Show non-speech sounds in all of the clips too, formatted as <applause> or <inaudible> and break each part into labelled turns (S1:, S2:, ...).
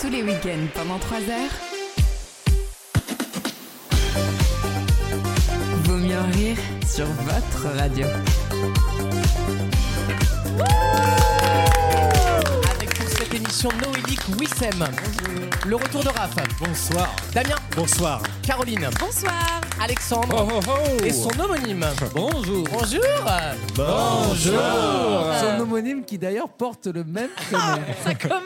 S1: tous les week-ends pendant 3 heures. Vaut mieux en rire sur votre radio.
S2: Avec pour cette émission Noélique Wissem. Le retour de Raph.
S3: Bonsoir.
S2: Damien,
S3: Bonsoir.
S2: Caroline,
S4: Oh.
S1: Bonsoir.
S2: Alexandre et son homonyme.
S3: Bonjour.
S2: Bonjour
S3: Bonjour.
S5: Son homonyme qui d'ailleurs porte le même
S2: <laughs>
S5: prénom.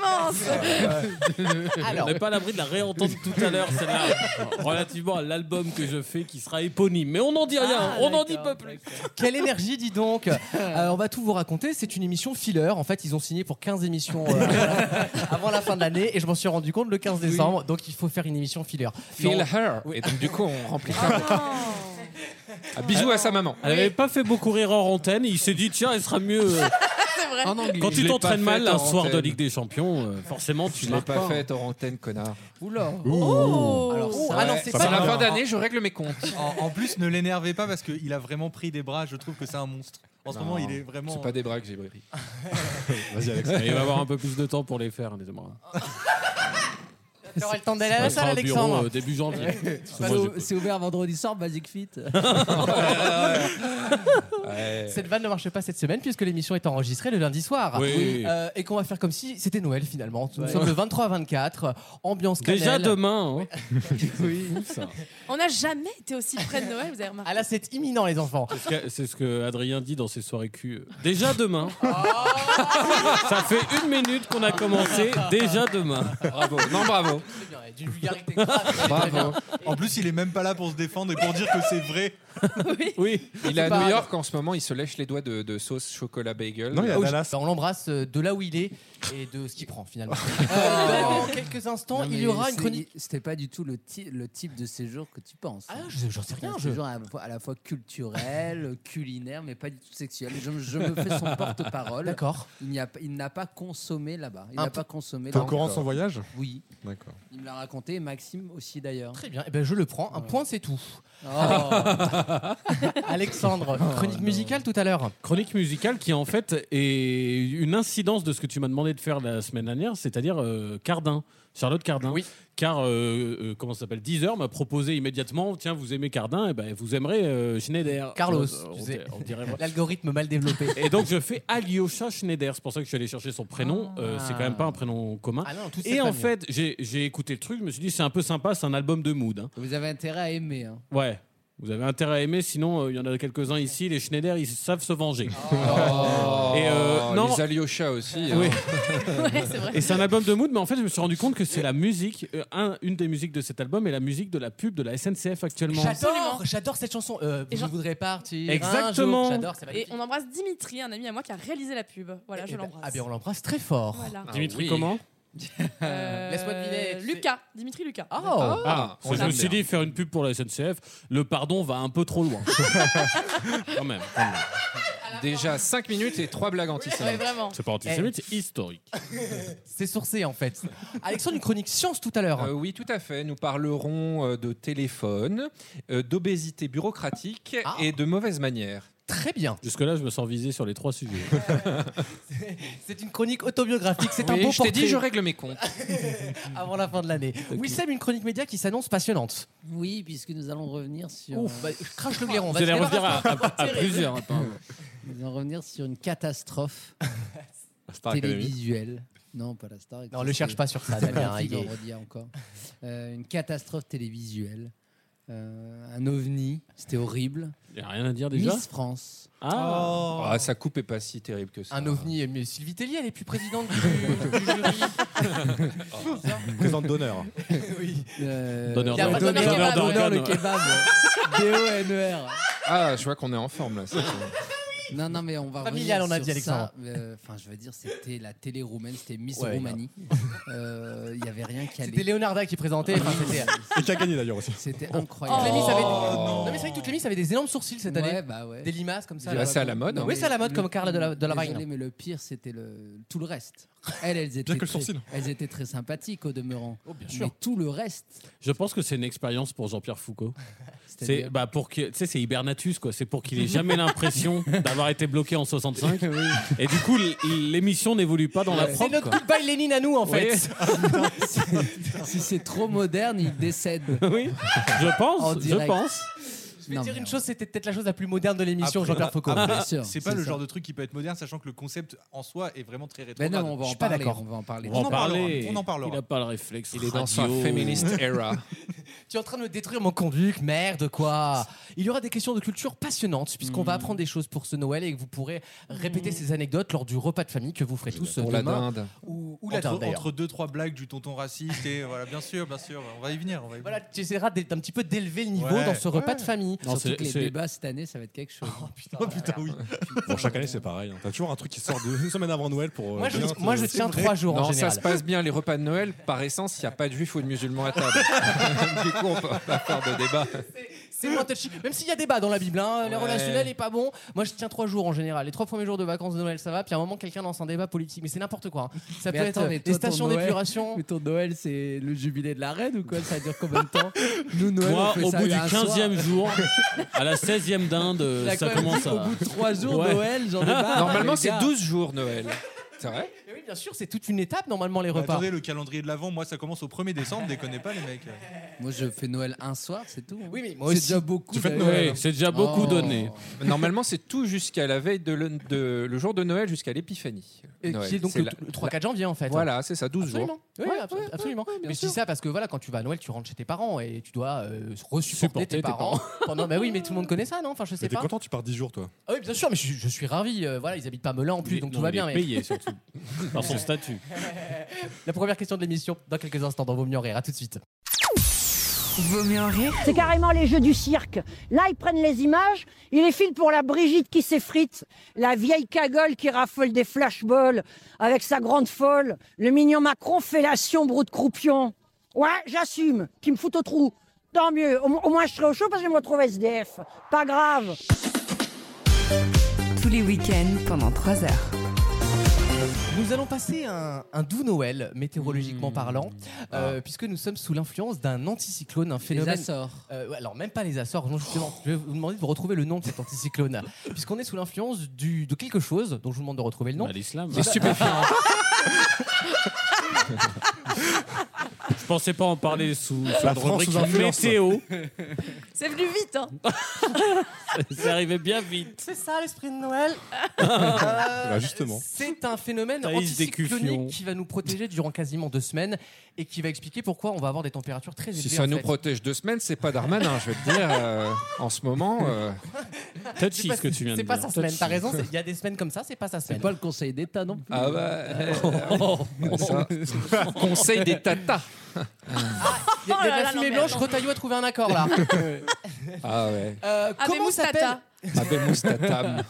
S2: Alors,
S3: On n'est pas à l'abri de la réentendre tout à l'heure, celle-là, relativement à l'album que je fais qui sera éponyme. Mais on n'en dit rien, on n'en dit pas plus.
S2: quelle énergie, dis
S5: <laughs>
S2: donc Euh, On va tout vous raconter, c'est une émission filler. En fait, ils ont signé pour 15 émissions euh,
S5: <laughs>
S2: avant la fin de l'année et je m'en suis rendu compte le 15 décembre, donc il faut faire une émission filler. Non.
S4: her. Et donc, du coup, on remplit ça.
S2: Oh.
S4: Ah, bisous à sa maman.
S3: Elle n'avait pas fait beaucoup rire en antenne, et il s'est dit, tiens, elle sera mieux. <laughs> euh,
S4: En anglais.
S3: Quand tu t'entraînes mal un soir de Ligue
S4: des
S3: des Champions, euh, forcément, tu
S4: Je l'ai
S3: marques
S4: pas faite en antenne, connard.
S2: Oula
S1: Alors,
S2: Oh,
S4: Ouais.
S2: ah non, c'est
S4: C'est
S2: pas
S4: la fin d'année, je règle mes comptes.
S6: En, en plus, ne l'énervez pas parce qu'il a vraiment pris des bras. Je trouve que c'est un monstre. En ce
S4: Non,
S6: moment, il est vraiment.
S4: C'est pas des bras que j'ai pris.
S3: Et il va avoir un peu plus de temps pour les faire, hein, les aimerais.
S2: T'auras le temps d'aller à
S3: Elle
S2: la salle,
S3: sera au bureau
S2: Eh, Alexandre
S3: euh, début janvier.
S5: Bah, C'est
S3: Moi, j'ai
S5: ou-
S3: pas-
S5: C'est ouvert vendredi soir, Basic Fit.
S2: Ah.
S4: Ouais.
S2: <laughs> Cette vanne ne marche pas cette semaine puisque l'émission est enregistrée le lundi soir.
S3: Oui.
S2: Euh, et qu'on va faire comme si c'était Noël finalement. Nous sommes le 23 à 24, euh, ambiance cannelle.
S3: Déjà demain. hein.
S7: On n'a jamais été aussi près de Noël, vous avez remarqué.
S2: Ah là, c'est imminent les enfants.
S3: C'est ce que- C'est ce que Adrien dit dans ses soirées cul. Déjà demain. Ça fait une minute qu'on a commencé. Déjà demain.
S4: Bravo. Non, bravo.
S2: D'une vulgarité <laughs> grave.
S4: Bravo.
S6: euh, En plus, il est même pas là pour se défendre et pour dire que c'est vrai.
S3: Oui.
S4: Il est à
S2: pas
S4: New
S2: grave.
S4: York en ce moment, il se lèche les doigts de, de sauce chocolat bagel.
S2: Ah
S3: Oh,
S2: oui, bah, on l'embrasse euh, de là où il est et de ce qu'il prend
S3: <laughs>
S2: finalement. Euh, dans quelques instants,
S5: Non, mais
S2: il y aura une
S5: c'est-
S2: chronique.
S5: C'était pas du tout le, ti- le type de séjour que tu penses.
S2: Ah, je- j'en sais
S5: C'est
S2: rien.
S5: un
S2: Je...
S5: séjour à, la fois- à la fois culturel, euh, culinaire, mais pas du tout sexuel. Je, je me fais
S2: <laughs>
S5: son porte-parole.
S2: D'accord.
S5: Il n'y a p- il n'a pas consommé là-bas. Il
S2: Un
S5: n'a
S2: peu-
S5: pas consommé
S8: T'es au
S5: là-bas.
S8: courant de son voyage
S5: Oui,
S8: D'accord.
S5: il me l'a raconté, et Maxime
S2: <laughs>
S5: aussi d'ailleurs.
S2: Très bien. Eh ben, je le prends. Un point, c'est tout.
S5: Oh.
S2: <laughs>
S5: <laughs>
S2: Alexandre,
S3: Ah,
S2: chronique musicale tout à l'heure.
S3: Chronique musicale qui en fait est une incidence de ce que tu m'as demandé de faire la semaine dernière, c'est-à-dire euh, Cardin, Charlotte Cardin.
S2: Oui.
S3: Car euh, euh, comment ça s'appelle Deezer m'a proposé immédiatement tiens vous aimez Cardin et ben vous aimerez euh, Schneider. Euh,
S2: Carlos,
S3: On,
S2: tu sais.
S3: on dirait-
S2: L'algorithme mal développé.
S3: Et donc je fais Alyosha Schneider, c'est pour ça que je suis allé chercher son prénom.
S2: Ah.
S3: Euh, c'est quand même pas un prénom commun.
S2: Ah non, tout
S3: Et en fait, j'ai j'ai écouté le truc, je me suis dit, c'est un peu sympa, c'est un album de mood. hein.
S5: Vous avez intérêt à aimer. hein.
S3: Ouais. Vous avez intérêt à aimer, sinon euh, il y en a quelques-uns ici, les Schneider, ils savent se venger.
S7: Ah,
S4: Oh,
S3: Et, euh, non.
S4: Les Alyosha aussi. hein.
S3: Oui.
S7: <laughs> Ouais, c'est vrai.
S3: Et c'est un album de mood, mais en fait, je me suis rendu compte que c'est la musique, euh, un- une des musiques de cet album est la musique de la pub de la SNCF actuellement.
S2: J'adore, j'adore cette chanson. Euh,
S7: Et
S2: je
S7: genre-
S2: voudrais partir. un
S3: Exactement.
S2: jour. J'adore, c'est
S7: Et
S2: magnifique.
S7: on embrasse Dimitri, un ami à moi qui a réalisé la pub. Voilà,
S2: Eh
S7: je
S2: ben,
S7: l'embrasse.
S2: Ah bien, on l'embrasse très fort.
S7: Voilà.
S4: Ah
S3: Dimitri,
S4: oui.
S3: comment
S5: <laughs>
S7: Euh,
S2: Laisse-moi deviner, tu sais-
S7: Lucas, Dimitri Lucas.
S2: Oh,
S3: Ah,
S4: on
S3: je me suis
S4: l'aime bien.
S3: dit, faire une pub pour la SNCF, le pardon va un peu trop
S7: <laughs>
S3: loin. quand même. quand même.
S4: Déjà 5 minutes et 3 blagues
S7: Ouais,
S4: antisémites.
S7: vraiment.
S3: C'est pas antisémite, c'est historique.
S2: c'est sourcé en fait. Alexandre, une chronique science tout à l'heure.
S4: Euh, oui, tout à fait. Nous parlerons euh, de téléphone, euh, d'obésité bureaucratique
S2: Ah.
S4: et de mauvaise manière.
S2: Très bien.
S3: Jusque-là, je me sens visé sur les trois sujets.
S2: C'est une chronique autobiographique. C'est un
S4: Oui,
S2: beau
S4: je t'ai
S2: portrait
S4: dit, je règle mes comptes.
S2: avant la fin de l'année. Wissem, une chronique média qui s'annonce passionnante.
S5: Oui, puisque nous allons revenir sur. euh,
S2: Ouf, bah, je crache le blairon. on
S3: Vous
S2: va
S3: allez
S2: se
S3: revenir à,
S2: débarrasser.
S3: à- à plusieurs. apparemment.
S5: Nous allons revenir sur une catastrophe
S3: Star Academy.
S5: télévisuelle. Non, pas la Star.
S2: Non, le cherche pas sur ça, Damien.
S5: Magnifique,
S2: il est-
S5: on redit encore. Euh, une catastrophe télévisuelle. Euh, un ovni, c'était horrible.
S3: Il n'y a rien à dire déjà
S5: Miss France.
S3: Ah
S8: Oh.
S6: Oh.
S4: Ah, sa coupe est pas si terrible que ça.
S2: Oh. Un ovni, euh, mais Sylvie Tellier, elle est plus présidente <laughs> du, du jury.
S8: Présente
S6: <laughs>
S8: d'honneur.
S5: Euh,
S3: Donneur
S2: Il y a
S3: d'organes.
S2: pas de donneur
S3: Donneur
S5: d'organes.
S3: d'organes,
S5: le
S3: ouais.
S5: kebab.
S2: E
S5: D-O-N-E-R.
S4: Ah, je vois qu'on est en forme là. c'est-
S5: Non, non, mais on va
S2: Familial,
S5: revenir
S2: on a
S5: sur
S2: dit,
S5: ça. Euh, Enfin, je veux dire, c'était la télé roumaine, c'était Miss
S2: Ouais,
S5: Roumanie. Euh, Il y avait rien qui
S2: C'était
S5: allait.
S2: Leonarda qui présentait. enfin, c'était-
S8: Et qui a gagné d'ailleurs aussi.
S2: Oh.
S5: C'était
S2: Toutes les
S5: incroyable.
S2: Miss avaient- Non,
S4: non.
S2: mais c'est vrai que toutes les Miss avaient des énormes sourcils cette année.
S5: Ouais, bah ouais.
S2: Euh, Des limaces comme ça.
S4: Bah,
S2: là.
S4: c'est à la mode.
S2: Non,
S4: hein.
S2: oui, c'est à la mode
S5: le-
S2: comme Carla de la, de la
S5: désolé,
S2: Vine.
S5: mais le pire, c'était le, tout le reste. Elles, elles étaient,
S8: Bien que le
S5: très,
S8: sourcil.
S5: elles étaient très sympathiques au demeurant.
S2: Oh, bien
S5: Mais tout le reste,
S3: Je pense que c'est une expérience pour Jean-Pierre Foucault. C'est
S5: c'est-à-dire-
S3: bah pour que tu sais c'est Hibernatus quoi, c'est pour qu'il ait jamais l'impression d'avoir été bloqué en 65. Et du coup, l- l'émission n'évolue pas dans la
S2: C'est
S3: propre.
S2: notre
S3: quoi.
S2: goodbye Lénine à nous en fait.
S3: Oui.
S5: si c'est trop moderne, il décède.
S3: Oui, je
S5: En
S3: pense, je
S5: direct.
S3: pense.
S2: Je vais dire une chose, c'était peut-être la chose la plus moderne de l'émission,
S6: Après-
S2: Jean-Pierre Foucault.
S5: bien sûr.
S6: Ah, C'est pas le
S5: ça.
S6: genre de truc qui peut être moderne, sachant que le concept en soi est vraiment très rétrograde.
S5: Ben non, on va
S2: Je
S5: en
S2: suis pas
S5: parler.
S2: d'accord.
S5: On va en parler.
S3: On va en
S6: en
S3: parler.
S6: parlera, on en parlera.
S3: Il n'a pas le réflexe.
S4: Il est dans sa
S3: radio.
S4: feminist <laughs> era.
S2: Tu es en train de me détruire mon conduit, merde quoi. Il y aura des questions de culture passionnantes puisqu'on va apprendre des choses pour ce Noël et que vous pourrez répéter ces anecdotes lors du repas de famille que vous ferez tous euh,
S4: Pour la
S2: demain.
S4: dinde.
S2: Ou, ou la dinde,
S6: entre,
S2: d'ailleurs.
S6: entre deux trois blagues du tonton raciste et voilà bien sûr bien sûr on va y venir on va y
S2: Voilà, tu essaieras d'être un petit peu d'élever le niveau
S6: Ouais,
S2: dans ce repas de famille.
S3: Non,
S5: Surtout
S3: c'est-
S5: que les
S3: c'est-
S5: débats cette année, ça va être quelque chose.
S6: venir. Oh putain oui
S8: Bon, chaque année, c'est pareil. hein. T'as toujours un truc qui sort de- une semaine avant Noël pour. euh,
S2: Moi, je,
S8: bien te-
S2: moi, je tiens trois jours en
S4: Non, ça
S2: général.
S4: se passe bien, les repas de Noël. Par essence, il n'y a pas de juifs ou de musulmans à table. <laughs> du coup, on peut pas faire de débat.
S2: C'est moins touchy. Même s'il y a débat dans la Bible, hein, le
S4: Ouais.
S2: relationnel est pas bon. Moi, je tiens trois jours en général. Les trois premiers jours de vacances de Noël, ça va. Puis à un moment, quelqu'un lance un débat politique. Mais c'est n'importe quoi. hein. Ça
S5: Mais
S2: peut
S5: attends,
S2: être
S5: mais
S2: euh,
S5: toi,
S2: les
S5: ton
S2: stations
S5: Noël-
S2: d'épuration.
S5: Mais ton Noël, c'est le jubilé de la reine ou quoi Ça dure combien de temps Nous, Noël,
S3: Moi,
S5: on fait
S3: au
S5: ça
S3: bout du
S5: un soir.
S3: 15e jour, à la 16e dinde, euh,
S5: Là,
S3: ça
S5: quand même,
S3: commence
S5: Au
S3: à.
S5: bout de 3 jours,
S3: Ouais.
S5: Noël, j'en ai marre.
S2: Ah,
S4: Normalement,
S5: les
S4: c'est
S5: gars.
S4: 12 jours Noël. C'est vrai
S2: Mais oui, bien sûr, c'est toute une étape normalement les
S6: Mais
S2: repas.
S6: Bah, attendez le calendrier de l'avant moi ça commence au 1er décembre déconnez pas les mecs
S5: Moi, je fais Noël un soir, c'est tout.
S2: Oui, mais moi
S5: C'est
S2: aussi.
S5: déjà beaucoup.
S2: euh,
S8: Tu fais hein. de
S5: d'ailleurs.
S3: Oui, c'est déjà beaucoup
S5: Oh.
S3: donné.
S4: Normalement, c'est tout jusqu'à la veille de le, de- le jour de Noël, jusqu'à l'épiphanie.
S2: Et
S4: Noël,
S2: qui est donc
S4: c'est
S2: le,
S4: la-
S2: le 3-4 janvier en fait. hein.
S4: Voilà, c'est ça, 12 jours.
S2: Absolument. Oui,
S4: Ouais,
S2: abso-
S4: ouais,
S2: absolument.
S4: ouais, bien
S2: mais je dis
S4: sûr.
S2: ça parce que voilà, quand tu vas à Noël, tu rentres chez tes parents et tu dois euh,
S3: Supporter
S2: resupporter tes,
S3: tes
S2: parents. <laughs> pendant... Mais oui, mais tout le monde connaît ça, non Enfin, je sais
S8: Mais t'es
S2: pas.
S8: content, tu pars 10 jours, toi.
S2: Ah oui, bien sûr, mais je, suis- je suis ravi. euh, voilà, ils habitent pas Melun en plus,
S3: Il est-
S2: donc
S3: non,
S2: tout va
S3: il
S2: bien.
S3: est
S2: mais-
S3: payé surtout par son statut.
S2: La première question de l'émission dans quelques instants dans Vaut mieux en rire. À tout de suite.
S1: Vaut mieux en rire
S9: C'est carrément les jeux du cirque. Là, ils prennent les images, ils les filent pour la Brigitte qui s'effrite, la vieille cagole qui raffole des flashballs avec sa grande folle, le mignon Macron fellation brou de croupion. Ouais, j'assume, qui me fout au trou. Tant mieux, au, mo- au moins je serai au chaud parce que je me retrouve SDF. Pas grave.
S1: tous les week-ends pendant 3 heures.
S2: Nous allons passer un, un doux Noël, météorologiquement parlant, euh, puisque nous sommes sous l'influence d'un anticyclone, un
S5: Les
S2: phénomène.
S5: Açores.
S2: Euh, ouais, alors même pas les Açores, non justement. Je vais vous demander de retrouver le nom de cet <laughs> anticyclone, puisqu'on est sous l'influence du- de quelque chose dont je vous demande de retrouver le nom.
S3: À l'islam.
S2: Des
S3: stupéfiants. <laughs> Je pensais pas en parler sous, sous
S8: La
S3: une
S8: France
S3: rubrique
S8: sous influence.
S3: météo.
S5: Oh.
S7: C'est venu vite, hein.
S3: <laughs> C'est arrivé bien vite.
S2: C'est ça l'esprit de Noël.
S8: Bah, justement.
S2: C'est un phénomène
S3: Thaïs Descuffion.
S2: anticyclonique qui va nous protéger durant quasiment deux semaines et qui va expliquer pourquoi on va avoir des températures très élevées.
S4: Si ça
S2: en
S4: nous
S2: fait.
S4: protège deux semaines, c'est pas Darmanin, je vais te dire. euh, en ce moment, euh,
S3: Touchy
S2: pas-
S3: ce que tu viens de
S2: C'est
S3: dire.
S2: pas sa semaine,
S3: Touchy.
S2: t'as raison, c'est- il y a des semaines comme ça, c'est pas sa
S5: C'est
S2: semaine.
S5: pas le Conseil d'État non plus.
S4: ah
S2: <laughs>
S4: bah, euh, ouais, ça. Conseil des tatas.
S2: Il y a, il y a
S7: Oh
S2: de
S7: là
S2: la
S7: là,
S2: fumée
S7: non, mais
S2: blanche,
S7: attends.
S2: Retailleau a trouvé un accord là.
S4: Ah ouais.
S2: Euh,
S7: Ah, mais
S2: comment
S7: Moustata.
S2: s'appelle
S4: Abemus tatam.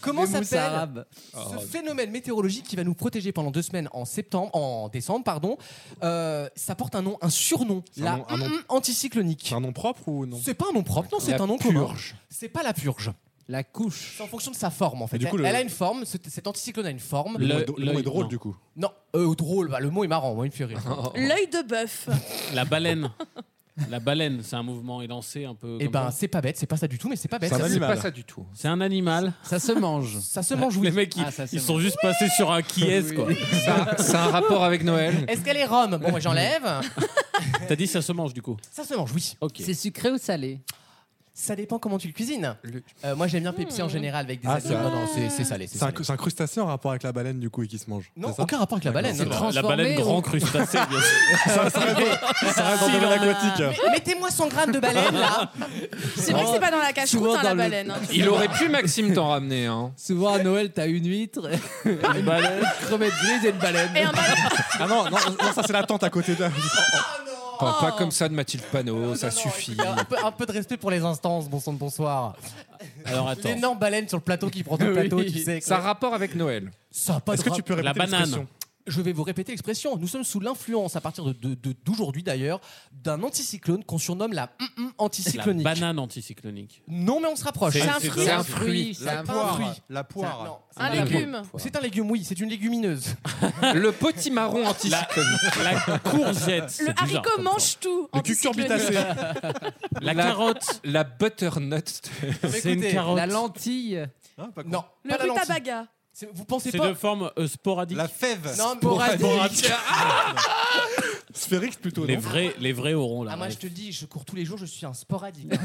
S2: comment
S5: Les mousses
S2: s'appelle
S5: arabes.
S4: Oh.
S2: ce phénomène météorologique qui va nous protéger pendant deux semaines en septembre, en décembre pardon Euh, Ça porte un nom, un surnom,
S8: un
S2: la
S8: nom- un nom.
S2: hum, hum, anticyclonique.
S8: C'est un nom propre ou non
S2: C'est pas un nom propre, non, c'est
S4: La
S2: un nom commun.
S4: purge.
S2: C'est pas la purge.
S5: La couche.
S2: C'est en fonction de sa forme en fait.
S8: Et du coup,
S2: elle,
S8: le-
S2: elle a une forme, cet cet anticyclone a une forme.
S8: Le, nom
S3: Le-
S8: est do- le nom
S3: le-
S8: est drôle,
S3: non.
S8: du coup.
S2: Non, euh, drôle, bah, le mot est marrant, moi il me fait rire.
S5: Oh.
S7: L'œil de bœuf.
S3: La baleine. La baleine, c'est un mouvement élancé un peu.
S2: Et
S3: comme
S2: ben
S3: ça.
S2: c'est pas bête, c'est pas ça du tout, mais c'est pas bête.
S8: C'est un
S2: Ça,
S4: C'est
S8: animal.
S4: pas ça du tout.
S3: c'est un animal.
S5: Ça
S3: <laughs>
S5: se mange.
S2: ça se mange, oui.
S3: Les mecs, ils,
S5: Ah, ça, c'est
S3: ils
S5: bon.
S3: sont juste passés sur un qui est quoi.
S4: C'est un- c'est un rapport avec Noël.
S2: Est-ce qu'elle est rome Bon, moi j'enlève.
S3: <laughs> T'as dit ça se mange du coup.
S2: Ça se mange, oui.
S3: Ok.
S5: C'est sucré ou salé
S2: Ça dépend comment tu le cuisines.
S4: Le-
S2: Euh, moi, j'aime bien Pepsi en général avec des
S8: Ah,
S2: agneaux.
S8: ça-
S2: Non, non, c'est c'est salé. c'est
S8: C'est un,
S2: salé.
S8: c'est un crustacé en rapport avec la baleine, du coup, et qui se mange.
S2: Non,
S8: C'est ça
S2: aucun rapport avec la baleine.
S8: c'est
S2: non,
S3: La-
S2: non.
S3: La
S5: transformé
S3: baleine
S5: ou-
S3: grand crustacé, bien sûr.
S8: Ça reste dans le domaine aquatique.
S2: Mais- Mettez-moi 100 grammes de baleine là.
S7: C'est vrai que c'est pas dans la cache-croûte,
S5: Souvent
S7: hein,
S5: dans
S7: la
S5: le-
S7: baleine. hein.
S4: Il aurait pu, Maxime, t'en ramener. Hein.
S5: Souvent à Noël, t'as une
S8: <laughs>
S5: huître,
S3: Une baleine.
S5: une crevette grise et une baleine.
S7: Et un ballon.
S8: Ah non, non, non, ça c'est la tente à côté de la.
S4: Pas, pas comme ça de Mathilde Panot, ça suffit.
S2: Un peu, un peu de respect pour les instances, bon sang de bonsoir.
S3: Alors attends.
S2: Ah
S5: <laughs>
S2: L'énorme baleine sur le plateau qui prend tout le plateau, tu sais.
S4: Ça a rapport avec Noël.
S2: Ça a pas de
S8: Est-ce que tu
S2: rap-
S8: peux répéter
S3: La banane.
S8: l'expression
S2: Je vais vous répéter l'expression. Nous sommes sous l'influence, à partir de- de- de- d'aujourd'hui d'ailleurs, d'un anticyclone qu'on surnomme la mm, mm,
S3: La
S2: anticyclonique.
S3: banane anticyclonique.
S2: Non, mais on se rapproche.
S3: C'est-
S7: un
S3: c'est-
S7: fruit.
S3: c'est
S5: un fruit, c'est un
S2: pas un
S5: poire.
S2: fruit. Ça-
S6: La
S2: non,
S6: poire.
S2: c'est
S7: Un
S2: pas la
S7: légume.
S2: poire. C'est un légume, oui, c'est une légumineuse.
S4: Le potimarron anticyclonique.
S3: <laughs> La courgette. c'est
S7: Le
S3: bizarre
S7: haricot
S3: comme ça.
S7: mange tout.
S8: Le
S7: anticyclonique.
S8: cucurbitacé.
S3: La
S4: La-
S3: carotte.
S4: La butternut.
S3: C'est une
S2: Écoutez,
S3: carotte.
S5: La lentille.
S6: Non, Hein, pas con.
S2: Non,
S7: Le
S2: pas la lentille.
S7: rutabaga.
S2: C'est- Vous pensez
S3: C'est
S2: pas
S3: de forme euh, sporadique.
S6: La fève.
S2: Non, mais
S3: <laughs>
S8: Sphérix plutôt.
S3: Les
S8: non
S3: vrais, les vrais auront là.
S2: Ah, moi je te le dis, je cours tous les jours, je suis un sporadique.
S3: Non,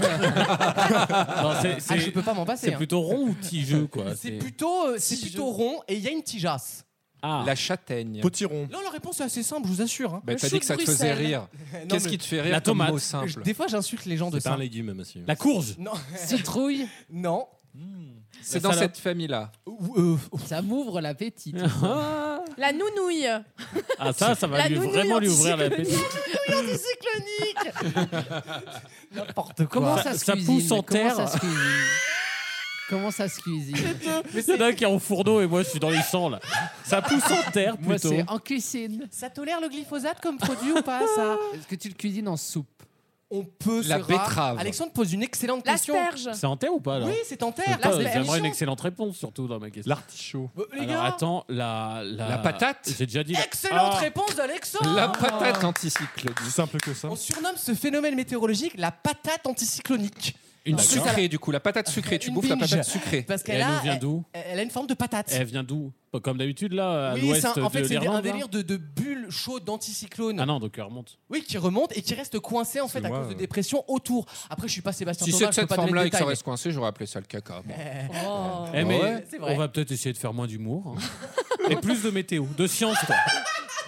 S3: c'est- c'est-
S2: Ah, je peux pas m'en passer.
S3: c'est
S2: hein.
S3: plutôt rond ou tigeux quoi.
S2: C'est
S3: c'est-
S2: plutôt, euh, c'est
S7: Si
S2: plutôt
S7: je-
S2: rond et il y a une tigeasse.
S3: Ah.
S4: La châtaigne.
S8: Potiron.
S2: Là, la réponse est assez simple, je vous assure. hein.
S4: Bah,
S7: Le
S4: T'as
S7: chou
S4: dit que
S7: de
S4: ça te faisait
S7: Bruxelles.
S4: rire.
S2: Non,
S4: Qu'est-ce
S2: mais
S4: qui te fait rire
S3: La
S4: comme
S3: tomate.
S4: mot
S2: je-
S4: simple
S2: Des fois, j'insulte les gens de
S8: C'est
S2: ça.
S8: un légume, monsieur.
S2: <laughs>
S3: La courge.
S2: Non,
S5: <laughs> Citrouille.
S2: non.
S4: C'est
S3: La
S4: dans
S3: salope.
S4: cette famille-là.
S2: Ou, euh,
S5: Ça m'ouvre l'appétit.
S3: Ah
S7: La nounouille.
S3: Ah, ça, ça va
S7: La
S3: lui,
S7: nounouille
S3: vraiment lui ouvrir la
S7: anticyclonique.
S3: pétite.
S2: n'importe quoi.
S5: Comment
S3: Ça-
S5: ça se
S3: ça
S5: cuisine
S3: pousse en
S5: Comment
S3: terre.
S5: ça se cuisine Comment ça se cuisine
S3: Mais c'est d'un qui est en fourneau et moi je suis dans les champs là. Ça pousse en terre
S5: Moi,
S3: plutôt.
S5: c'est en cuisine.
S2: Ça tolère le glyphosate comme produit ou pas ça
S5: <laughs> Est-ce que tu le cuisines en soupe
S2: On peut
S4: La
S2: c'est rare.
S4: betterave.
S2: Alexandre pose une excellente question.
S7: L'asperge.
S3: C'est en terre ou pas là
S2: Oui, c'est en terre.
S3: Putain,
S2: L'asperge.
S3: J'aimerais une excellente réponse surtout dans ma question.
S8: L'artichaut.
S2: Euh, Les
S3: Alors
S2: gars,
S3: attends, la. La,
S4: La patate
S3: J'ai déjà dit. la-
S2: excellente
S3: Ah,
S2: réponse d'Alexandre.
S4: La patate anticyclonique.
S8: C'est simple que ça.
S2: On surnomme ce phénomène météorologique la patate anticyclonique
S3: Une
S2: D'accord.
S3: sucre.
S4: Sucrée, du coup. La patate sucrée. Tu
S2: Une
S4: bouffes la
S2: binge.
S4: patate sucrée.
S2: parce
S3: Et Elle
S2: qu'elle
S3: nous
S2: a,
S3: vient
S2: <laughs>
S3: d'où
S2: elle- elle a une forme de patate.
S3: Elle vient d'où Comme d'habitude là, à
S2: oui,
S3: l'ouest
S2: c'est un-
S3: de
S2: en fait, c'est un dé- un
S3: l'Irlande. là
S2: délire de, de bulle chaude d'anticyclone
S3: Ah non, donc elle remonte.
S2: oui, qui remonte et qui reste coincé en fait à
S8: Excuse-moi,
S2: cause de
S8: euh.
S2: dépression autour. Après, je suis pas Sébastien
S4: Si c'est
S2: Thomas,
S4: de
S2: je peux
S4: cette
S2: pas donner Euh,
S4: forme-là
S2: de
S4: et que ça
S2: détails,
S4: reste coincé, j'aurais appelé ça le caca. moi.
S7: Oh.
S3: Eh, mais
S2: Ah bah ouais, c'est vrai.
S3: on va peut-être essayer de faire moins d'humour. hein. Et plus de météo, de science quoi.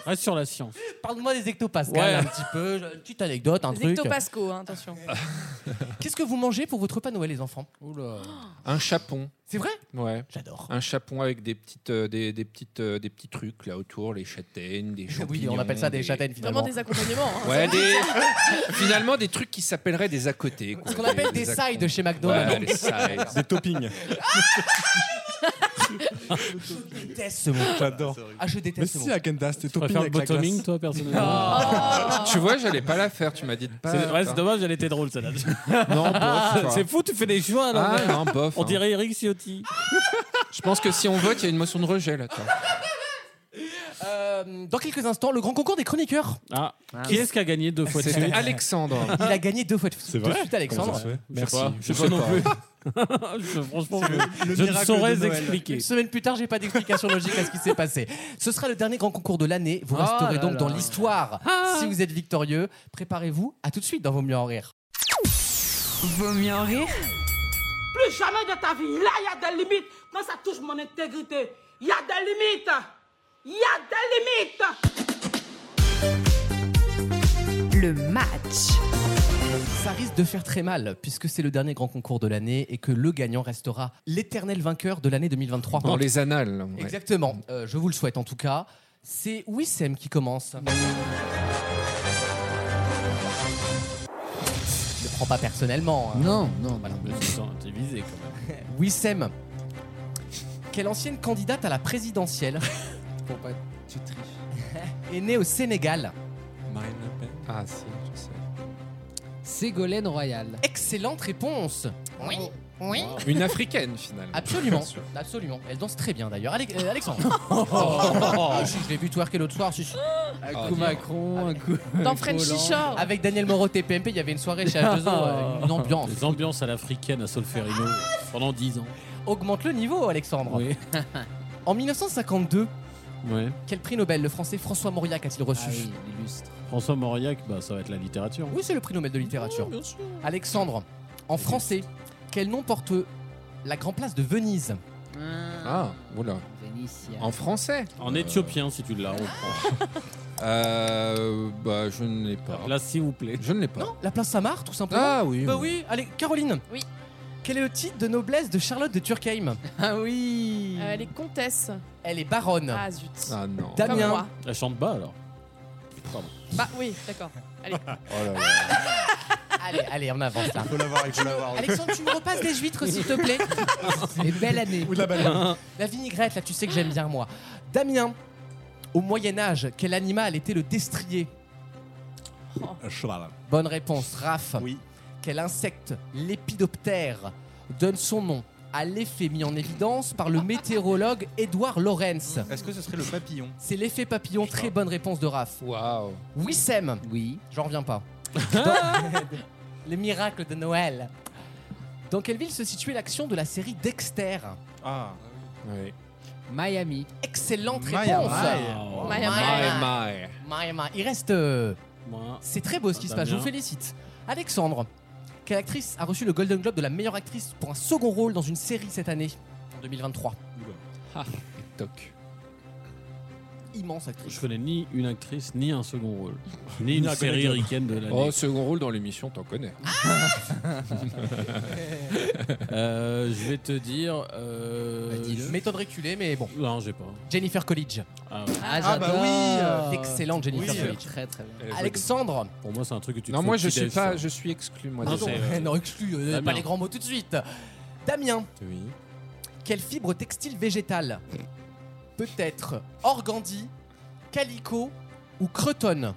S3: Reste sur la science.
S2: mais Parle-moi des ectopascales
S3: Ouais.
S2: un petit peu, je- une petite anecdote, un
S7: Les
S2: truc.
S7: ectopascaux, hein, attention.
S2: Qu'est-ce que vous mangez pour votre repas de Noël, les enfants
S4: Un chapon.
S2: C'est vrai
S4: Ouais.
S2: J'adore.
S4: Un chapon avec des petites, euh, des, des petites, euh, des petits trucs là autour, les châtaignes, des champignons.
S2: Oui, on appelle ça des châtaignes
S7: Vraiment
S2: finalement.
S7: des accompagnements. hein.
S4: Ouais, des... <laughs> finalement des trucs qui s'appelleraient des à côté. quoi.
S2: Ce qu'on appelle des
S4: à-
S2: sides chez McDonald's.
S4: Ouais, les sides.
S8: Des toppings.
S2: Je déteste ce mot.
S8: J'adore.
S2: Ah, je
S8: Mais
S2: déteste ce
S8: si,
S2: mot.
S8: Agendas, tes
S3: Tu
S8: toppings
S3: préfères le
S8: avec la glace.
S3: bottoming toi
S7: Oh.
S3: personnellement
S2: Ah.
S4: Tu vois, j'allais pas la faire, tu m'as dit de pas.
S3: C'est- Ouais, c'est
S4: non,
S3: dommage, elle était drôle celle-là.
S4: bof. quoi.
S3: <laughs> C'est fou, tu fais des choix à
S4: Ah
S3: l'envers.
S4: non, bof.
S3: On
S4: hein.
S3: dirait Eric Ciotti.
S4: Je pense que si on vote, il y a une motion de rejet là. toi.
S2: Euh, dans quelques instants, le grand concours des chroniqueurs.
S3: Ah, qui est-ce qui a gagné deux fois de
S4: C'était
S3: suite
S4: Alexandre.
S2: Il a gagné deux fois de, de
S8: vrai
S2: suite, Alexandre.
S3: Je sais pas, je sais
S4: Je
S3: pas
S4: sais
S3: non
S4: pas.
S3: plus. Ah, Je- franchement, je,
S6: Le
S3: je ne
S6: miracle
S3: saurais
S6: de Noël.
S3: expliquer.
S2: Une semaine plus tard, j'ai pas d'explication logique à ce qui s'est passé. Ce sera le dernier grand concours de l'année. Vous
S5: Oh
S2: resterez
S5: là
S2: donc
S5: là.
S2: dans l'histoire. Si vous êtes victorieux, préparez-vous à tout de suite dans Vos mieux en rire.
S1: Vaut mieux en rire
S10: Plus jamais de ta vie. Là, il y a des limites. Quand ça touche mon intégrité, il y a des limites. Il y a des limites.
S1: Le match.
S2: Ça risque de faire très mal puisque c'est le dernier grand concours de l'année et que le gagnant restera l'éternel vainqueur de l'année 2023.
S4: <laughs> Dans les annales. ouais.
S2: Exactement. Euh, je vous le souhaite en tout cas. C'est Wissem qui commence. Ne prends pas personnellement. hein.
S5: Non, non.
S2: Voilà.
S3: Mais tu te sens- T'es visé quand même.
S2: Wissem, quelle ancienne candidate à la présidentielle
S5: Pour pas tu triches.
S2: est née au Sénégal
S4: Ah si, je sais.
S5: Ségolène Royal.
S2: Excellente réponse. Oui, oui.
S4: Une africaine finalement.
S2: Absolument, Ah, absolument. Elle danse très bien d'ailleurs. Alex- euh, Alexandre. Ah, si, je l'ai vu twerker l'autre soir. si, si.
S5: Un
S4: Ah,
S5: coup
S4: dis donc.
S5: Macron, un coup.
S7: Dans
S5: un coup
S7: Frenchy
S5: Hollande.
S7: Shore.
S2: Avec Daniel Moreau TPMP, il y avait une soirée chez H2O, euh, une ambiance.
S3: Les ambiances à l'africaine à Solferino pendant 10 ans.
S2: Augmente le niveau, Alexandre.
S3: Oui.
S2: En 1952,
S3: Ouais.
S2: quel prix Nobel le français François Mauriac a-t-il reçu
S5: Ah oui, l'illustre.
S3: François Mauriac, bah, ça va être la littérature.
S2: Oui, c'est le prix Nobel de littérature. Alexandre, en français, quel nom porte la grande place de Venise
S4: Ah, oula.
S5: Vénitia.
S4: En français
S3: En éthiopien, si tu l'as, on prend.
S4: Euh, bah, je ne l'ai pas.
S3: Là, s'il vous plaît.
S4: Je ne l'ai pas.
S2: Non, la place Samar, tout simplement.
S4: ah oui.
S2: Bah oui, allez, Caroline.
S7: Oui.
S2: Quel est le titre de noblesse de Charlotte de Turckheim
S5: Ah oui
S7: Euh, les comtesses.
S2: Elle est baronne.
S7: Ah zut.
S4: Ah non.
S2: Da-
S7: Comme
S2: Damien.
S7: moi.
S3: Elle chante bas alors.
S7: Bah oui, d'accord.
S4: Oh là là.
S2: Allez, allez, on avance là.
S6: Il faut l'avoir, il faut l'avoir.
S2: <laughs> Alexandre, tu me repasses des huîtres, s'il te
S8: <laughs>
S2: plaît.
S5: Et belle année
S8: Ou de la banane.
S2: La vinaigrette, là, tu sais que j'aime bien, moi. Damien, Au Moyen Âge, quel animal était le destrier
S8: Un cheval.
S2: Bonne réponse, Raph.
S8: Oui.
S2: Quel insecte, l'épidoptère, donne son nom à l'effet mis en évidence par le météorologue Edouard Lorenz
S6: Est-ce que ce serait le papillon
S2: C'est l'effet papillon, très bonne réponse de Raph.
S4: Waouh.
S2: Wissem,
S5: Oui.
S2: j'en reviens pas. Dans- Les miracles de Noël. Dans quelle ville se situait l'action de la série Dexter
S6: Ah,
S4: Oui.
S5: Miami.
S2: Excellente
S6: Maya,
S2: réponse.
S6: Maya.
S7: Maya,
S2: Maya.
S4: My, my.
S2: Maya, Maya. Il reste. euh,
S3: Moi,
S2: C'est très beau ce qui se passe, je vous
S3: Damien.
S2: félicite. Alexandre, quelle actrice a reçu le Golden Globe de la meilleure actrice pour un second rôle dans une série cette année, en 2023
S4: Toc.
S2: Immense actrice.
S3: je connais ni une actrice, ni un second rôle, ni une
S8: un
S3: série
S8: comédien.
S3: ricaine de l'année.
S4: Oh, second rôle dans l'émission, t'en connais.
S3: Euh, je vais te dire. euh, je-
S2: Méthode reculée, mais bon.
S3: Non, j'ai pas.
S2: Jennifer College.
S3: Ah ouais.
S5: Ah,
S6: Ah, bah
S5: j'adore.
S6: oui, euh,
S2: Excellente Jennifer
S6: Oui, euh,
S2: Coolidge.
S5: Très très bien.
S4: Elle est
S2: Alexandre,
S3: Pour moi, c'est un truc que tu. te
S4: Non,
S3: fais
S4: moi
S3: au
S4: je
S3: petit
S4: suis
S3: déj,
S4: pas,
S3: ça.
S4: je suis exclu moi.
S3: Ah,
S4: déjà.
S3: c'est, euh,
S2: <laughs> non, exclu, euh,
S3: Damien.
S2: pas les grands mots tout de suite. Damien,
S4: Oui.
S2: quelle fibre textile végétale Peut-être organdi, calico ou cretonne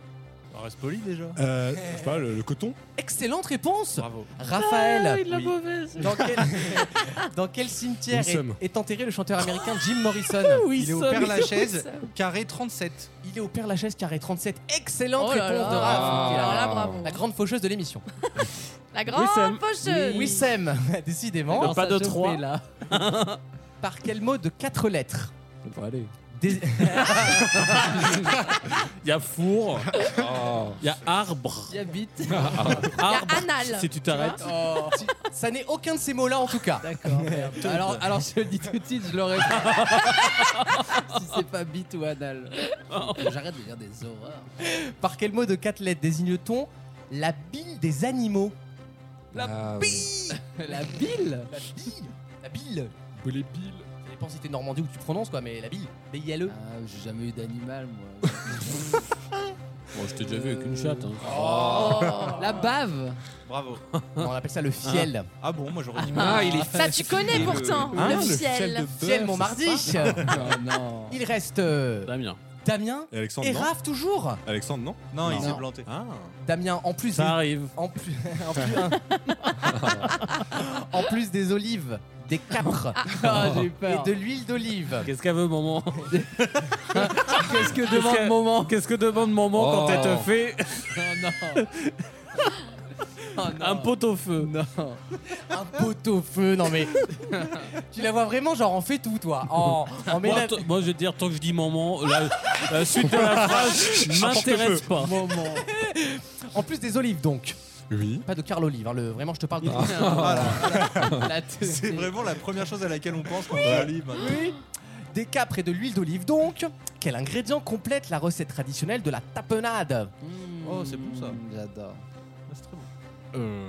S6: on reste poli déjà.
S8: Euh, je sais pas, le, le coton
S2: Excellente réponse
S6: Bravo.
S7: Ah,
S2: Raphaël,
S6: Oui.
S2: dans quel, <laughs> dans quel cimetière est,
S8: Wilson.
S2: est enterré le chanteur américain Jim Morrison
S6: Il est au Père Lachaise, carré 37.
S2: Il est au Père Lachaise, carré 37. Excellente
S7: <laughs> Oh là
S2: réponse
S7: là.
S2: de Raph, qui est
S7: Alors
S2: la-
S7: là, bravo.
S2: la grande faucheuse de l'émission.
S7: La grande
S3: Sam.
S7: pocheuse.
S2: Oui, Sam, <laughs> décidément.
S3: Alors, pas de trois.
S2: là. <laughs> Par quel mot de quatre lettres
S3: Bon, allez.
S2: Dés-
S3: Il y a four,
S6: Ah.
S4: Oh.
S3: il y a
S7: <laughs>
S3: arbre.
S5: Il y a bite.
S7: Il y
S3: Arbre.
S7: a anal.
S3: Si tu t'arrêtes.
S2: Oh. Ça n'est aucun de ces mots-là en tout cas.
S5: D'accord. merde. Alors, alors je le dis tout de suite, je l'aurais
S2: <laughs>
S5: pas. si c'est pas bite ou anal. J'arrête de dire des horreurs.
S2: Par quel mot de quatre lettres désigne-t-on la bile des animaux
S8: Ah,
S4: La
S5: La bile
S2: La bile La bile Ça dépend si t'es Normandie ou que tu prononces quoi, mais la bile, B-I-L-E.
S5: Ah, J'ai jamais eu d'animal, moi.
S3: Bon, je t'ai déjà vu avec une chatte. hein.
S8: Oh.
S5: Oh. La bave
S6: Bravo.
S2: Non, On appelle ça le fiel.
S6: Ah bon, moi j'aurais dit.
S4: Ah, il est
S7: Ça, tu connais pourtant.
S8: Hein,
S4: Ah,
S7: Ah, le
S3: Ah,
S7: ciel.
S2: Fiel Montmardi
S5: <laughs> Non, Oh non. Bah.
S2: Il reste euh,
S3: Damien.
S2: Damien
S8: Et Alexandre,
S2: et
S8: non
S2: Raph toujours
S8: Alexandre, non Ah.
S6: Non, il
S5: Non.
S6: s'est planté.
S2: Damien en plus
S3: Ça arrive.
S2: En plus, <laughs> en plus, hein. en plus des olives, des capres
S5: Ah, j'ai eu
S2: et
S5: peur.
S2: de l'huile d'olive.
S3: Qu'est-ce qu'elle veut, maman
S5: Qu'est-ce
S3: Qu'est-ce
S5: que
S3: que-
S5: demande moment
S3: Qu'est-ce que demande maman quand
S4: Oh.
S3: elle te fait
S5: non. Oh, non.
S3: un pot au feu
S5: Non.
S2: Un pot au feu, non mais. <laughs> tu la vois vraiment, genre, en fait tout, toi. En, en
S3: moi,
S5: <laughs>
S2: ménage-
S3: t- moi, je vais te dire, tant que je dis maman, la, la suite de la phrase m'intéresse pas.
S5: Moment.
S2: en plus des olives, donc.
S8: Oui.
S2: Pas de Carl Olive, hein, le... vraiment, je te parle de.
S5: <laughs> La
S6: Ah. C'est
S5: tête.
S6: vraiment la première chose à laquelle on pense quand on lit un livre. maintenant.
S2: Oui. Des capres et de l'huile d'olive, donc. Quel ingrédient complète la recette traditionnelle de la tapenade
S5: Mmh,
S6: Oh, c'est bon, ça.
S5: J'adore.
S6: C'est très bon.
S8: Euh,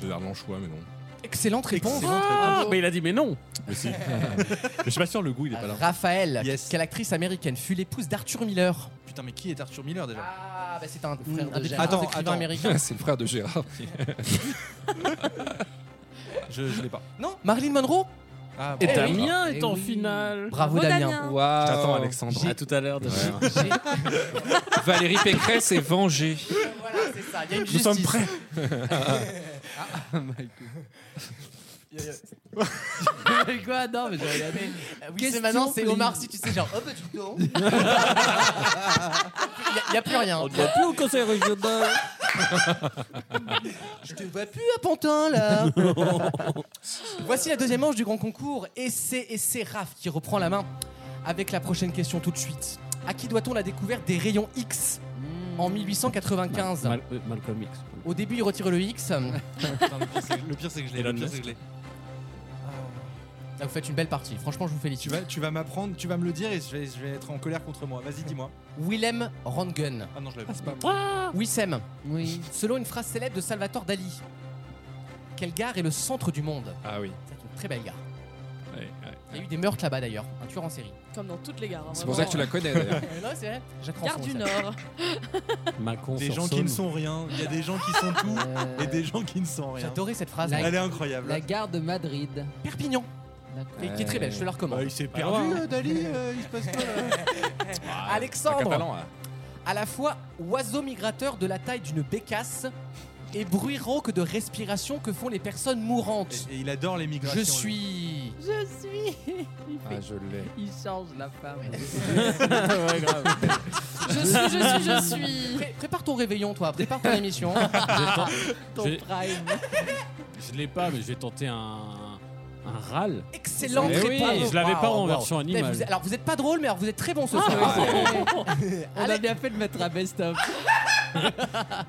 S8: J'ai l'air l'anchois, mais non.
S4: Ah,
S2: Excellente réponse.
S6: Excellent.
S3: Ah, mais il a dit, mais non
S8: Mais si. Mais je suis pas sûr, le goût, il est pas là.
S2: Raphaël,
S6: Yes.
S2: quelle actrice américaine fut l'épouse d'Arthur Miller
S6: Putain, mais qui est Arthur Miller déjà
S2: Ah, bah c'est un
S5: frère de
S2: un des
S5: Gérard.
S2: grands
S6: Attends,
S2: écrivains
S6: attends.
S2: américains.
S4: C'est le frère de Gérard.
S6: <laughs> Je, je l'ai pas.
S2: Non, Marilyn Monroe
S6: Ah,
S3: Et
S6: bon.
S3: Damien
S5: Eh
S3: est en
S5: oui.
S3: finale.
S2: Bravo,
S7: Damien.
S2: Ah, Damien.
S4: Waouh.
S8: T'attends, Alexandre.
S3: À tout à l'heure. Damien.
S4: <laughs> Valérie Pécresse est vengée.
S2: Voilà, c'est ça, il y a une
S8: Nous sommes
S2: justice.
S8: prêts.
S5: Mais
S2: <laughs> Ah
S5: quoi Non, mais j'ai regardé.
S2: Euh, Oui, c'est
S5: Question,
S2: maintenant, c'est
S5: please.
S2: Omar si tu sais, genre, oh bah dis donc. Il n'y a, plus rien.
S3: On ne voit plus au conseil régional.
S2: Je te vois plus à Pantin <laughs> là. Voici la deuxième manche du grand concours et c'est et c'est Raph qui reprend la main avec la prochaine question tout de suite. À qui doit-on la découverte des rayons X en 1895
S3: Mal- euh, Malcolm X.
S2: Au début, il retire le X. Là,
S6: Putain, le pire, c'est- le pire, c'est que je l'ai.
S3: Elon
S6: Le pire, c'est que je l'ai. Ah.
S2: vous faites une belle partie. Franchement, je vous
S6: Tu
S2: félicite.
S6: vas, tu vas m'apprendre, tu vas me le dire et je vais, je vais être en colère contre moi. Vas-y, dis-moi.
S2: Willem Rangen.
S6: Ah non, je l'avais pas.
S2: Wissem,
S5: Oui.
S2: selon une phrase célèbre de Salvatore Dali, quelle gare est le centre du monde
S4: Ah oui.
S2: C'est une très belle gare. Il y a eu des meurtres là-bas d'ailleurs, un tueur en série.
S7: Comme dans toutes les gares. hein,
S4: C'est pour ça que tu la connais d'ailleurs.
S2: non, c'est vrai. Jacques
S7: Gare
S2: Ranson,
S7: du
S2: ça.
S7: Nord.
S3: Macron
S6: Des
S3: sur
S6: gens qui
S3: Saône.
S6: ne sont rien, il y a des gens qui sont tout
S5: Euh,
S6: et des gens qui ne sont rien.
S2: J'adorais cette phrase.
S5: La-
S6: Elle est incroyable.
S5: La gare de Madrid.
S2: Perpignan,
S5: D'accord.
S2: qui- qui est très belle, je te la recommande.
S6: Bah, il s'est
S3: Alors,
S6: perdu, euh, Dali, euh, il se passe quoi là
S2: Alexandre,
S4: un catalan, hein.
S2: à la fois oiseau migrateur de la taille d'une bécasse et bruit rauque de respiration que font les personnes mourantes.
S6: Et il adore les migrations.
S2: Je suis.
S5: Je suis. Il, fait-
S4: Ah, je l'ai.
S6: <laughs>
S4: Ah,
S5: il change la femme.
S7: Je suis, je suis, je suis.
S2: Pré- prépare ton réveillon, toi. Prépare ton émission.
S3: Ton
S2: ton
S3: J'ai-
S2: prime.
S3: Je l'ai pas, mais je vais tenter un. Un râle.
S2: Excellente
S3: Mais oui,
S2: réponse.
S3: je l'avais pas en version
S2: Putain,
S3: animale. Ah.
S2: vous êtes- alors vous êtes pas drôle, mais alors vous êtes très bon ce soir.
S5: On
S2: Allez.
S5: a bien fait de mettre un best-of.
S2: <laughs>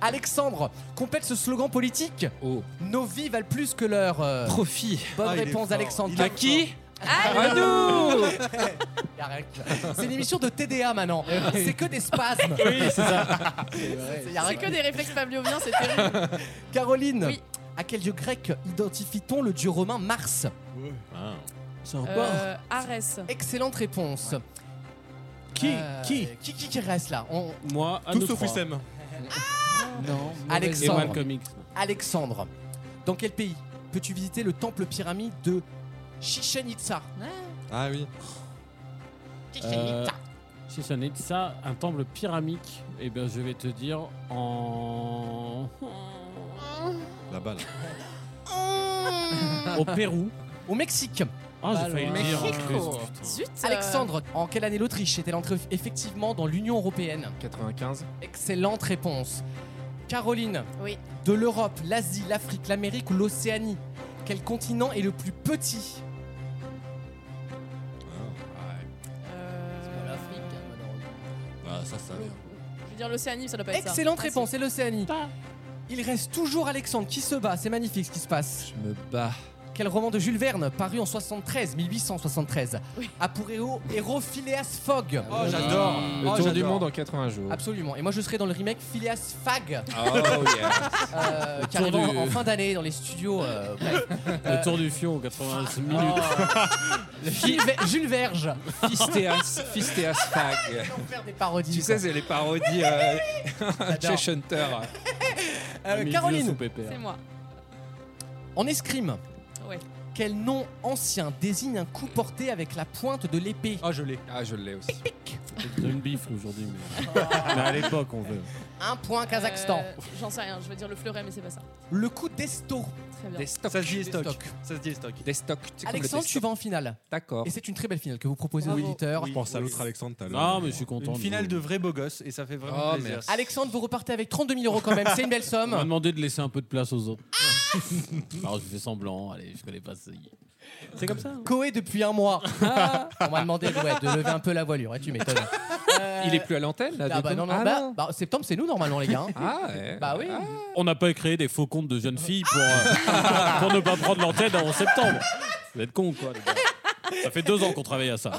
S2: Alexandre complète ce slogan politique.
S4: Oh.
S2: Nos vies valent plus que leur. euh,
S3: Oh.
S4: Profit.
S2: Bonne
S6: Ah, il est
S2: réponse,
S6: fort.
S2: Alexandre.
S6: Il est
S2: À qui
S4: À nous
S2: Il Ah, arrête. C'est une émission de TDA maintenant. C'est que des spasmes.
S3: Oui, c'est
S2: <laughs>
S3: ça.
S2: Il arrête.
S7: C'est que des réflexes pavloviens, c'est terrible.
S2: Caroline,
S7: Oui.
S2: à quel dieu grec identifie-t-on le dieu romain Mars
S3: Ah. C'est un
S7: Euh, Arès.
S2: Excellente réponse.
S3: Qui
S2: Euh,
S3: Qui
S2: qui qui qui reste là On-
S3: Moi, à
S8: Tout
S3: nous
S8: sauf
S3: trois.
S8: Wissem.
S5: Non.
S3: Et
S2: Alexandre.
S3: Malcolm X.
S2: Alexandre, dans quel pays peux-tu visiter le temple pyramide de Chichen Itza
S8: Ah oui.
S3: Euh, Si ça n'est de ça, un temple pyramique, eh bien, je vais te dire en.
S8: La balle.
S3: Au Pérou.
S2: Au Mexique.
S3: Ah,
S5: Pas
S3: j'ai failli
S5: loin.
S3: le dire. en
S7: Mexico.
S3: plus, putain.
S7: Zut. euh,
S2: Alexandre, en quelle année l'Autriche est-elle entrée effectivement dans l'Union européenne
S4: 95.
S2: Excellente réponse. Caroline,
S7: Oui.
S2: de l'Europe, l'Asie, l'Afrique, l'Amérique ou l'Océanie, quel continent est le plus petit
S7: euh,
S8: Ah, ça, ça vient.
S7: Je veux dire l'Océanie, ça doit pas être ça.
S2: Excellente
S7: Ah,
S2: réponse, c'est l'Océanie.
S7: Pas.
S2: Il reste toujours Alexandre qui se bat, c'est magnifique ce qui se passe.
S4: Je me bats.
S2: Quel roman de Jules Verne, paru en 73, 1873,
S7: Oui.
S2: a pour héros, héros Phileas Fogg
S4: Ah
S6: Oh, j'adore.
S4: Le
S6: Oh,
S4: tour du
S6: j'adore.
S4: monde en 80 jours.
S2: Absolument. Et moi, je serai dans le remake Phileas Fag,
S4: Oh yeah. <laughs>
S2: euh, qui
S3: Tour
S2: arrive en-
S3: du-
S2: en fin d'année dans les studios. euh, bref.
S3: Le tour du fion, 91 minutes.
S4: <laughs>
S2: Jules, Ver- Jules Verge.
S4: Fistéas, Fistéas Fag.
S2: Faire des parodies.
S4: Tu sais, c'est les parodies
S3: <laughs>
S4: euh, Chess Hunter.
S2: Euh,
S3: Mis vieux
S2: Caroline,
S3: sous pépère.
S7: C'est moi.
S2: en escrime,
S7: Ouais.
S2: quel nom ancien désigne un coup porté avec la pointe de l'épée
S6: Oh, je l'ai.
S4: Ah, je l'ai aussi.
S3: C'est une bifle aujourd'hui. Mais... mais à l'époque, on veut.
S2: Un point Kazakhstan.
S7: Euh, J'en sais rien, je veux dire le fleuret, mais c'est pas ça.
S2: Le coup d'Esto.
S7: Très bien.
S4: Des stocks.
S6: Ça se dit
S2: Des
S6: stock.
S2: stocks.
S6: Ça se dit stock.
S4: Des stocks. C'est comme le
S2: Alexandre,
S4: des
S2: tu
S4: stocks.
S2: vas en finale.
S4: D'accord.
S2: Et c'est une très belle finale que vous proposez aux
S7: Bravo.
S2: éditeurs.
S8: Je pense à l'autre Alexandre tout
S4: Ah,
S8: à l'heure.
S3: Non, Ah, mais je suis content.
S6: Une finale de vrais beaux gosses et ça fait vraiment
S4: Oh,
S6: plaisir.
S4: merci.
S2: Alexandre, vous repartez avec 32 000 euros quand même, c'est une belle
S3: On m'a <laughs>
S2: somme.
S3: demandé de laisser un peu de place aux autres. Alors je fais semblant, allez, je connais pas ça. C'est comme ça. hein.
S2: Coé depuis un mois. On m'a demandé ouais, de lever un peu la voilure, et tu m'étonnes. Euh,
S4: Il est plus à l'antenne là.
S2: Ah
S4: du
S2: bah
S4: coup
S2: non, non,
S4: Ah,
S2: bah, bah, septembre c'est nous normalement les gars. hein.
S4: Ah ouais.
S2: Bah oui.
S3: On n'a pas créé des faux comptes de jeunes filles pour, euh, pour ne pas prendre l'antenne en septembre. Vous êtes cons, quoi, les gars. Ça fait deux ans qu'on travaille à ça.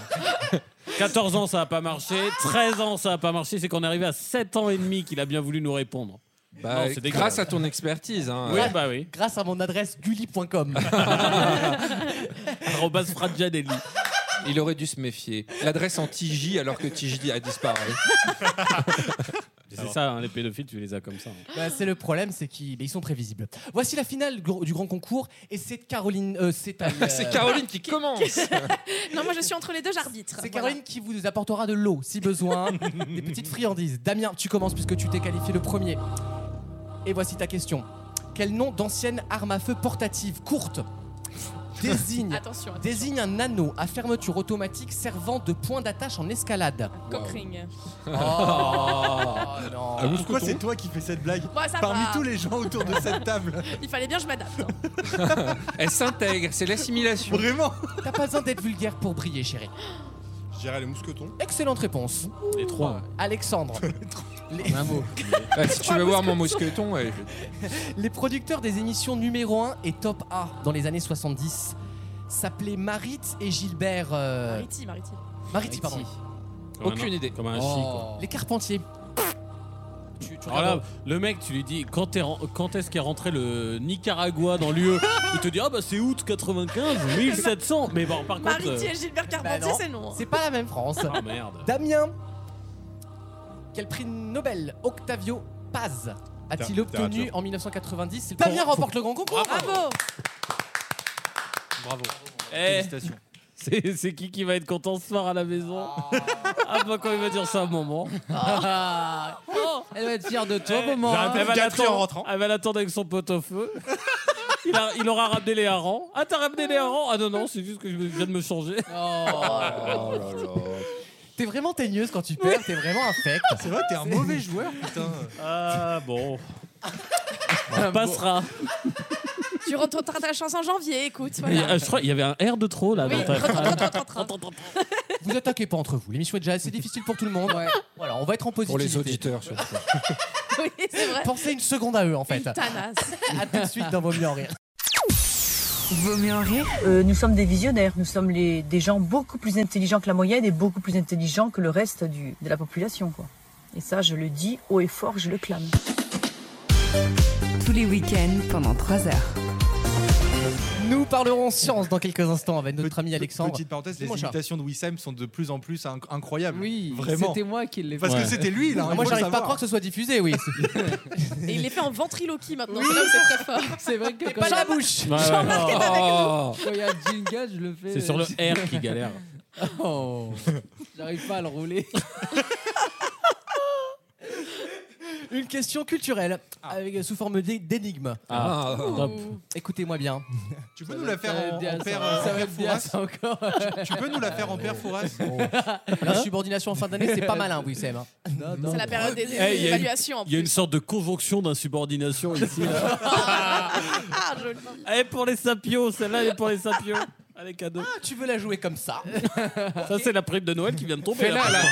S3: 14 ans, ça n'a pas marché. 13 ans, ça n'a pas marché. C'est qu'on est arrivé à 7 ans et demi qu'il a bien voulu nous répondre.
S4: Bah,
S3: Non, c'est dégueulasse.
S4: grâce à ton expertise. Hein,
S3: Oui,
S4: euh,
S3: bah oui.
S2: Grâce à mon adresse gulli.com.
S3: Arrobas Fraggiadelli.
S4: Il aurait dû se méfier. L'adresse en TJ alors que TJ
S2: <laughs>
S4: a disparu.
S3: C'est ça, hein, les pédophiles, tu les as comme ça. hein.
S2: Bah, c'est le problème, c'est qu'ils mais ils sont prévisibles. Voici la finale gro- du grand concours et c'est Caroline. euh, c'est à-
S4: C'est
S2: euh,
S4: Caroline qui commence.
S7: Non, moi je suis entre les deux, j'arbitre.
S2: c'est
S7: Voilà.
S2: Caroline qui vous apportera de l'eau si besoin, des petites friandises. Damien, tu commences puisque tu t'es qualifié le premier. Et voici ta question. Quel nom d'ancienne arme à feu portative courte désigne,
S7: Attention, attention.
S2: désigne un anneau à fermeture automatique servant de point d'attache en escalade
S7: Cockring.
S2: Oh non.
S8: Ah,
S6: Pourquoi c'est toi qui fais cette blague
S7: Bon, ça
S6: Parmi
S7: va.
S6: tous les gens autour de cette table.
S7: Il fallait bien que je m'adapte. hein.
S4: Elle s'intègre, c'est l'assimilation.
S6: Vraiment
S2: T'as pas besoin d'être vulgaire pour briller, chérie.
S8: Je dirais les mousquetons.
S2: Excellente réponse.
S3: Les trois.
S2: Ah,
S3: hein.
S2: Alexandre. les,
S4: Bah, si tu veux voir mon mousqueton, ouais, je-
S2: les producteurs des émissions numéro 1 et top A dans les années 70 s'appelaient Marit et Gilbert. euh,
S7: Mariti, Mariti.
S2: Mariti, pardon.
S3: Comme un-
S4: Aucune idée.
S3: Comme
S2: Oh,
S3: un chi, quoi.
S2: Les Carpentiers. Tu, tu
S3: Alors là,
S2: regardes-
S3: le mec, tu lui dis quand, t'es ren- quand est-ce qu'est rentré le Nicaragua dans l'UE Il te dit ah bah c'est août 95, 1700. Mais bon, par contre.
S7: Mariti
S3: euh,
S7: et Gilbert
S2: Bah
S7: Carpentier,
S2: non,
S7: c'est non. hein.
S2: C'est pas la même France.
S3: Ah merde.
S2: Damien. Quel prix Nobel Octavio Paz a-t-il
S8: Littérature.
S2: obtenu en 1990 C'est le Damien remporte le grand concours.
S7: Bravo
S3: Eh,
S6: Félicitations.
S3: C'est c'est qui qui va être content ce soir à la maison Ah bah quand il va dire ça à maman.
S5: Elle va être fière de toi, maman.
S3: Elle va l'attendre- elle va l'attendre avec son pot au feu. Il, a- il aura ramené les harengs. Ah, t'as ramené les harengs Ah non, non, c'est juste que je viens de me changer.
S2: T'es vraiment teigneuse quand tu perds, t'es vraiment infect. C'est vrai, t'es un mauvais joueur, putain.
S3: Ah bon. On passera.
S7: Tu retrouveras ta chance en janvier, écoute.
S3: Il y
S7: Voilà.
S3: a- Je crois qu'il y avait un R de trop là dans ta
S2: Vous attaquez pas entre vous. L'émission est déjà assez difficile pour tout le monde. Voilà, on va être en positif.
S4: Pour les auditeurs, surtout.
S7: Oui, c'est vrai.
S2: Pensez une seconde à eux, en fait.
S7: Tanas.
S2: À tout de suite dans Vaut mieux en rire.
S1: Vaut mieux en rire
S11: Euh, nous sommes des visionnaires, nous sommes les, des gens beaucoup plus intelligents que la moyenne et beaucoup plus intelligents que le reste du, de la population. Quoi. Et ça, je le dis haut et fort, je le clame.
S1: tous les week-ends pendant 3 heures.
S2: Nous parlerons science dans quelques instants avec notre ami Alexandre.
S6: Petite parenthèse, les
S2: Mon chat.
S6: imitations de Wissem sont de plus en plus inc- incroyables.
S5: Oui,
S6: vraiment.
S5: c'était moi qui l'ai
S6: Parce
S5: fait.
S6: que c'était lui, là.
S2: Ah, Moi,
S6: il faut le
S2: j'arrive pas à
S6: savoir.
S2: croire que ce soit diffusé, oui.
S7: Et il est fait en ventriloquie maintenant. C'est là où c'est très fort.
S5: C'est vrai que
S7: Et
S5: quand
S7: pas la bouche.
S3: Ouais, ouais,
S7: Jean-Marc
S3: ouais.
S7: est avec nous.
S3: Oh.
S5: quand il y a Jinga, je le fais. euh,
S3: C'est sur le R qui galère.
S5: Oh. <laughs> J'arrive pas à le rouler.
S2: <laughs> Une question culturelle
S6: Ah.
S2: avec, euh, sous forme d'é- d'énigme.
S3: Ah, top.
S2: Écoutez-moi bien.
S6: Tu peux nous la faire
S5: Ça va être
S6: en,
S5: bien,
S6: en père,
S5: ça.
S6: euh,
S5: Ça
S6: en
S5: va
S6: père
S5: être bien,
S6: Fouras
S5: ça encore.
S2: <laughs>
S6: Tu peux nous la faire en père Fouras
S2: La subordination en fin d'année, c'est pas hein, malin, oui,
S5: <laughs>
S2: Sam.
S5: Non, non.
S7: C'est la période des
S3: Eh, il y a une-
S7: évaluations en
S3: Il y a une
S7: plus.
S3: sorte de conjonction d'insubordination ici.
S7: Ah, joli.
S3: Elle est pour les sapios, celle-là elle est pour les sapios. Allez, cadeau.
S2: Ah, tu veux la jouer comme ça
S3: Ça, c'est la prime de Noël qui vient de tomber.
S4: Fais-la,
S3: là.
S4: là.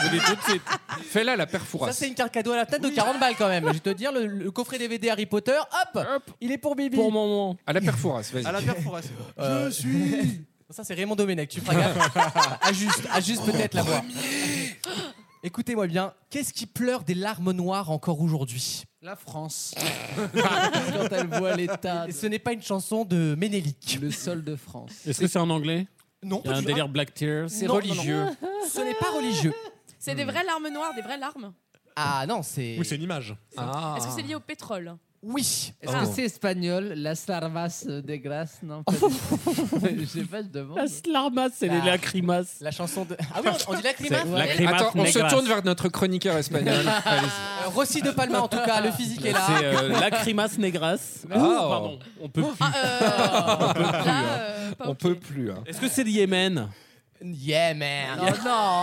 S3: Je vous dis tout de suite.
S4: Fais-la, la père
S2: Ça,
S4: Fouras.
S2: c'est une carte cadeau à la tête de 40 balles quand même. Je vais te dire, le, le coffret DVD Harry Potter, hop, il est pour Bibi.
S3: Pour moment.
S4: À la père Fouras, vas-y.
S2: Ah,
S6: À la père Fouras.
S2: Euh,
S6: suis.
S2: <laughs> Ça, c'est Raymond Domenech, tu feras gaffe. ajuste, ajuste peut-être la voix. Écoutez-moi bien, qu'est-ce qui pleure des larmes noires encore aujourd'hui <laughs>
S5: La France. quand elle voit l'état.
S2: Et Ce n'est pas une chanson de Ménélique.
S5: Le sol de France.
S3: Est-ce que c'est en anglais
S2: Non,
S3: Il y a un
S2: tu-
S3: délire Black Tears.
S2: C'est Non, religieux. ah, ce n'est pas religieux.
S7: C'est des vraies larmes noires, des vraies larmes.
S2: Ah non, c'est.
S8: Oui, c'est une image.
S4: Ah.
S7: Est-ce que c'est lié au pétrole
S2: Oui.
S5: Est-ce que c'est espagnol La sarvas de grâce
S2: <laughs>
S5: Non, pas du tout. Je sais pas, je demande.
S3: La slarmas, c'est les
S2: Ah.
S3: lacrimas.
S2: La chanson de. Ah oui, on, on dit Lacrima.
S3: C'est Lacrimas
S4: Attends, on
S3: negras.
S4: se tourne vers notre chroniqueur <laughs> espagnol. Allez-y.
S2: Euh, Rossi de Palma, en tout cas, le physique est là.
S3: C'est euh, lacrimas negras.
S4: Ah.
S3: Ouh, pardon, on peut plus.
S7: Ah, euh, là, euh, pas
S4: On
S7: ok.
S4: peut plus. hein.
S3: Est-ce que c'est le Yémen
S2: Yeah, man.
S5: Oh non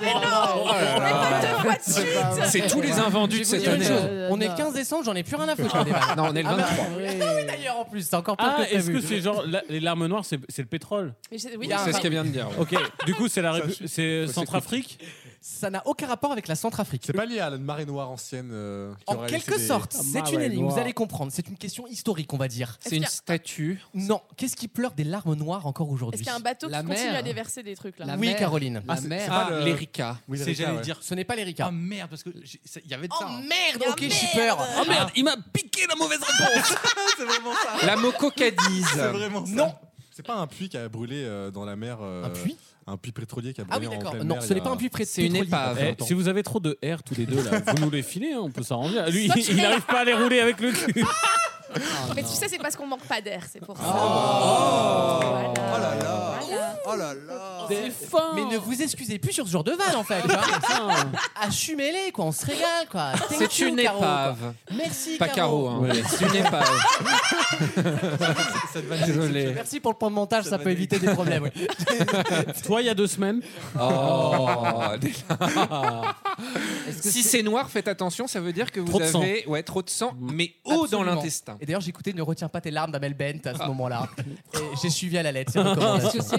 S7: Mais non N'importe quoi de suite
S4: C'est tous les invendus de
S2: Je vais vous
S4: cette
S2: dire une
S4: année.
S2: chose.
S5: Euh,
S2: On est
S5: non.
S2: le 15 décembre, j'en ai plus rien à foutre. des vannes.
S4: Non, on est le
S2: Ah, bah,
S4: 23.
S2: oui, d'ailleurs, en plus, c'est encore pire
S3: Ah,
S2: que
S3: est-ce
S2: prévu.
S3: que c'est genre la- les larmes noires, c'est c'est le pétrole
S7: Mais je- oui,
S2: Il y a
S4: C'est ce qu'elle vient de dire. ouais.
S3: Ok, du coup, c'est la Répu- c'est Centrafrique
S2: Ça n'a aucun rapport avec la Centrafrique.
S8: C'est pas lié à la marée noire ancienne. euh, qui
S2: En
S8: aurait
S2: quelque
S8: laissé des-
S2: sorte,
S3: Ah,
S2: c'est
S3: bah
S2: une
S3: ouais,
S2: énigme, vous
S3: noir.
S2: allez comprendre. C'est une question historique, on va dire.
S7: Est-ce qu'il
S4: C'est
S7: y
S4: une
S7: a-
S4: statue.
S2: Non, qu'est-ce qui pleure des larmes noires encore
S7: Est-ce
S2: aujourd'hui
S7: qu'il y a un bateau
S5: La
S7: qui continue
S5: mer.
S7: à déverser des trucs là
S5: La
S2: Oui,
S5: mer.
S2: Caroline.
S5: La
S2: Ah, c'est-
S5: mer.
S4: Ah,
S6: le-
S8: euh.
S4: l'érika.
S8: Oui,
S6: C'est j'allais
S8: ouais.
S6: dire.
S2: Ce n'est pas l'Erika.
S6: Ah merde, parce que j'ai- ça- il y avait de
S2: Oh
S6: ça. hein.
S2: merde,
S7: Ah,
S2: ok,
S7: merde.
S2: shipper.
S3: Oh
S4: Ah.
S3: merde, il m'a piqué la mauvaise réponse
S4: <laughs>
S6: C'est vraiment ça.
S4: La mococadise.
S6: C'est vraiment ça.
S2: Non.
S8: C'est pas un puits qui a brûlé euh, dans la mer. euh,
S2: Un puits
S8: Un puits pétrolier qui a
S2: Ah
S8: brûlé
S2: oui,
S8: en
S2: d'accord.
S8: pleine
S2: Non,
S8: mer,
S2: ce
S8: il
S2: n'est
S8: y a-
S2: pas un puits près
S4: C'est une épave.
S3: Eh, Si vous avez trop de R tous les deux, là, vous nous les filez, hein, on peut s'arranger. Lui,
S7: Soit
S3: il-
S7: tu
S3: il
S7: fais-
S3: n'arrive pas à les rouler avec le cul.
S7: Mais tu sais, c'est parce qu'on manque pas d'air, c'est pour ça.
S6: Oh
S7: Voilà.
S6: là là.
S7: Voilà.
S6: Oh là là.
S3: C'est fin
S2: Mais ne vous excusez plus sur ce genre de vanne en fait. tu vois. Assumez-les quoi, on se régale quoi. Thank
S4: C'est
S2: you,
S4: une
S2: Caro, quoi.
S4: épave.
S2: Merci
S4: Pas
S2: Caro.
S4: Caro, hein. C'est une épave.
S6: Cette vanne est
S4: Désolé.
S2: Merci pour le point de montage, ça,
S6: Ça
S2: peut
S6: va
S2: éviter des problèmes. oui.
S3: Toi, il y a deux semaines,
S4: Oh,
S5: Est-ce que
S4: si
S5: c'est-
S4: c'est noir, faites attention, ça veut dire que vous
S3: Trop de sang.
S4: avez ouais, trop de sang, mais haut dans
S2: Absolument.
S4: l'intestin.
S2: Et d'ailleurs, j'écoutais Ne retiens pas tes larmes d'Amel Bent à ce moment-là. Et j'ai suivi à la lettre ses recommandations.
S5: Est-ce que c'est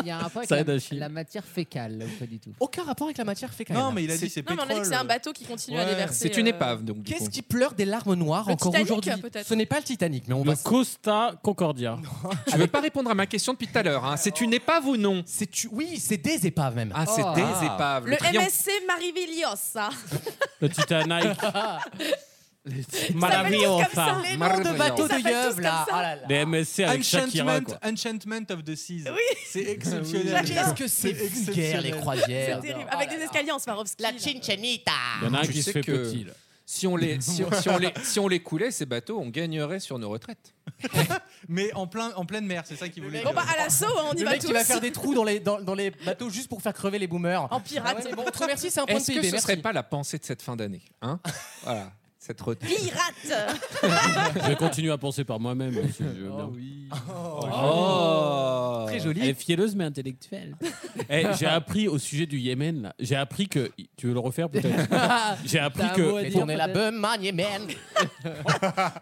S5: il y a un rapport
S3: Ça
S5: avec
S3: aide à
S5: la,
S3: chier.
S5: la matière fécale ou pas du tout
S2: Aucun rapport avec la matière fécale.
S6: Non, mais il a dit c'est
S7: Non, mais
S6: pétrole.
S7: on a dit que c'est un bateau qui continue à
S6: Ouais.
S7: déverser.
S4: C'est une
S7: euh,
S4: épave, donc. du
S2: Qu'est-ce
S4: coup.
S2: qui pleure des larmes noires
S7: Le
S2: encore
S7: Titanic,
S2: aujourd'hui
S7: peut-être.
S2: Ce n'est pas le Titanic, mais on
S3: le
S2: va.
S3: Costa Concordia.
S4: Tu veux pas répondre à ma question depuis tout à l'heure. hein. C'est une épave ou non
S2: C'est tu- Oui, c'est des épaves même.
S4: Ah, c'est
S5: Oh.
S4: des épaves.
S7: Le
S4: triangle.
S7: MSC Marivillios, ça.
S3: Le Titanic.
S7: Ça s'appelle tous comme ça.
S3: Maraviosa.
S7: Les
S2: Les noms de
S4: Merveilleux.
S2: bateaux
S7: Ça
S2: Ah, de
S7: fait tous
S2: Yeuve
S7: comme
S2: là.
S7: ça.
S2: Ah là là.
S3: Des MSC avec Shakira,
S6: Enchantment,
S3: quoi.
S6: Enchantment of the Seas. C'est exceptionnel.
S2: Qu'est-ce que c'est vulgaire les
S6: exceptionnel.
S2: croisières
S6: Oh
S7: C'est terrible. Avec des escaliers en Swarovski.
S2: La
S7: là.
S2: Cincianita
S3: Il y en a un
S4: Tu
S3: qui se
S4: sais
S3: fait
S4: que-
S3: petit. là.
S4: Si on les, si, on- si on les, si on les coulait, ces bateaux, on gagnerait sur nos retraites.
S6: Mais en, plein, en pleine mer, c'est ça qu'il voulait.
S7: Bon, bah, à l'assaut, on y
S2: le
S7: va
S2: mec
S7: tous.
S2: qui va faire des trous dans les, dans, dans les bateaux juste pour faire crever les boomers. En
S7: pirate.
S2: bon, trop merci, c'est un point de
S4: Est-ce que
S2: PIB.
S4: ce
S2: merci.
S4: serait pas la pensée de cette fin d'année hein Voilà, cette retraite.
S7: Pirate
S3: Je vais continuer à penser par moi-même. si je veux bien.
S4: Oh.
S3: Très jolie. Elle est fielleuse mais intellectuelle. <laughs> Eh, j'ai appris au sujet du Yémen. là. J'ai appris que. Tu veux le refaire peut-être J'ai appris
S2: T'as un mot à
S3: que.
S2: dire, On est la bonne man, man.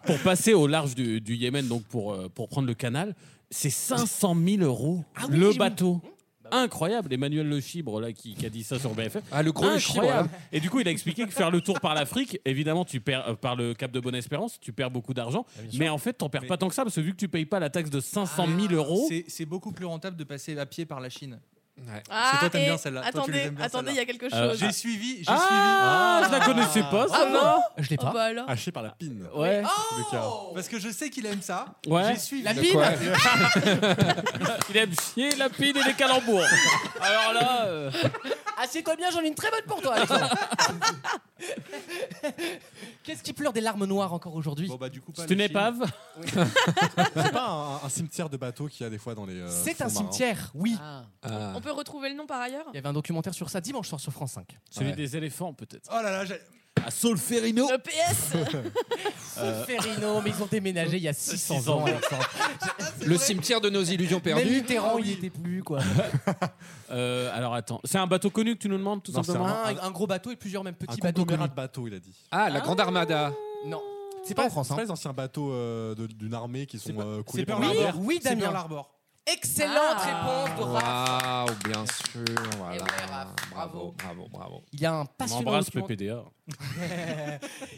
S3: pour passer au large du, du Yémen, donc pour, euh, pour prendre le canal, c'est 500 000 euros
S2: oui,
S3: le
S2: oui.
S3: bateau. Incroyable, Emmanuel Le Chibre là qui, qui a dit ça sur BFM.
S4: Ah, le gros Le Chibre,
S3: Incroyable.
S4: là.
S3: Et du coup, il a expliqué que faire le tour par l'Afrique, évidemment, tu perds euh, par le Cap de Bonne-Espérance, tu perds beaucoup d'argent, mais en fait, t'en perds pas tant que ça parce que vu que tu payes pas la taxe de 500 000 euros,
S6: Ah, C'est- C'est beaucoup plus rentable de passer à pied par la Chine.
S7: Ah,
S6: Parce que toi, t'aimes
S7: et
S6: bien celle-là. Toi, tu les
S7: Attendez,
S6: aimes bien,
S7: attendez, il y a quelque
S6: celle-là.
S7: chose.
S6: J'ai suivi, j'ai
S3: Ah,
S6: suivi.
S3: je la connaissais pas,
S7: Ah bon
S2: Je l'ai
S7: Oh, bah alors.
S8: Haché par la pine.
S3: Ouais.
S6: Parce que je sais qu'il aime ça.
S3: Ouais.
S6: Oh J'ai suivi.
S2: La De pine quoi
S3: il aime chier la pine et les <laughs> calembours. Alors là, euh,
S2: Assieds-toi bien, j'en ai une très bonne pour toi. Alexandre. Qu'est-ce qui pleure des larmes noires encore aujourd'hui
S6: Bon, bah, du coup, pas
S3: c'est une
S6: la Chine.
S3: épave.
S8: C'est pas un, un cimetière de bateaux qu'il y a des fois dans les. euh,
S2: C'est un
S8: fonds marins.
S2: cimetière, oui.
S8: Ah.
S7: On peut retrouver le nom par ailleurs
S2: Il y avait un documentaire sur ça dimanche soir sur France 5.
S3: Celui
S8: Ouais.
S3: des éléphants peut-être.
S6: Oh là là, j'ai-
S3: À Solferino.
S7: Le PS
S6: <laughs>
S4: Euh.
S2: Ce Ferrino, mais ils ont déménagé il y a 600
S3: ans,
S2: ans. Alexandre.
S4: Le cimetière de nos illusions
S2: Même
S4: perdues.
S2: Mitterrand, il n'y était plus, quoi.
S3: Euh, alors attends, c'est un bateau connu que tu nous demandes tout
S8: Non, c'est
S3: simplement.
S2: un, un gros bateau et plusieurs même
S8: Un
S2: petits bateaux.
S8: conglomérat
S2: connus.
S8: de bateaux, il a dit.
S4: Ah, la Grande Armada.
S2: Non, c'est pas en France.
S8: C'est
S2: hein.
S8: pas les anciens bateaux euh, de- d'une armée qui sont euh, coulés
S6: c'est
S8: par
S6: Pearl
S8: la
S2: Oui,
S8: mer.
S6: Harbor.
S2: oui,
S6: c'est
S2: Damien.
S6: Pearl Harbor.
S2: Excellente
S7: Ah.
S2: réponse de Raph. Eh
S4: Waouh, bien sûr. Voilà.
S2: ouais, Raph, bravo.
S4: Bravo, bravo, bravo.
S2: Il y a un
S3: On
S2: passionnant
S3: embrasse
S2: document-
S3: PPDA.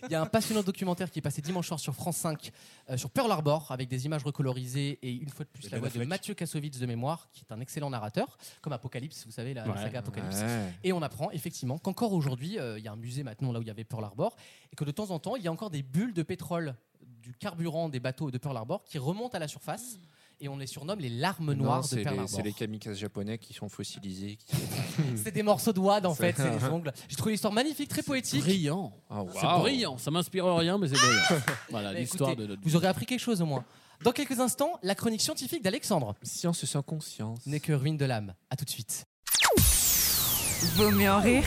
S2: Il y a un passionnant documentaire qui est passé dimanche soir sur France 5 euh, sur Pearl Harbor avec des images recolorisées et une fois de plus
S8: Et
S2: la
S8: Ben
S2: voix de
S8: Affleck.
S2: Mathieu Kassovitz de mémoire qui est un excellent narrateur comme Apocalypse vous savez la, la
S3: Ouais.
S2: saga Apocalypse
S4: Ouais.
S2: et on apprend effectivement qu'encore aujourd'hui euh, il y a un musée maintenant là où il y avait Pearl Harbor et que de temps en temps il y a encore des bulles de pétrole du carburant des bateaux de Pearl Harbor qui remontent à la surface et on les surnomme les larmes
S4: Non,
S2: noires
S4: c'est
S2: de Pearl
S4: les,
S2: Harbor
S4: c'est les kamikazes japonais qui sont fossilisés. qui-
S2: c'est des morceaux de wad en fait
S4: <laughs>
S2: c'est des ongles j'ai trouvé l'histoire magnifique très poétique
S3: Brillant.
S4: Ah,
S3: C'est
S4: waouh.
S3: brillant. Ça m'inspire rien, mais c'est brillant. voilà
S2: Bah,
S3: l'histoire
S2: écoutez,
S3: de notre.
S2: Vous aurez appris quelque chose au moins. Dans quelques instants, la chronique scientifique d'Alexandre
S4: Science sans conscience.
S2: n'est que ruine de l'âme. À tout de suite.
S1: Vaut mieux en rire.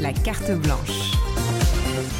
S1: La carte blanche.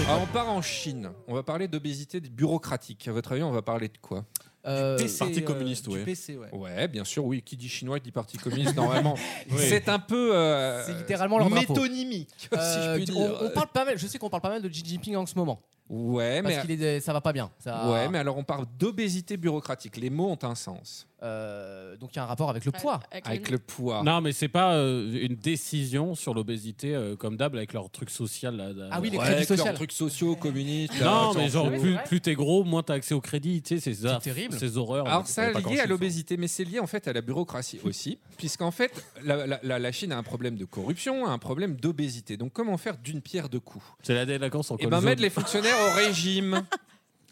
S4: Ah, on part en Chine. On va parler d'obésité bureaucratique. À votre avis, on va parler de quoi
S2: Euh,
S6: PC,
S8: Parti
S6: euh,
S8: communiste,
S6: du
S8: ouais.
S6: PC, ouais.
S4: Ouais, bien sûr, oui. Qui dit chinois dit parti
S2: <laughs>
S4: communiste, normalement.
S3: Oui.
S4: C'est un peu. euh,
S2: C'est littéralement leur drapeau.
S4: Métonymique, si je
S2: euh,
S4: puis dire.
S2: on, on parle pas mal. Je sais qu'on parle pas mal de Xi Jinping en ce moment
S4: Ouais,
S2: parce
S4: mais.
S2: qu'il est, ça va pas bien. Ça-
S4: Ouais, mais alors on parle d'obésité bureaucratique. Les mots ont un sens.
S2: euh, donc il y a un rapport avec le poids.
S4: Avec le poids.
S3: Non, mais c'est pas euh, une décision sur l'obésité euh, comme d'hab avec leur truc social. Là, là.
S2: Ah oui, les
S4: Ouais,
S2: crédits
S4: avec leurs
S2: sociaux.
S4: trucs sociaux, communistes.
S3: Non,
S4: là,
S3: mais
S4: genre-
S2: Oui,
S3: genre
S2: c'est
S3: plus,
S2: vrai.
S3: plus t'es gros, moins t'as accès au crédit. Tu sais, c'est ça,
S2: terrible.
S3: Ces horreurs.
S4: Alors ça
S3: Pas
S4: lié à
S3: grand-chose. hein.
S4: l'obésité, mais c'est lié en fait à la
S3: <laughs>
S4: bureaucratie aussi, puisqu'en fait la, la- la- la Chine a un problème de corruption, a un problème d'obésité. Donc comment faire d'une pierre deux coups
S3: C'est la délinquance en
S4: Eh
S3: col
S4: ben
S3: jaune.
S4: mettre les fonctionnaires
S3: <laughs>
S4: au régime.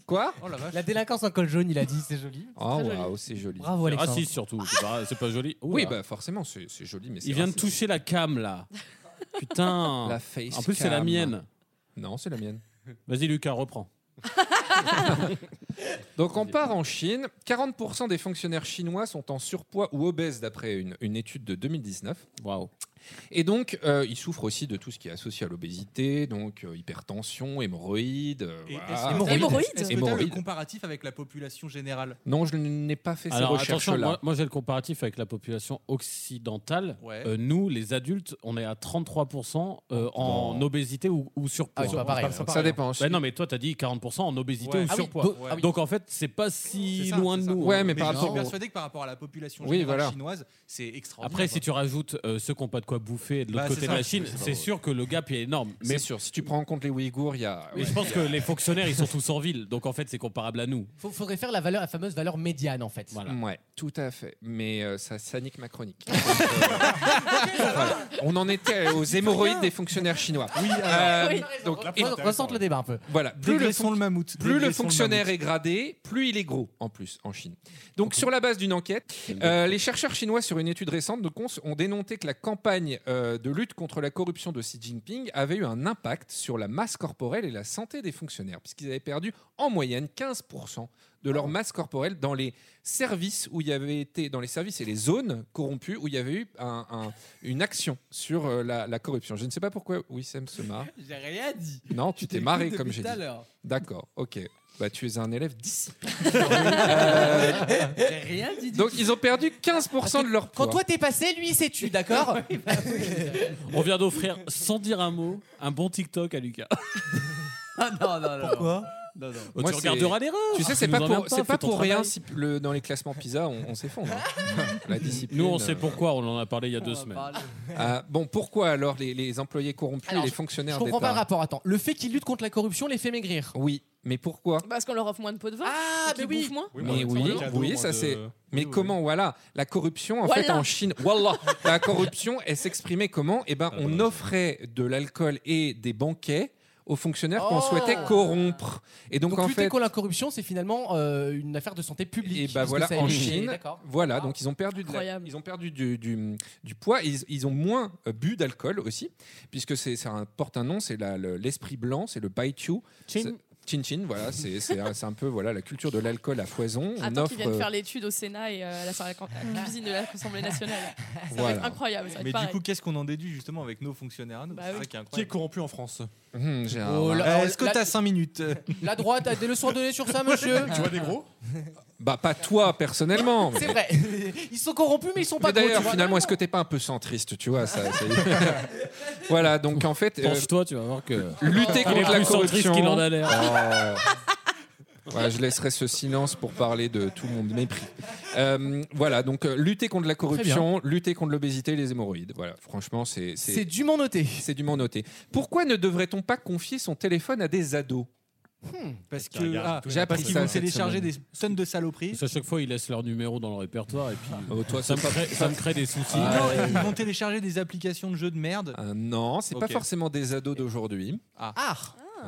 S4: Quoi
S6: Oh la vache.
S2: La délinquance en col jaune, il a dit, c'est joli.
S4: Oh
S7: joli.
S4: waouh, c'est joli.
S2: Bravo
S3: C'est
S2: Alexandre.
S3: raciste Ah, surtout. C'est pas, c'est pas joli. Ouh
S4: Oui,
S3: là.
S4: bah forcément, c'est c'est joli, mais c'est
S3: il vient de
S4: raciste.
S3: toucher la cam <laughs> là. Putain.
S4: la face.
S3: en plus, c'est la
S4: cam.
S3: mienne.
S4: Non, c'est la mienne.
S3: Vas-y, Lucas, reprends.
S4: Donc on part en Chine. 40% des fonctionnaires chinois sont en surpoids ou obèses d'après une, une étude de 2019.
S3: Waouh.
S4: Et donc euh, ils souffrent aussi de tout ce qui est associé à l'obésité, donc euh, hypertension, hémorroïdes. euh,
S6: Et
S4: voilà.
S6: est-ce que-
S7: Hémorroïdes. Hémorroïdes.
S6: Est-ce que t'as le
S4: Hémorroïdes.
S6: comparatif avec la population générale
S4: Non, je n'ai pas fait ces
S3: Alors attention, moi,
S4: recherches-là.
S3: moi, j'ai le comparatif avec la population occidentale.
S6: Ouais.
S3: Euh, nous, les adultes, on est à 33% euh, en obésité ou, ou
S2: Ah,
S3: surpoids.
S2: ils sont pas pareils.
S4: Donc Ça dépend.
S3: Bah non, mais toi, t'as dit 40% en obésité
S6: Ouais.
S3: ou
S2: Ah oui,
S3: surpoids.
S2: do-
S6: Ouais.
S2: ah oui.
S3: Donc en fait, c'est pas si
S6: C'est ça,
S3: loin de
S6: c'est ça.
S3: nous. hein.
S4: Ouais, mais
S6: Mais
S4: par
S6: je suis
S4: rapport. au-
S6: persuadé que par rapport à la population
S4: Oui,
S6: générale
S4: voilà.
S6: chinoise, c'est extraordinaire.
S3: Après, si
S6: quoi.
S3: tu rajoutes euh, ceux qui n'ont pas de quoi bouffer de l'autre
S6: Oh, Bah, c'est
S3: côté de
S6: ça.
S3: la Chine,
S6: Oui, c'est
S3: c'est
S6: pas
S3: sûr que le gap est énorme. Mais
S4: Mais sûr, si tu prends en compte les Ouïghours, il y a.
S8: Ah
S3: mais je pense que les fonctionnaires, ils sont tous en ville. Donc en fait, c'est comparable à nous.
S2: Faut- faudrait faire la valeur, la fameuse valeur médiane en fait.
S3: Voilà.
S4: Ouais, tout à fait. Mais euh, ça, ça nique ma
S3: <laughs>
S4: chronique. Donc, euh, voilà. On en était aux hémorroïdes des fonctionnaires chinois. Oui,
S7: Oui.
S4: donc,
S8: La
S4: et-
S8: preuve-
S2: Ressente le débat un peu.
S4: voilà, plus le,
S6: Dégraissons le mammouth.
S4: plus le
S6: Dégraissons
S4: fonctionnaire est gradé, plus il est gros, en plus, en Chine. Donc, sur la base d'une enquête, euh, les chercheurs chinois, sur une étude récente, donc, ont, ont dénoncé que la campagne campagne euh, de lutte contre la corruption de Xi Jinping avait eu un impact sur la masse corporelle et la santé des fonctionnaires, puisqu'ils avaient perdu en moyenne 15% de
S5: Ah
S4: leur masse corporelle dans les services où il y avait été, dans les services et les zones corrompues où il y avait eu un- un- une action sur euh, la, la corruption. Je ne sais pas pourquoi Wissem se marre.
S5: J'ai rien dit.
S4: Non, tu t'es marré
S5: Depuis
S4: comme j'ai
S5: tout à
S4: dit.
S5: l'heure.
S4: D'accord, ok. Bah, tu es un élève discipliné.
S5: J'ai rien dit.
S4: Donc, ils ont perdu 15% de leur poids.
S2: Quand toi t'es passé, lui il s'est tu, d'accord
S3: On vient d'offrir, sans dire un mot, un bon TikTok à Lucas.
S5: Ah non, non, non.
S3: Pourquoi
S5: non, non.
S3: Oh,
S4: <laughs> Moi,
S3: tu
S4: c'est-
S3: regarderas l'erreur.
S4: Tu sais, c'est
S3: Ah, Nous
S4: pas
S3: en
S4: pour,
S3: viens pas,
S4: c'est pas
S3: fais ton
S4: pour rien
S3: travail.
S4: si le- dans les classements PISA, on, on s'effondre. hein. La discipline.
S3: Nous, on sait
S4: euh,
S3: pourquoi, on en a parlé il y a deux semaines.
S4: Ah, bon, pourquoi alors les, les employés corrompus
S2: Alors,
S4: et les
S2: je-
S4: fonctionnaires
S2: Je comprends
S4: d'État
S2: pas le rapport, attends. Le fait qu'il lutte contre la corruption les fait maigrir.
S4: Oui, mais pourquoi
S7: Parce qu'on leur offre moins de pot de vin. Ah, mais oui. Moins.
S4: mais oui, oui, ça c'est. Mais comment, voilà, la corruption, en
S7: Voilà.
S4: fait, en Chine, Wallah, la corruption, elle s'exprimait comment Eh ben, on offrait de l'alcool et des banquets aux fonctionnaires qu'on
S2: Oh.
S4: souhaitait corrompre. Et donc,
S2: Donc,
S4: en
S2: lutter
S4: fait,
S2: contre la corruption, c'est finalement euh, une affaire de santé publique.
S4: et bah
S2: parce que
S4: voilà,
S2: ça a
S4: en
S2: été-
S4: Chine,
S2: D'accord.
S4: voilà, donc ils ont perdu, de la-
S2: Ah, Incroyable.
S4: ils ont perdu du, du- du poids, ils, ils ont moins euh, bu d'alcool aussi, puisque c'est, ça porte un nom, c'est la- le- l'esprit blanc, c'est le baiqiu.
S3: Chin.
S4: Chin chin, voilà, c'est, c'est un, c'est un peu voilà, la culture de l'alcool à foison. On
S7: Attends qu'ils
S4: offre,
S7: viennent
S4: euh,
S7: faire l'étude au Sénat et euh, à la salle
S6: <laughs>
S7: à la cuisine de l'Assemblée nationale. Ça va
S4: Voilà.
S7: être incroyable, ça va être
S6: Mais
S7: pareil.
S6: du coup, qu'est-ce qu'on en déduit justement avec nos fonctionnaires à nous
S7: Bah
S6: C'est
S7: oui.
S6: ça qui est
S8: Qui est
S6: incroyable.
S8: corrompu en France
S4: Hum, j'ai un-
S2: Oh là-
S6: Euh, Est-ce que
S2: la-
S6: t'as 5 minutes
S2: La droite a des leçons à donner sur ça,
S4: <laughs>
S2: monsieur
S8: Tu vois des gros
S4: Bah, pas toi personnellement.
S2: C'est
S4: mais-
S2: vrai. <laughs> Ils sont corrompus, mais ils sont pas
S4: Mais
S2: gros, tu
S4: d'ailleurs,
S2: vois.
S4: finalement, est-ce que t'es pas un peu centriste, tu vois ça,
S2: <laughs>
S4: c'est- <laughs> Voilà, donc en fait, euh,
S3: Penche-toi, tu vas voir que.
S4: lutter
S3: Il est
S4: contre la
S3: plus centriste
S4: corruption.
S3: qu'il en a l'air.
S4: Oh. Voilà, Euh, je laisserai ce silence pour parler de tout mon mépris. Euh, voilà, donc euh, lutter contre la corruption, lutter contre l'obésité et les hémorroïdes. Voilà, franchement, c'est
S2: C'est
S4: c'est
S2: dûment noté.
S4: c'est dûment noté. Pourquoi ne devrait-on pas confier son téléphone à des ados
S6: <laughs> Parce
S3: Putain,
S6: que
S3: regarde,
S6: ah,
S3: tout
S4: j'ai appris
S6: parce qu'ils
S4: ça
S6: vont
S4: cette
S6: télécharger
S4: semaine.
S6: des tonnes de saloperies.
S3: Parce qu'à chaque fois, ils laissent leur numéro dans le répertoire et puis. euh,
S4: Oh, toi,
S3: ça, me
S4: c'est pas-
S3: crée, ça me crée des soucis.
S4: Ah,
S6: Non,
S4: ouais.
S6: Ils vont télécharger des applications de jeux de merde.
S4: Euh, Non, c'est
S6: Ok.
S4: pas forcément des ados d'aujourd'hui.
S2: Ah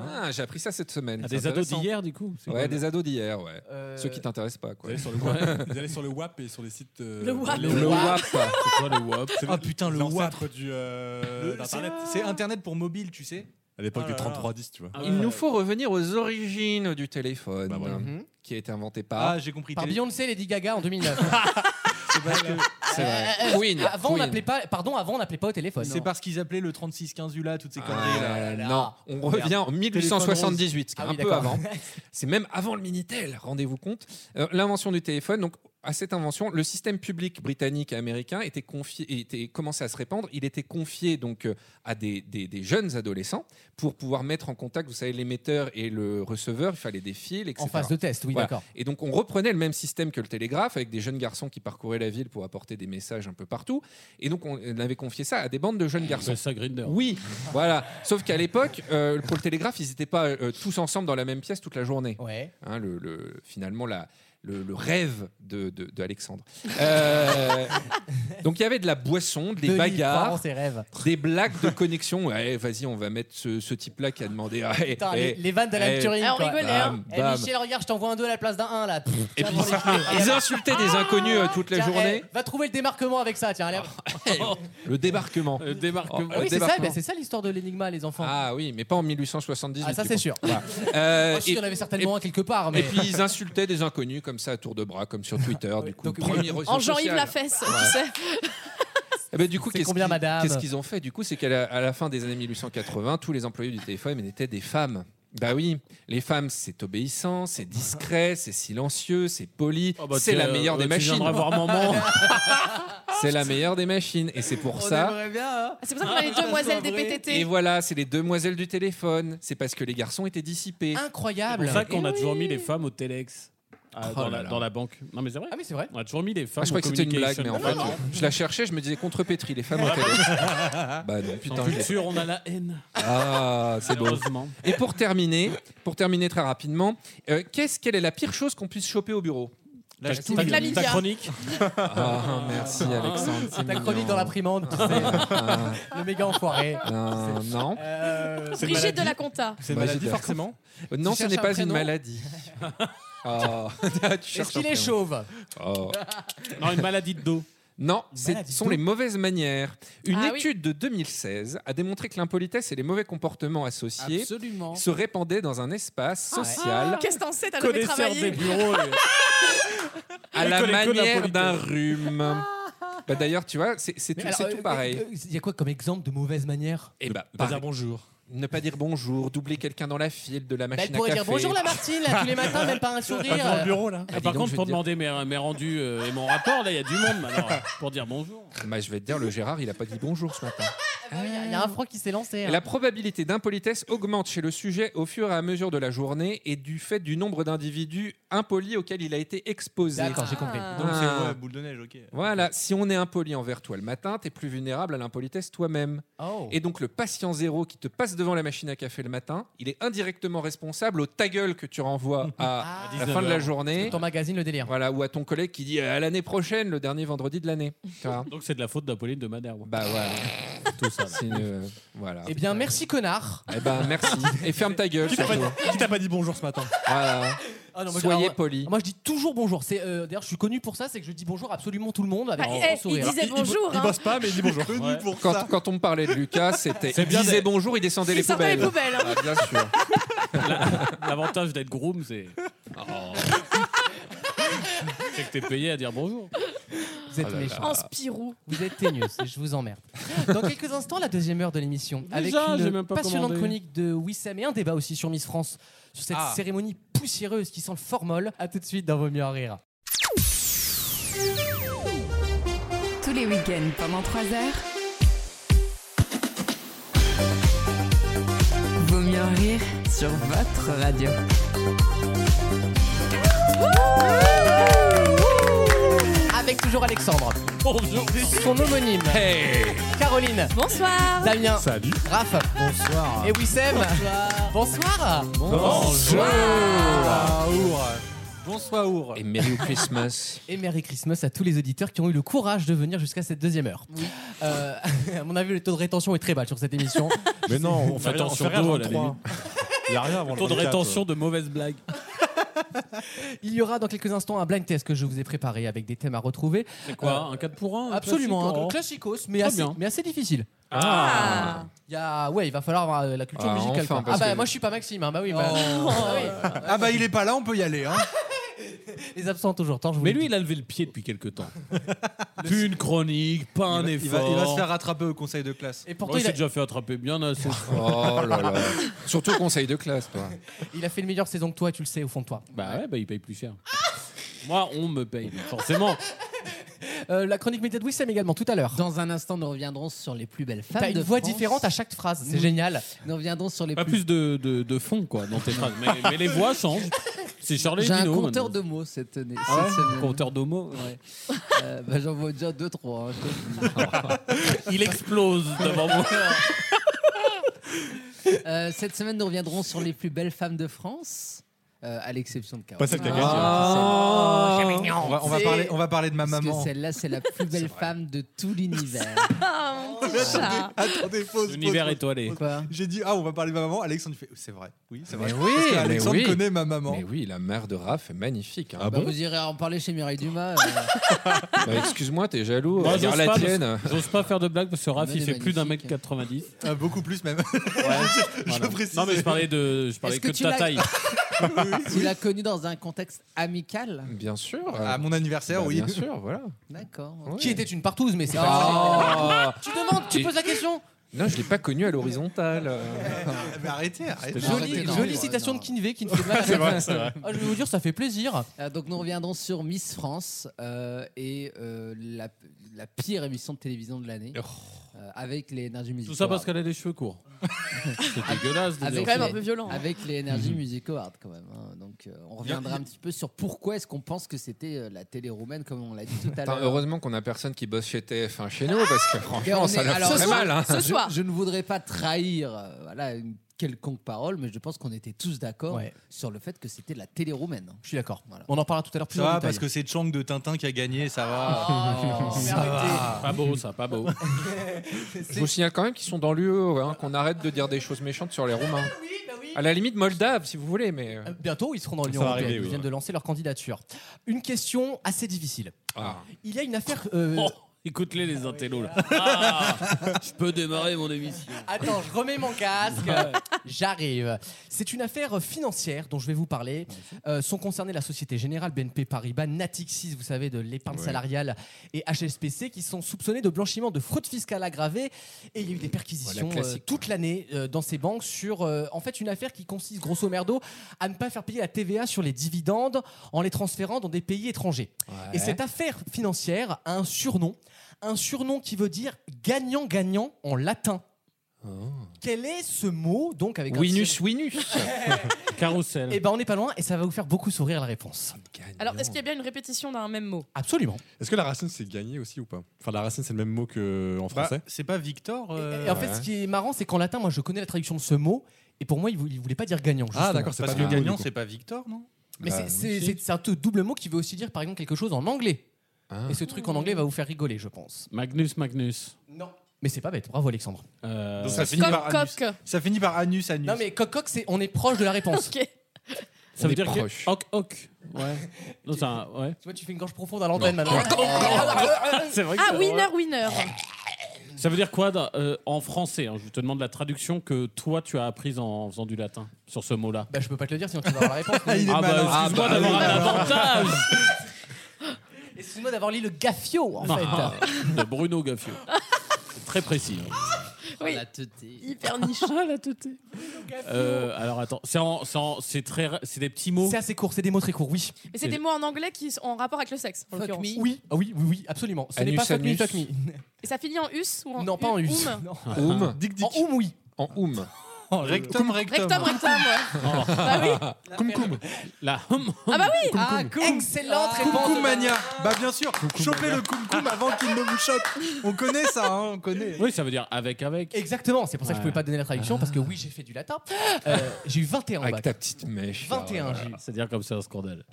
S4: Ah, j'ai appris ça cette semaine.
S3: Ah,
S4: c'est
S3: des ados
S4: intéressant.
S3: d'hier, du coup c'est pas-
S4: Ouais, des ados d'hier, ouais.
S2: Euh,
S4: Ceux qui t'intéressent pas,
S8: Vous
S4: quoi.
S8: allez sur le WAP, vous allez sur le WAP et sur les sites. euh,
S7: Le WAP.
S8: les-
S4: Le WAP.
S3: C'est quoi le WAP
S8: C'est
S6: Ah, putain, le
S8: l'ancêtre du euh,
S6: Le- c'est-
S8: d'internet.
S6: C'est internet pour mobile, tu sais.
S8: À l'époque
S6: Ah
S8: des
S6: là là.
S8: 3310, tu vois.
S4: Il nous faut revenir aux origines du téléphone, hein,
S8: Bah voilà.
S2: Mhm.
S4: qui a été inventé
S6: Ah,
S4: par.
S6: j'ai compris.
S2: Par
S6: télé-
S2: Beyoncé et Lady Gaga en 2009.
S3: <laughs>
S6: C'est parce que-
S4: c'est vrai.
S2: Euh, euh,
S4: Queen,
S2: Avant, on
S4: Queen.
S2: n'appelait pas. Pardon, avant, on n'appelait pas au téléphone.
S6: c'est parce qu'ils appelaient le 3615 ULA, toutes ces
S4: Ah,
S6: conneries. là.
S4: non, on revient en 1878,
S2: Ah
S4: un
S2: oui,
S4: peu
S2: d'accord.
S4: avant. C'est même avant le Minitel, rendez-vous compte. Euh, L'invention du téléphone, donc à cette invention, le système public britannique et américain était confié, était commençait à se répandre. Il était confié donc euh, à des, des- des jeunes adolescents pour pouvoir mettre en contact, vous savez, l'émetteur et le receveur. Il fallait des fils, etc.
S2: En phase de test, oui,
S4: Voilà.
S2: d'accord.
S4: Et donc on reprenait le même système que le télégraphe avec des jeunes garçons qui parcouraient la ville pour apporter des messages un peu partout. Et donc on avait confié ça à des bandes de jeunes garçons.
S3: C'est ça, Grinder.
S4: Oui, voilà. Sauf qu'à l'époque, euh, pour le télégraphe, ils n'étaient pas euh, tous ensemble dans la même pièce toute la journée.
S2: Ouais.
S4: Hein, le, le- finalement, la- le, le rêve de, de- de Alexandre.
S2: <laughs>
S4: Euh, donc il y avait de la boisson, des
S2: Denis, croire en
S4: bagarres,
S2: ses rêves.
S4: des blagues de connexion. Ouais, vas-y, on va mettre ce, ce type-là qui a demandé. Ah, eh,
S2: Putain, les,
S4: eh,
S2: les vannes d'Alan
S4: eh,
S2: Turing.
S7: Ah, on
S2: quoi.
S7: rigolait,
S4: bam,
S7: hein.
S2: Eh,
S4: bam.
S2: Michel, regarde, je t'envoie un 2 à la place d'un 1 là. Pff,
S4: Et
S2: tiens,
S4: puis
S2: dans les clés.
S4: ils insultaient des inconnus euh, toute la
S2: Tiens,
S4: journée.
S2: eh, va trouver le démarquement avec ça, tiens.
S4: <laughs>
S2: allez, hop.
S4: Le débarquement.
S3: Le débarquement.
S4: Oh,
S2: Ah oui,
S4: le
S2: c'est ça,
S4: débarquement.
S2: ben, c'est ça l'histoire de l'Enigma, les enfants.
S4: Ah oui, mais pas en 1878.
S2: Ah, ça,
S4: du
S2: c'est
S4: coup.
S2: sûr.
S4: Voilà. Euh,
S2: Ah, si, il y en avait certainement un quelque part.
S4: et
S2: Mais...
S4: puis ils insultaient des inconnus comme ça à tour de bras, comme sur Twitter. du coup,
S2: Donc,
S4: premier réseau
S7: En Jean-Yves
S4: social.
S7: Lafesse, tu sais.
S4: Eh ben, du coup,
S2: C'est
S4: qu'est-ce
S2: combien,
S4: qu'ils-
S2: madame
S4: Qu'est-ce qu'ils ont fait Du coup, c'est qu'à la, à la fin des années 1880, tous les employés du téléphone étaient des femmes. Bah oui, les femmes, c'est obéissant, c'est discret, c'est silencieux, c'est poli,
S3: Oh, bah,
S4: c'est
S3: tu-
S4: la
S3: euh,
S4: meilleure des
S3: tu
S4: machines.
S3: viendras voir
S4: <laughs>
S3: maman.
S4: C'est la meilleure des machines, et c'est pour ça.
S5: bien,
S7: Ah, C'est pour ça qu'on a les demoiselles des
S4: Et
S7: PTT.
S4: voilà, c'est les demoiselles du téléphone. C'est parce que les garçons étaient dissipés.
S2: Ah.
S3: C'est
S2: Incroyable.
S3: pour ça qu'on a toujours mis les femmes au Telex. Ah,
S4: Oh
S3: dans,
S4: là
S3: la,
S4: là.
S3: dans la banque. Non, mais c'est vrai.
S2: Ah, mais c'est vrai.
S3: On a toujours mis les femmes
S4: Ah, je
S3: au
S4: crois que c'était une blague, mais en fait,
S3: communication. Ah,
S4: euh, je la cherchais, je me disais contrepétrie, les femmes au téléphone. bah non,
S3: En
S4: putain. je l'ai-
S3: culture, on a la haine.
S4: Ah, c'est beau.
S3: Heureusement.
S4: Et pour terminer, pour terminer très rapidement, euh, qu'est-ce quelle est la pire chose qu'on puisse choper au bureau
S3: Ta,
S6: je-
S3: ta-
S7: La
S3: ta
S7: Lydia.
S3: chronique
S4: Ah, merci Alexandre. c'est
S2: Ta
S4: mignon.
S2: chronique dans la primande, tu sais,
S4: Ah,
S2: le méga enfoiré.
S4: non, non,
S2: Euh,
S7: Brigitte de la Conta.
S6: C'est une
S4: Bah,
S6: maladie
S4: j'étais-
S6: forcément.
S4: non, ce
S2: cherches
S4: n'est
S2: un
S4: pas une
S2: prénom
S4: maladie. Ah, <laughs> tu cherches
S2: Est-ce qu'il
S4: un
S2: est
S4: prénom.
S2: chauve
S4: Oh.
S3: Non, une maladie de dos.
S4: Non, ce
S5: Maladie
S4: sont
S5: d'eau.
S4: les mauvaises manières. Une
S5: Ah oui.
S4: étude de 2016 a démontré que l'impolitesse et les mauvais comportements associés
S5: Absolument.
S4: se répandaient dans un espace
S2: Ah
S4: social.
S7: Ah. Qu'est-ce que t'en sais T'as jamais travaillé
S4: Ah, à
S5: Les
S4: la
S5: collecos de la
S4: manière
S5: politesse.
S2: <laughs>
S4: d'un rhume. Bah, D'ailleurs, tu vois, c'est c'est
S2: Mais
S4: tout,
S2: alors,
S4: c'est
S2: euh,
S4: tout pareil.
S2: euh, Il y a quoi comme exemple de mauvaise manière
S4: Et bah,
S2: pas dire
S4: bonjour. Ne pas dire bonjour, doubler quelqu'un dans la file de la
S2: Bah,
S4: machine
S2: Elle pourrait
S4: à
S2: dire
S4: café.
S2: bonjour la Martine, là, tous les matins, même pas un sourire.
S3: devant le bureau,
S4: là.
S3: Ah,
S4: Ah, dis
S3: par
S4: donc,
S3: contre,
S4: je vais
S3: pour
S4: te dire.
S3: demander mes, mes rendus euh, et mon rapport, là, il y a du monde maintenant pour dire bonjour.
S4: Bah, je vais te dire, le Gérard, il a pas dit bonjour
S2: <laughs>
S4: ce matin.
S2: Il y, a un franc qui s'est lancé. hein.
S4: Et La probabilité d'impolitesse augmente chez le sujet au fur et à mesure de la journée et du fait du nombre d'individus impolis auxquels il a été exposé.
S2: D'accord, j'ai compris. Ah.
S6: Donc, c'est,
S4: Ah.
S6: ouais, boule de neige, ok.
S4: Voilà, si on est impoli envers toi le matin, t'es plus vulnérable à l'impolitesse toi-même.
S2: Oh.
S4: Et donc le patient zéro qui te passe devant la machine à café le matin, il est indirectement responsable au ta gueule que tu renvoies à Ah.
S3: Ah.
S4: la fin de la journée.
S2: Ton magazine, le délire.
S4: Voilà, ou à ton collègue qui dit euh, à l'année prochaine, le dernier vendredi de l'année.
S3: Donc c'est de la faute d'Apolline de Madère.
S4: Bah voilà. Tout ça. voilà.
S2: Eh bien, merci, connard.
S4: Eh ben merci. Et ferme ta gueule.
S2: Qui t'a pas
S4: surtout.
S2: Qui t'a pas dit bonjour ce matin
S4: Voilà. Soyez poli.
S2: Moi, je dis toujours bonjour. C'est euh, d'ailleurs, je suis connu pour ça, c'est que je dis bonjour à absolument tout le monde avec
S7: Bah,
S2: un
S7: eh,
S2: grand
S7: il
S2: sourire.
S7: disait Il- il- bonjour, il hein. bosse pas, mais il
S6: <laughs>
S7: dit bonjour. Connu pour
S4: quand,
S7: ça.
S4: quand on me parlait de Lucas, c'était.
S3: C'est
S4: Il
S3: bien
S4: disait
S3: d'être-
S4: bonjour, il descendait
S3: Il
S4: les
S3: sortait
S4: poubelles.
S3: les poubelles, hein.
S4: Ah, bien sûr.
S3: La- L'avantage d'être groom, c'est. Oh. <laughs> c'est que t'es payé à dire bonjour.
S2: Vous êtes
S3: Oh là là.
S2: méchants.
S7: En Spirou.
S2: Vous êtes teigneuse, je vous emmerde. Dans quelques instants, la deuxième heure de l'émission, avec
S3: Déjà, j'ai
S2: une
S3: même pas
S2: passionnante
S3: commandé.
S2: chronique de Wissam et un débat aussi sur Miss France, sur cette
S3: Ah.
S2: cérémonie poussiéreuse qui sent le formol. À tout de suite dans Vos mieux en rire.
S1: Tous les week-ends pendant 3 heures. Vaut mieux en rire sur votre radio.
S2: Avec toujours Alexandre.
S3: Bonjour.
S2: Son homonyme. Caroline.
S7: Bonsoir.
S2: Damien.
S8: Salut.
S2: Raph. Bonsoir. Et Wissem. Bonsoir.
S4: Bonjour.
S2: Bonsoir. Our.
S4: Et Merry Christmas.
S2: Et Merry Christmas à tous les auditeurs qui ont eu le courage de venir jusqu'à cette deuxième heure. Euh, <laughs> à mon avis, le taux de rétention est très bas sur cette émission.
S8: Mais non, on fait rien, on
S3: Attention
S8: fait rien
S3: d'eau,
S8: avant
S3: à la
S8: le 3.
S3: <laughs> limite.
S8: Il y a rien avant le
S3: Taux de
S8: 24,
S3: rétention
S8: euh.
S3: de mauvaises blagues.
S2: Il y aura dans quelques instants un blind test que je vous ai préparé avec des thèmes à retrouver.
S3: C'est quoi Un 4 pour 1
S2: Absolument, un classicos, mais assez, mais assez difficile.
S3: Ah.
S2: Il y a- ouais, il va falloir avoir euh, la culture
S6: Ah,
S2: musicale.
S6: enfin,
S2: quoi.
S6: parce
S2: ah bah
S6: que-
S2: moi je suis pas Maxime, hein. bah oui. bah-
S6: Oh.
S2: Ah oui.
S6: Ah bah il est pas là, on peut y aller. Hein.
S2: Les absents toujours temps.
S3: Mais lui, il a levé le pied depuis quelques temps. Plus une chronique, pas un
S6: Il va,
S3: effort.
S6: il va se faire rattraper au conseil de classe.
S2: Et
S3: Pourtant, il s'est déjà fait attraper bien assez.
S4: Oh là là. Surtout au conseil de classe, toi.
S2: Il a fait une meilleure saison que toi, tu le sais au fond de toi.
S3: Bah ouais, bah il paye plus cher. Moi, on me paye, donc forcément.
S2: Euh, la chronique méthode Wissam également tout à l'heure.
S5: Dans un instant, nous reviendrons sur les plus belles femmes.
S2: T'as une
S5: de
S2: voix
S5: France.
S2: différente à chaque phrase, c'est
S5: Nous-
S2: génial.
S5: Nous reviendrons sur les
S3: Pas
S5: plus.
S3: plus de, de, de fond, quoi, dans tes phrases. Mais, mais les voix changent. C'est Charlie
S5: J'ai un
S3: Pinault,
S5: compteur
S3: maintenant.
S5: de mots cette année.
S3: Ah ouais
S5: cette semaine.
S3: Compteur d'homo.
S5: Ouais. Euh, bah, J'en vois déjà deux, trois. hein, je te le dis.
S3: Il explose devant moi.
S5: Euh, cette semaine, nous reviendrons sur les plus belles femmes de France, euh, à l'exception de Caroline.
S6: Pas celle qui a gagné. Ah, c'est mignon. On va- on va parler- on va parler de ma
S5: Parce que
S6: maman.
S5: Celle-là,
S2: <laughs>
S5: c'est la plus belle femme de tout l'univers.
S6: Mais attendez, attendez, pause.
S5: L'univers
S6: pause,
S3: étoilé.
S6: pause.
S2: Bah
S6: J'ai dit, ah, on va parler de ma maman. Alexandre, il fait, c'est vrai. Oui, c'est vrai.
S4: Mais oui,
S6: Parce que
S4: mais
S6: Alexandre
S4: oui.
S6: connaît ma maman.
S4: Mais oui, la mère de Raph est magnifique.
S8: Ah
S4: hein.
S5: Bah, vous irez en parler chez Mireille Dumas. euh.
S2: <laughs>
S4: Bah, Excuse-moi, t'es jaloux.
S8: Bah,
S3: Moi,
S4: Regarde
S3: Bah, j'ose
S4: la
S3: pas,
S4: tienne.
S3: j'ose- j'ose pas faire de blagues parce que Raph,
S5: Non,
S3: il
S5: il
S3: fait
S5: est
S3: plus d'un mètre <laughs>
S5: magnifique.
S3: 90.
S6: Ah, beaucoup plus même.
S3: Voilà.
S6: précise.
S3: Non, mais je parlais, de, je parlais
S5: Est-ce
S3: que,
S5: que
S3: de
S5: tu
S3: ta <laughs>
S5: l'as-
S3: taille.
S5: tu l'as connue dans un contexte amical
S4: Bien sûr.
S6: <laughs> À mon anniversaire,
S4: Bah,
S6: oui.
S4: Bien sûr,
S8: <laughs>
S4: voilà.
S5: D'accord.
S2: Qui était une partouze, mais c'est
S4: Oh.
S8: Ah.
S2: pas. tu demandes, tu
S4: Et-
S2: poses la question.
S4: Non, je l'ai pas connu à l'horizontale.
S6: <laughs>
S2: <laughs>
S6: Mais arrêtez, arrêtez.
S2: Jolie, jolie citation de Kinvey qui ne fait pas.
S4: C'est vrai, c'est vrai.
S2: Ah, je vais vous dire, ça fait plaisir.
S5: Euh, donc nous reviendrons sur Miss France euh, et euh, la, la pire émission de télévision de
S2: Oh.
S5: l'année euh, avec les énergies musicales.
S3: Tout ça parce qu'elle a les cheveux <laughs> courts. Ah, C'est dégueulasse. de
S5: Avec
S3: dire
S5: les-
S3: ça.
S5: Avec les Energy
S3: Mhm.
S5: Music Awards, quand même. hein. Donc, euh, on reviendra un petit peu sur pourquoi est-ce qu'on pense que c'était euh, la télé roumaine, comme on l'a dit tout à
S4: Attends,
S5: l'heure.
S4: heureusement qu'on a personne qui bosse chez TF1 chez nous parce
S2: Ah.
S4: que
S5: Et
S4: franchement,
S5: on
S4: ça
S5: est-
S4: leur
S5: alors,
S4: ferait
S5: je-
S4: mal. hein.
S5: je- Je, ne voudrais pas trahir euh, voilà, une quelconque parole, mais je pense qu'on était tous d'accord
S2: Ouais.
S5: sur le fait que c'était la télé roumaine. hein.
S2: Je suis d'accord. On en parlera tout à l'heure plus
S6: Ça
S2: en
S6: va,
S2: détail.
S6: parce que c'est Chang de Tintin qui a gagné, ça
S7: Oh, Ah.
S6: va.
S2: mais
S6: ça
S2: arrêtez.
S6: va.
S3: Pas beau, ça, pas beau. <laughs>
S4: Je vous signale quand même qu'ils sont dans l'UE, hein, qu'on arrête de dire des choses méchantes sur les Roumains.
S2: Ah bah
S4: À la limite, Moldave, si vous voulez, mais. euh,
S2: Bientôt, ils seront dans euh, l'Union
S4: va
S2: Européenne.
S4: arriver,
S2: Ils
S4: oui,
S2: viennent
S4: ouais.
S2: de lancer leur candidature. Une question assez difficile.
S4: Ah.
S6: <laughs> Oh.
S2: Il y a une affaire. euh,
S3: Oh, Écoute-les, les intellos, là. Ah, je peux démarrer mon émission.
S2: Attends, je remets mon
S6: <laughs>
S2: casque. J'arrive. C'est une affaire financière dont je vais vous parler. Euh, sont concernées la Société Générale, BNP Paribas, Natixis, vous savez, de l'épargne
S5: Ouais.
S2: salariale, et HSBC, qui sont soupçonnés de blanchiment de fraude fiscale aggravée. Et il y a eu des perquisitions
S5: Voilà, classique.
S2: euh, toute l'année euh, dans ces banques sur, euh, en fait, une affaire qui consiste, grosso merdo, à ne pas faire payer la TVA sur les dividendes en les transférant dans des pays étrangers. Et cette affaire financière a un surnom, un surnom qui veut dire gagnant-gagnant en latin.
S5: Oh.
S2: Quel est ce mot donc avec un
S3: Winus,
S2: tiret-
S3: winus. Carousel.
S2: Eh ben on n'est pas loin et ça va vous faire beaucoup sourire la réponse.
S7: Alors, est-ce qu'il y a bien une répétition d'un même mot
S2: Absolument.
S8: <laughs> Est-ce que la racine c'est gagner aussi ou pas Enfin, la racine c'est le même mot que en français.
S6: Bah, c'est pas Victor. euh, Ah,
S2: Et en fait, ce qui est marrant, c'est qu'en latin, moi, je connais la traduction de ce mot, et pour moi, il vou- il voulait pas dire gagnant. justement.
S6: Parce que gagnant, Ah, c'est pas Victor, non
S2: Mais c'est-
S6: Bah,
S2: c'est
S6: si.
S2: c'est- c'est un tout double mot qui veut aussi dire, par exemple, quelque chose en anglais.
S6: Ah.
S2: Et ce truc en anglais va vous faire rigoler, je pense.
S3: Magnus, Magnus. Euh,
S2: Non. Mais c'est pas bête. Bravo, Alexandre.
S6: Donc Euh, ça finit par anus. Ça finit par anus, anus.
S2: Non, mais coq, coq, c'est on est proche de la réponse.
S3: Ça
S2: On est
S3: veut dire
S2: proche.
S3: que. Hoc, hoc. <laughs> Ouais. Non, c'est un- ouais.
S2: Tu vois, tu fais une gorge profonde à l'antenne maintenant.
S3: C'est vrai que
S7: Ah,
S3: ça-
S7: winner, winner.
S3: Ça veut dire quoi dans- euh, en français hein, Je te demande la traduction que toi tu as apprise en faisant du latin sur ce mot-là.
S2: Bah, je peux pas te le dire sinon tu vas avoir la réponse.
S7: <laughs>
S3: ah,
S2: mais-
S3: bah, excuse-moi d'avoir un avantage
S2: Excuse-moi d'avoir lu le gaffio, en fait.
S3: Ah, De Bruno Gaffio. C'est Très précis. hein.
S7: Oui. <laughs> Hyper niche. la
S3: Euh, alors attends, c'est en- c'est en- c'est très ra- c'est des petits mots.
S2: C'est assez court, c'est des mots très courts, oui.
S7: Mais c'est des mots en anglais qui sont en rapport avec le sexe, en l'occurrence.
S2: Oui, ah oui, oui, oui, absolument. Ce n'est
S4: Anus,
S2: pas fuck me,
S4: anus.
S2: fuck me.
S7: Et ça finit en us ou en
S2: Non, pas en us.
S7: oum
S2: Non.
S4: Oum.
S2: En oum, oui.
S4: En oum.
S6: Rectum, rectum.
S7: Rectum, rectum, ouais. Bah oui.
S4: Cum cum.
S3: La
S7: Ah bah oui.
S2: Ah, cool. Excellente
S6: Koum
S2: réponse.
S6: Koum Mania Bah bien sûr, chopez le Koum Koum avant qu'il ne vous chope On connaît ça, hein, on connaît
S3: Oui, ça veut dire avec avec.
S2: Exactement, c'est pour ça que je pouvais pas donner la traduction parce que oui, j'ai fait du latin. Euh, j'ai eu 21 au
S4: Avec
S2: bac.
S4: ta petite mèche.
S2: 21 j'ai eu.
S3: C'est dire comme c'est
S2: <laughs>
S3: un scandale.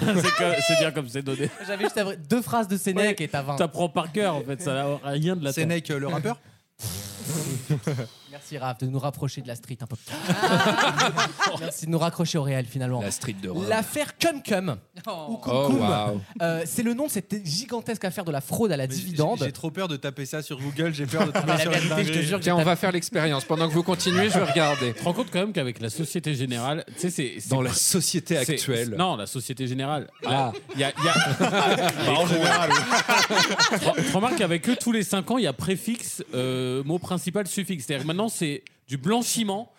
S3: c'est que- c'est dire comme c'est donné.
S2: J'avais juste à- deux phrases de Sénèque et t'as 20.
S3: T'apprends par cœur en fait, ça n'a rien de la
S6: Sénèque, euh, le rappeur
S2: Merci Raph de nous rapprocher de la street un peu. Ah. <laughs> Merci de nous raccrocher au réel finalement.
S4: La street de Rome.
S2: L'affaire Cum Cum. Ou Cum
S4: Oh,
S2: Cum.
S4: waouh.
S2: Euh, c'est le nom de cette gigantesque affaire de la fraude à la dividende.
S6: J'ai trop peur de taper ça sur Google, j'ai peur
S2: Mais
S6: de
S3: Ah,
S6: taper
S2: la
S6: sur une
S2: vérité, je te
S6: dinguerie.
S2: jure que
S4: Tiens, on va faire l'expérience. Pendant que vous continuez, je vais regarder.
S3: Tu te rends compte quand même qu'avec la Société Générale, tu sais, c'est. c'est-
S4: Dans la société
S3: c'est-
S4: actuelle.
S3: c'est- Non, la Société Générale.
S4: Ah.
S3: Il y a. Bah, il y
S6: <laughs>
S3: a-
S8: en général.
S3: Tu te remarques qu'avec eux, tous les 5 ans, il y a préfixe, euh, mot principal, suffixe. C'est-à-dire que maintenant, c'est du blanchiment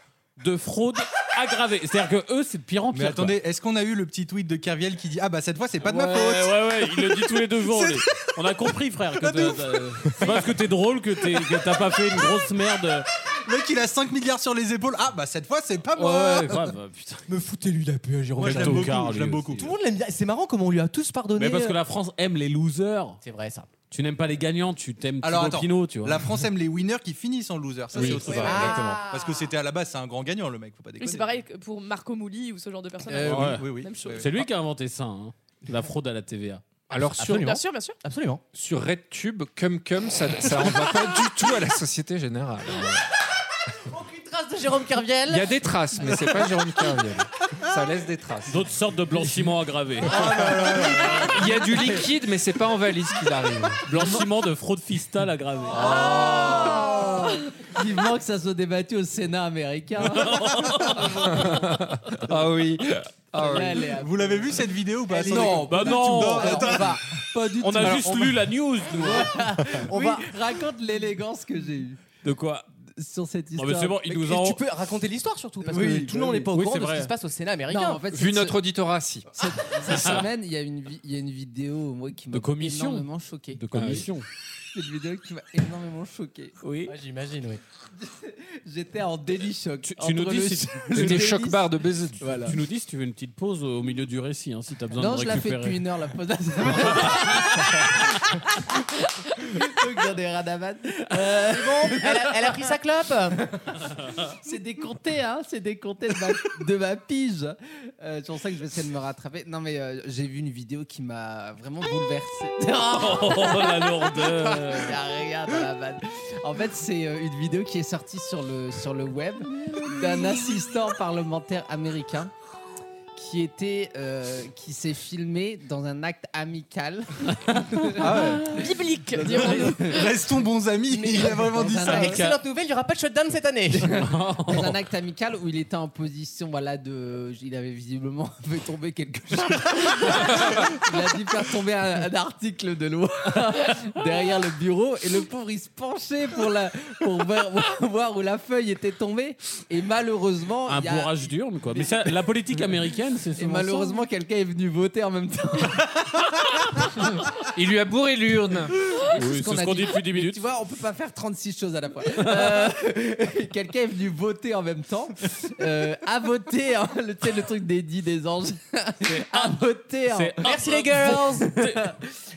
S3: de fraude aggravée. C'est-à-dire que eux, c'est de pire en pire.
S6: Mais attendez, est-ce qu'on a eu le petit tweet de Kerviel qui dit Ah bah cette fois c'est pas de
S3: quoi.
S6: ma
S3: Ouais,
S6: faute
S3: ouais, ouais, il le dit tous les deux jours.
S6: C'est-
S3: lui. On a compris, frère. que
S6: Pas de
S3: t'as-
S6: ouf.
S3: t'as- C'est pas parce que t'es drôle que t'es- que t'as pas fait une grosse merde.
S6: Le mec il a 5 milliards sur les épaules, ah bah cette fois c'est pas
S3: Ouais,
S6: moi
S3: ouais, grave, putain.
S2: Me foutez-lui la paix, Jérôme.
S6: Moi je
S3: Quel
S6: l'aime
S3: tocard,
S6: beaucoup, je
S3: lui
S6: l'aime
S3: aussi.
S6: beaucoup.
S2: Tout le monde l'aime bien. C'est marrant comme on lui a tous pardonné. euh,
S3: Mais parce que la France aime les losers.
S2: C'est vrai ça.
S3: Tu n'aimes pas les gagnants, tu t'aimes
S6: Alors
S3: Thibaut
S6: attends,
S3: Pinot, tu vois.
S6: la France aime les winners qui finissent en loser, ça
S3: Oui,
S6: c'est autre
S3: c'est
S6: chose. Ah.
S3: ça, exactement.
S6: Parce que c'était à la base, c'est un grand gagnant le mec, faut pas
S7: Oui,
S6: déconner.
S7: c'est pareil que pour Marco Mouli ou ce genre de personne.
S6: Euh,
S3: Ouais.
S6: Oui, oui,
S7: Même chose.
S6: oui.
S3: C'est lui qui a inventé ça, hein, la fraude à la TVA.
S4: Alors, sur,
S2: Absolument.
S7: Bien sûr, bien sûr.
S2: Absolument.
S4: sur RedTube, cum cum, ça, ça en va pas du tout à la Société Générale. hein.
S2: Aucune trace de Jérôme Kerviel.
S4: Il y a des traces, mais c'est pas Jérôme Carviel. Ça laisse des traces.
S3: D'autres sortes de blanchiment aggravé.
S4: Il y a du liquide, mais c'est pas en valise qu'il arrive.
S3: blanchiment de fraude fiscale aggravée.
S5: Vivement que ça soit débattu au Sénat <laughs> américain.
S4: Ah oui. Ah oui.
S5: Elle est-
S6: Vous l'avez vu cette vidéo ou pas
S5: elle est-
S6: Attendez.
S3: bah non.
S6: Non,
S5: Alors,
S6: attends.
S5: on va- Pas du
S3: On
S5: tout.
S3: a
S5: Alors,
S3: juste
S5: on-
S3: lu la news, nous.
S2: On
S5: oui,
S2: va.
S5: Raconte l'élégance que j'ai eue
S3: De quoi
S5: sur cette
S3: Non
S5: histoire.
S3: mais c'est bon, ils nous
S2: Et
S3: en...
S2: Tu peux raconter l'histoire surtout parce
S5: Oui,
S2: que tout le monde
S5: oui.
S2: n'est pas au
S3: Oui,
S2: courant
S3: c'est
S2: de ce
S3: vrai.
S2: qui se passe au Sénat
S5: Non,
S2: américain.
S5: en fait,
S4: Vu
S5: cette-
S4: notre auditorat, si.
S5: Cette,
S3: <laughs>
S5: cette semaine, il y, a une vi- il y a une vidéo moi, qui m'a
S3: De commission.
S5: énormément choqué. Ah
S3: De commission.
S5: Cette vidéo qui m'a énormément choqué.
S3: Ah Oui.
S2: Ouais, J'imagine, oui.
S5: J'étais en délit choc.
S3: Tu- tu nous
S5: entre
S3: dis
S5: le-
S3: si-
S5: le
S4: C'était
S5: délit-
S4: choc barre de baiser.
S5: Voilà.
S3: Tu nous dis si tu veux une petite pause au milieu du récit, hein, si t'as besoin
S5: Non,
S3: de
S5: je la fais
S3: récupérer.
S5: depuis une heure
S3: <laughs>
S5: la pause. dans des radavans. Euh,
S2: Elle a, elle a pris sa clope
S5: <laughs> c'est décompté, hein, c'est décompté de ma, de ma pige. Euh, c'est pour ça que je vais essayer de me rattraper. Non, mais euh, j'ai vu une vidéo qui m'a vraiment
S2: <laughs>
S5: bouleversé.
S3: Oh la lourdeur
S5: Il y a rien dans la vanne. En fait, c'est euh, une vidéo qui est sortie sur le, sur le web d'un assistant parlementaire américain qui était euh, qui s'est filmé dans un acte amical
S7: biblique
S5: dirons-nous.
S6: <laughs> Restons bons amis. Il a vraiment
S5: Dans
S6: dit
S5: un
S6: ça.
S5: acte-
S2: Excellente nouvelle, il n'y aura pas de shutdown cette année.
S5: dans un acte amical où il était en position voilà de il avait visiblement <laughs> fait tomber quelque chose il a dû faire tomber un, un article de loi <laughs> derrière le bureau et le pauvre il se penchait pour la pour voir, <laughs> voir où la feuille était tombée et malheureusement
S3: Un
S5: <laughs> il y a-
S3: bourrage d'urne, quoi. Mais ça, la politique américaine, c'est
S5: et
S3: souvent ça.
S5: malheureusement quelqu'un est venu voter en même temps
S4: Il lui a bourré l'urne.
S5: C'est ce qu'on a dit.
S3: dix
S5: Mais <laughs> Tu vois, on peut pas faire 36 choses à la fois. Euh, <laughs> Quelqu'un est venu voter en même temps. Euh, à voter, hein, le, tu sais, le truc des dix des anges. <laughs> à voter. hein.
S2: c'est Merci un- les girls.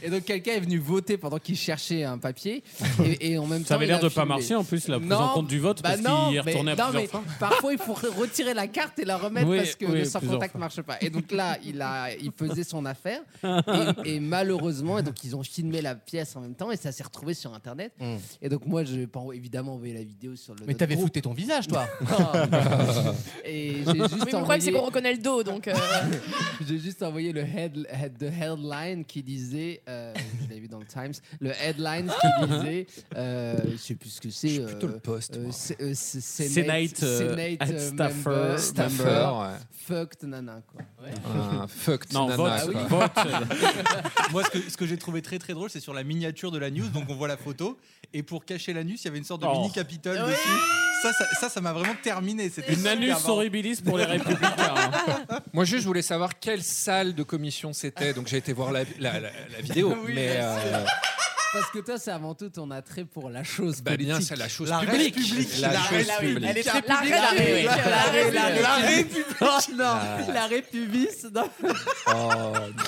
S5: Et donc quelqu'un est venu voter pendant qu'il cherchait un papier. <laughs> Et, et en même
S3: Ça
S5: temps,
S3: avait
S5: il
S3: l'air
S5: a
S3: de pas
S5: filmé.
S3: marcher en plus, la prise
S5: Non,
S3: en compte du vote,
S5: bah
S3: parce
S5: non,
S3: qu'il y est
S5: mais-
S3: retourné à
S5: non,
S3: plusieurs
S5: mais <laughs>
S3: fois.
S5: Parfois, il faut retirer la carte et la remettre
S3: Oui,
S5: parce que
S3: oui,
S5: le sans
S3: plusieurs
S5: contact
S3: fois.
S5: marche pas. Et donc là, il, a, il faisait son affaire.
S3: <laughs>
S5: Et, et malheureusement, et donc ils ont filmé la pièce en même temps et ça s'est retrouvé sur Internet.
S2: Mm.
S5: Et donc moi, je vais pas évidemment envoyer la vidéo sur
S2: <laughs>
S5: le.
S2: Mais
S5: notre
S2: t'avais
S5: groupe. Oh,
S2: fouté ton visage,
S5: <laughs>
S2: toi.
S7: <laughs>
S5: et j'ai
S7: Oui,
S5: juste
S7: mais le problème,
S5: envoyé-
S7: c'est qu'on reconnaît le dos, donc. euh,
S5: <laughs> j'ai juste envoyé le head, head- the headline qui disait, euh, je l'ai vu dans le Times, le headline qui disait, euh, je sais plus ce que c'est. euh,
S4: plutôt le poste,
S5: euh,
S4: moi.
S5: c'est- euh, c'est-
S4: Senate,
S5: Senate,
S4: euh,
S5: Senate,
S4: ad
S5: euh,
S4: staffer,
S5: member,
S4: staffer,
S5: member,
S4: ouais.
S5: fucked nana quoi. Ouais.
S4: Ah, fucked
S3: Non,
S4: nana,
S3: vote,
S4: quoi.
S6: Moi, ce que, ce que j'ai trouvé très très drôle, c'est sur la miniature de la news, donc on voit la photo, et pour cacher l'anus, il y avait une sorte de
S3: Oh.
S6: mini capitole dessus. Ça, ça, ça, ça m'a vraiment terminé. C'était
S3: Une
S6: super
S3: anus
S6: marrant.
S3: horribilis pour les républicains. hein.
S5: <laughs>
S4: Moi, juste, je voulais savoir quelle salle de commission c'était, donc j'ai été voir la, la- la- la vidéo.
S5: Oui,
S4: mais
S5: bien sûr.
S4: euh,
S5: Parce que toi, c'est avant tout ton attrait pour la chose
S4: bah,
S5: politique.
S4: bien, c'est la chose
S6: La
S4: publique.
S6: République.
S4: La,
S6: La
S4: chose
S6: République.
S4: publique.
S2: Elle est très
S5: La
S2: publique, la ré-
S5: République. La
S2: la- la- la-
S5: République. Oh <laughs>
S2: Ah.
S5: non, la République. non. Oh.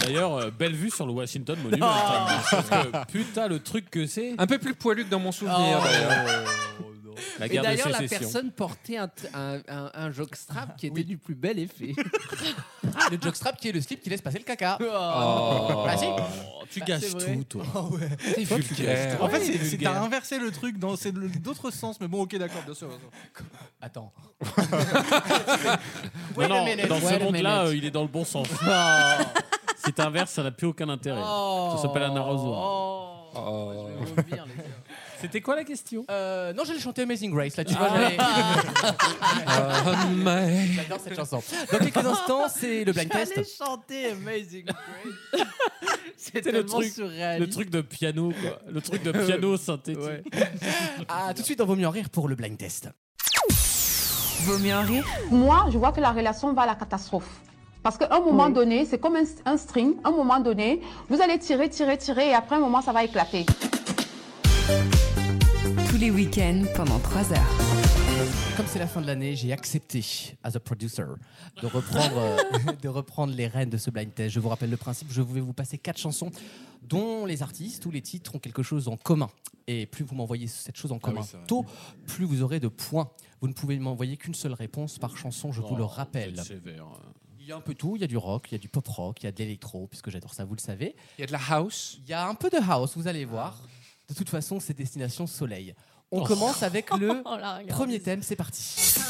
S3: D'ailleurs, euh, belle vue sur le Washington Monument. hein, parce que, putain, le truc que c'est.
S4: Un peu plus poilu que dans mon souvenir.
S5: Oh.
S4: d'ailleurs.
S3: La
S5: Et
S3: guerre de
S5: d'ailleurs, la
S3: sécession.
S5: personne portait un, t- un, un, un jockstrap qui était du plus bel effet.
S2: Ah, Le jockstrap qui est le slip qui laisse passer le caca.
S4: Oh.
S2: Ah, si.
S3: Oh, tu gâches
S5: Bah, c'est vrai. Oh,
S3: tout, toi.
S5: <laughs>
S6: Ah ouais.
S5: C'est
S4: vulgaire.
S6: En fait, c'est- c'est-
S3: vulgaire.
S6: t'as inversé le truc dans c'est le- d'autres sens, mais bon, ok, d'accord, bien sûr. bien sûr.
S2: <laughs> Attends.
S3: Non, non,
S2: minute,
S3: dans
S5: wait a
S3: ce monde-là,
S5: minute.
S3: euh, il est dans le bon
S5: <laughs>
S3: sens.
S5: Oh.
S3: Si t'inverses, ça n'a plus aucun intérêt.
S2: Oh.
S3: Ça s'appelle un arrosoir.
S5: Oh.
S4: Oh.
S5: Je vais vomir, les gars.
S3: C'était quoi la question
S2: Euh, non, j'allais chanter Amazing Grace. Là, tu vois, j'allais-
S4: Ah, mais-
S2: j'adore cette chanson. Dans quelques instants, c'est le blind test.
S5: J'allais chanter Amazing Grace. C'est
S3: le
S5: tellement
S3: truc- Le
S5: surréaliste.
S3: truc de piano, quoi. Le truc
S5: <laughs>
S3: de piano synthétique.
S5: Ouais.
S2: Ah, tout de suite dans Vaut mieux en rire pour le blind test.
S1: Vaut mieux en rire
S12: Moi, je vois que la relation va à la catastrophe. Parce qu'à un moment donné, c'est comme un, un string. À un moment donné, vous allez tirer, tirer, tirer, et après un moment, ça va éclater.
S1: tous les week-ends pendant 3 heures.
S2: Comme c'est la fin de l'année, j'ai accepté, as a producer, de reprendre, euh, <laughs> de reprendre les rênes de ce blind test. Je vous rappelle le principe, je vais vous passer quatre chansons dont les artistes ou les titres ont quelque chose en commun. Et plus vous m'envoyez cette
S4: Ah
S2: chose en commun
S8: c'est vrai.
S2: tôt, plus vous aurez de points. Vous ne pouvez m'envoyer qu'une seule réponse par chanson, je vous le
S3: Oh,
S2: rappelle.
S3: c'est sévère. hein.
S2: Il y a un peu tout, il y a du rock, il y a du pop rock, il y a de l'électro, puisque j'adore ça, vous le savez.
S4: Il y a de la house.
S2: Il y a un peu de house, vous allez voir. De toute façon, c'est destination soleil.
S4: Oh.
S2: On commence avec
S4: <laughs>
S2: le
S7: oh là, regarde.
S2: premier thème, c'est parti.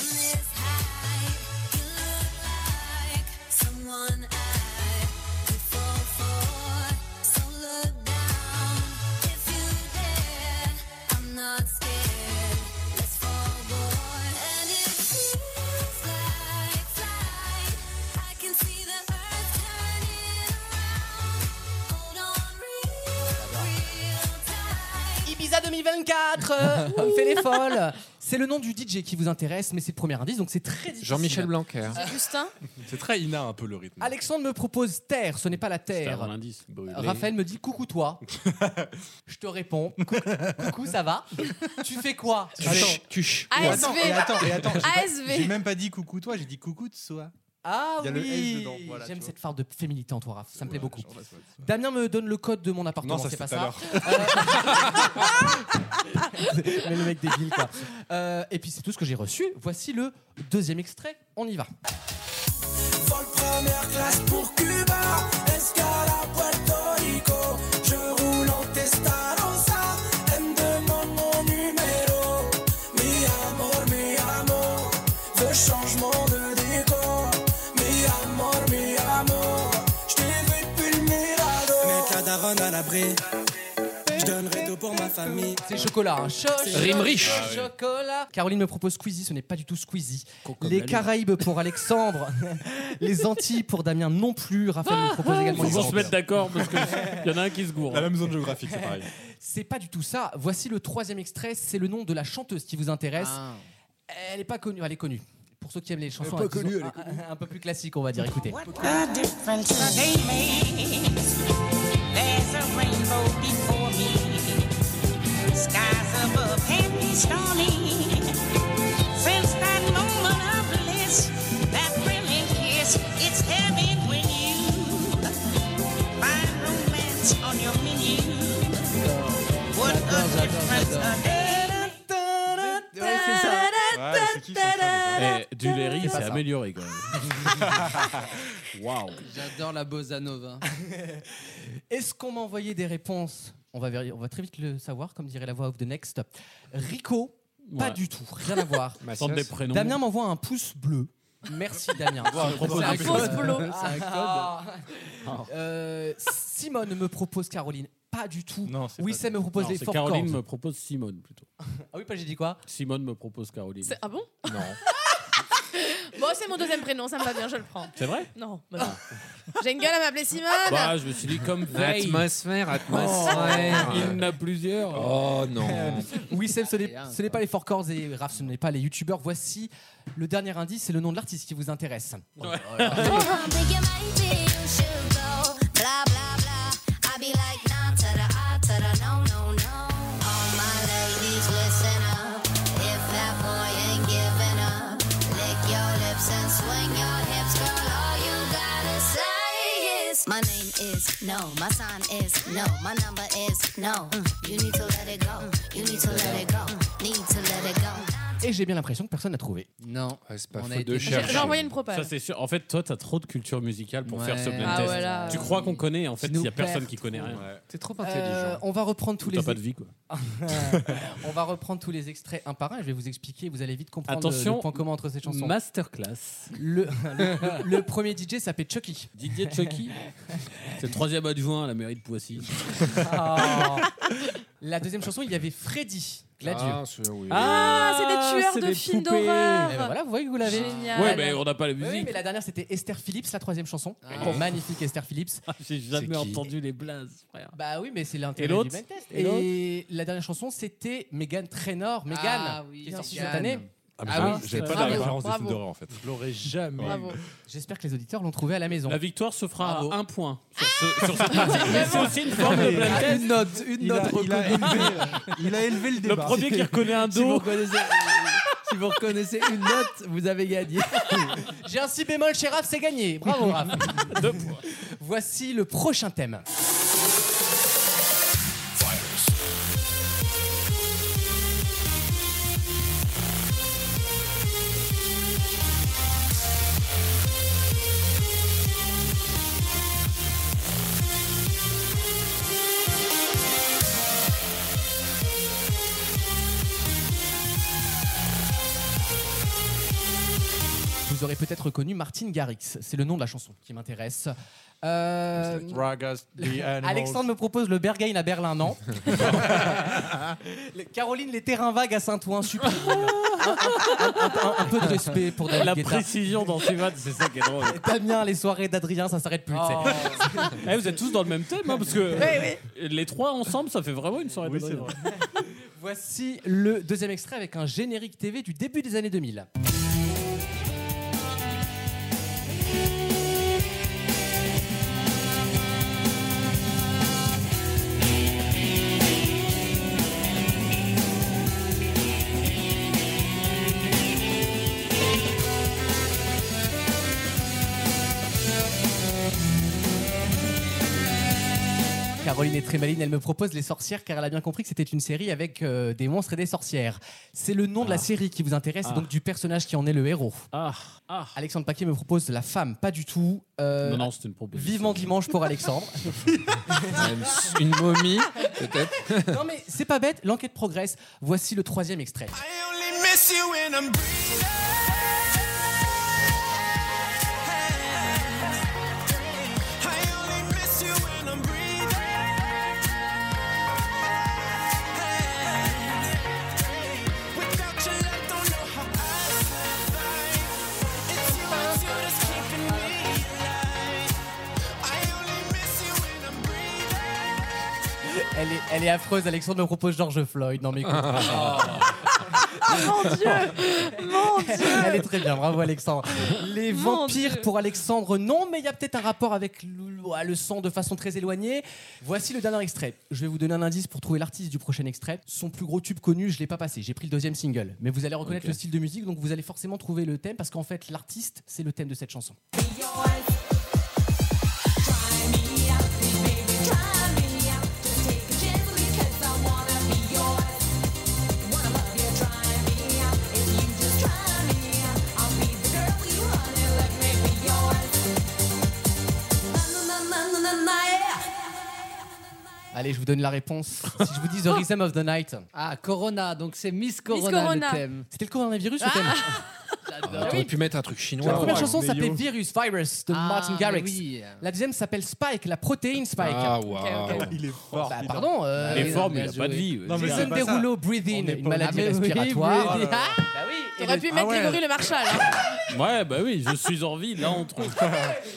S2: Ibiza 2024
S7: <laughs>
S2: euh, Fais les folles C'est le nom du DJ qui vous intéresse, mais c'est le premier indice, donc c'est très difficile.
S4: Jean-Michel Blanquer.
S7: Justin
S8: C'est très ina un peu le rythme.
S2: Alexandre me propose Terre, ce n'est pas la
S3: C'est avant
S2: Terre.
S3: l'indice.
S2: Raphaël me dit coucou toi. Je te réponds coucou, coucou, ça va. Tu fais quoi
S6: Attends.
S4: Tu ch-
S7: Ah,
S6: Et attends, et
S7: ASV
S6: attends, et attends, j'ai pas- J'ai
S7: ASV
S6: même pas dit coucou toi, j'ai dit coucou de soi.
S2: Ah
S6: Il y a le
S2: oui.
S6: S dedans, voilà,
S2: J'aime
S6: tu vois.
S2: cette phare de féminité en toi, Raph. Oh, Ça me plaît beaucoup.
S8: Genre, ouais, ouais, ouais.
S2: Damien me donne le code de mon appartement.
S8: Non, ça
S2: c'est
S8: c'est
S2: pas
S8: tout à
S2: ça. Euh,
S8: l'heure.
S2: <laughs> Mais le mec débile quoi. Euh, et puis c'est tout ce que j'ai reçu. Voici le deuxième extrait. On y va.
S13: changement de décor. Mi amor, mi
S2: famille. C'est chocolat. Hein. Cho- cho-
S4: Rime riche.
S2: cho-
S4: Ah oui.
S2: Chocolat. Caroline me propose Squeezie, ce n'est pas du tout Squeezie.
S4: la
S2: Les
S4: lune.
S2: Caraïbes pour
S13: <laughs>
S2: Alexandre. Les Antilles pour Damien non plus. Raphaël me propose également
S3: Ils vont
S2: l'Islande.
S3: se mettre d'accord parce qu'il <laughs> y en a un qui se gourre. La même zone géographique, c'est pareil.
S2: C'est pas du tout ça. Voici le troisième extrait. C'est le nom de la chanteuse qui vous intéresse. Elle est pas connue. Elle est connue. Pour ceux qui aiment les chansons
S13: pas
S2: hein, qui
S13: connue,
S2: sont
S13: Ah. elle est
S2: un- un, un peu plus classiques, on va dire. Écoutez.
S13: A difference a day makes. There's a rainbow before me. Skies above can be stormy. Since that moment of bliss, that thrilling kiss, it's heaven when you find romance on your menu. What a difference a day makes.
S3: Eh, Duléry,
S5: C'est
S3: il
S5: pas
S3: s'est
S5: ça.
S3: amélioré quand même. <laughs> Waouh.
S5: J'adore la bossa nova.
S2: Est-ce qu'on m'a envoyé des réponses on va, vérifier- on va très vite le savoir, comme dirait la voix off de Next. Rico, pas
S3: Ouais.
S2: du tout, rien à voir.
S13: <laughs> Bah
S3: Mathias. Centre des prénoms.
S2: Damien m'envoie un pouce bleu. Merci
S13: <laughs>
S2: Damien.
S3: Wow, on propose C'est un un pouce code. bleu.
S2: C'est un code.
S3: Ah.
S2: <laughs> Euh, Simone me propose Caroline. Pas du tout.
S3: Non,
S2: oui,
S3: pas-
S2: ça me propose
S3: Non,
S2: les
S3: c'est
S2: forts
S3: Caroline
S2: cordes.
S3: me propose Simone plutôt.
S2: Ah oui, pas j'ai dit quoi
S3: Simone me propose Caroline.
S7: C'est- Ah bon
S3: Eh. Non.
S7: <laughs> Bon, c'est mon deuxième prénom, ça me va bien, je le prends.
S3: C'est vrai
S7: Non. bah non. J'ai une gueule à m'appeler Simone.
S3: Bah, je me suis dit comme Veil. <laughs>
S4: Atmosphère, atmosphère.
S3: Oh, il y en a plusieurs.
S4: Oh non.
S2: Oui, Seb, ce n'est ce n'est pas les Four Chords et Raph, ce n'est pas les youtubeurs. Voici le dernier indice, c'est le nom de l'artiste qui vous intéresse.
S13: I'm thinking maybe you should go. Blah, blah, blah. I be like, nah, to the ah, to the no, no, no. All my ladies, listen up. If that boy ain't giving up, lick your lips and swing your hips, girl. All you gotta say is, my name is no, my sign is no, my number is no. Mm, You need to let it go. You need to let it go. Need to let it go.
S2: Et j'ai bien l'impression que personne n'a trouvé.
S5: Non,
S4: Ah, c'est pas
S2: On a
S3: faute
S2: été-
S3: de chercher.
S7: J'ai envoyé une propale.
S3: Ça c'est sûr. En fait, toi, t'as trop de culture musicale pour
S2: Ouais.
S3: faire ce blind
S2: Ah
S3: test.
S2: ouais, là,
S3: tu
S2: ouais.
S3: crois qu'on connaît, en fait, il y a personne
S2: perd
S3: qui connaît
S2: trop.
S3: rien.
S2: T'es trop
S3: intelligent.
S2: Euh, on va reprendre tous
S3: T'as
S2: les.
S3: pas de vie, quoi.
S2: on va reprendre tous les extraits un par un. Je vais vous expliquer. Vous allez vite comprendre le-
S3: Attention,
S2: le point commun entre ces chansons.
S3: Masterclass.
S2: Le, <laughs> le, le premier DJ s'appelait Chucky.
S3: Didier Chucky. C'est le troisième adjoint à la mairie de Poissy.
S2: <laughs> Ah. La deuxième chanson, il y avait Freddy. Gladieux.
S3: Ah, c'est- oui. Ah, c'est des tueurs
S2: c'est
S3: de
S2: des
S3: films
S2: poupées.
S3: d'horreur.
S2: Eh ben voilà, vous voyez que vous l'avez.
S3: Génial. Ouais, mais on n'a pas la musique.
S2: Ah Oui, mais la dernière, c'était Esther Phillips, la troisième chanson.
S3: Ah.
S2: Magnifique Esther Phillips.
S3: J'ai jamais entendu les blazes, frère.
S2: Bah oui, mais c'est
S3: Et
S2: l'intérêt
S3: l'autre
S2: du blind test.
S3: Et l'autre
S2: Et la dernière chanson, c'était Megan Trainor. Megan,
S5: Ah oui,
S2: qui est sortie
S5: Megan.
S2: cette année.
S3: Ah, mais j'avais- j'avais pas la
S2: Bravo.
S3: référence des films
S2: Bravo.
S3: d'horreur, en fait. Je l'aurais jamais <laughs> Bravo. eu.
S2: J'espère que les auditeurs l'ont trouvé à la maison.
S3: La victoire se fera
S2: Bravo.
S3: à un point sur, ce- sur
S2: <laughs>
S3: cette partie. Mais c'est aussi une forme de blind
S5: Ah,
S3: test.
S5: Une note, une
S3: Il
S5: note
S3: a- il a
S5: reconnue.
S3: élevé- il a élevé le débat. premier qui reconnaît un
S5: Si
S3: do.
S5: vous reconnaissez, si vous reconnaissez une note, vous avez gagné.
S2: J'ai un si bémol chez Raph, c'est gagné. Bravo Raph. Voici le prochain thème. Vous aurez peut-être reconnu Martine Garrix. C'est le nom de la chanson qui m'intéresse. Euh, Alexandre me propose le Berghain à Berlin,
S3: <laughs>
S2: non Le- Caroline, les terrains vagues à Saint-Ouen, super. <laughs> un, un- un peu de respect pour David
S3: La
S2: Guetta.
S3: précision dans ces vannes, c'est ça qui est drôle.
S2: Et Damien, les soirées d'Adrien, ça s'arrête plus. tu sais.
S3: Eh, vous êtes tous dans le même thème, hein, parce que
S2: Ouais,
S3: les trois ensemble, ça fait vraiment une soirée d'Adrien.
S2: Voici le deuxième extrait avec un générique TV du début des années 2000. Caroline est très maline, elle me propose Les Sorcières car elle a bien compris que c'était une série avec euh, des monstres et des sorcières. C'est le nom de la série qui vous intéresse
S3: Ah.
S2: et donc du personnage qui en est le héros.
S3: Ah, ah.
S2: Alexandre Paquet me propose La femme, pas du tout. Euh,
S3: Non, non, c'est une proposition.
S2: Vivement dimanche pour Alexandre.
S4: Une momie, peut-être.
S2: non mais c'est pas bête, l'enquête progresse. Voici le troisième extrait.
S13: only miss you when I'm breathing. I only miss you when I'm breathing.
S2: elle est, elle est affreuse. Alexandre me propose George Floyd. Non, mais écoute.
S13: Ah.
S2: Ah, mon Dieu Mon Dieu Elle est très bien, bravo Alexandre. Les
S13: Mon
S2: vampires
S13: Dieu.
S2: pour Alexandre, non, mais il y a peut-être un rapport avec le, le sang de façon très éloignée. Voici le dernier extrait. Je vais vous donner un indice pour trouver l'artiste du prochain extrait. Son plus gros tube connu, je l'ai pas passé, j'ai pris le deuxième single. Mais vous allez reconnaître
S6: Ok.
S2: le style de musique, donc vous allez forcément trouver le thème, parce qu'en fait, l'artiste, c'est le thème de cette chanson. Allez, je vous donne la réponse. Si je vous dis The Rhythm of the Night.
S5: Ah, Corona, donc c'est Miss Corona,
S2: Corona.
S5: le thème.
S2: C'était le coronavirus le thème
S4: Ah, T'aurais pu mettre un truc chinois.
S2: La première
S4: Ah Ouais.
S2: chanson s'appelait Virus, Virus de
S5: Ah,
S2: Martin Garrix.
S5: mais oui.
S2: La deuxième s'appelle Spike, la protéine Spike.
S4: Ah, waouh. Ok, ok. Il est fort,
S2: Bah,
S4: putain.
S2: pardon. euh,
S5: Ah,
S4: Il est fort, mais il a
S2: bien
S4: pas de
S2: joué.
S4: vie. Non, mais
S2: Jason
S4: c'est pas ça.
S2: Derulo,
S4: On
S2: Breathing,
S4: n'est pas
S2: une
S4: au-
S2: maladie
S4: Ah, mais oui,
S2: respiratoire.
S4: Breathing.
S2: Ah,
S7: T'aurais pu
S3: Ah
S7: mettre
S3: ouais.
S7: Grégory le Marshal. hein.
S3: Ouais, bah oui, je suis en vie, là on trouve.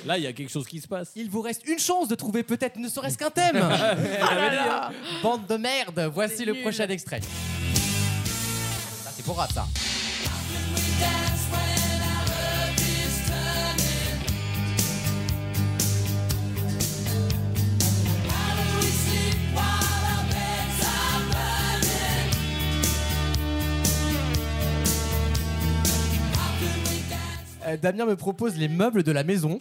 S3: Là, il y a quelque chose qui se passe.
S2: Il vous reste une chance de trouver peut-être ne serait-ce qu'un thème.
S3: <laughs>
S2: <laughs>
S3: Ah là
S2: Elle avait dit, hein. Bande de merde, voici le prochain extrait. Ça, C'est pour rap ça. Euh, Damien me propose les meubles de la maison.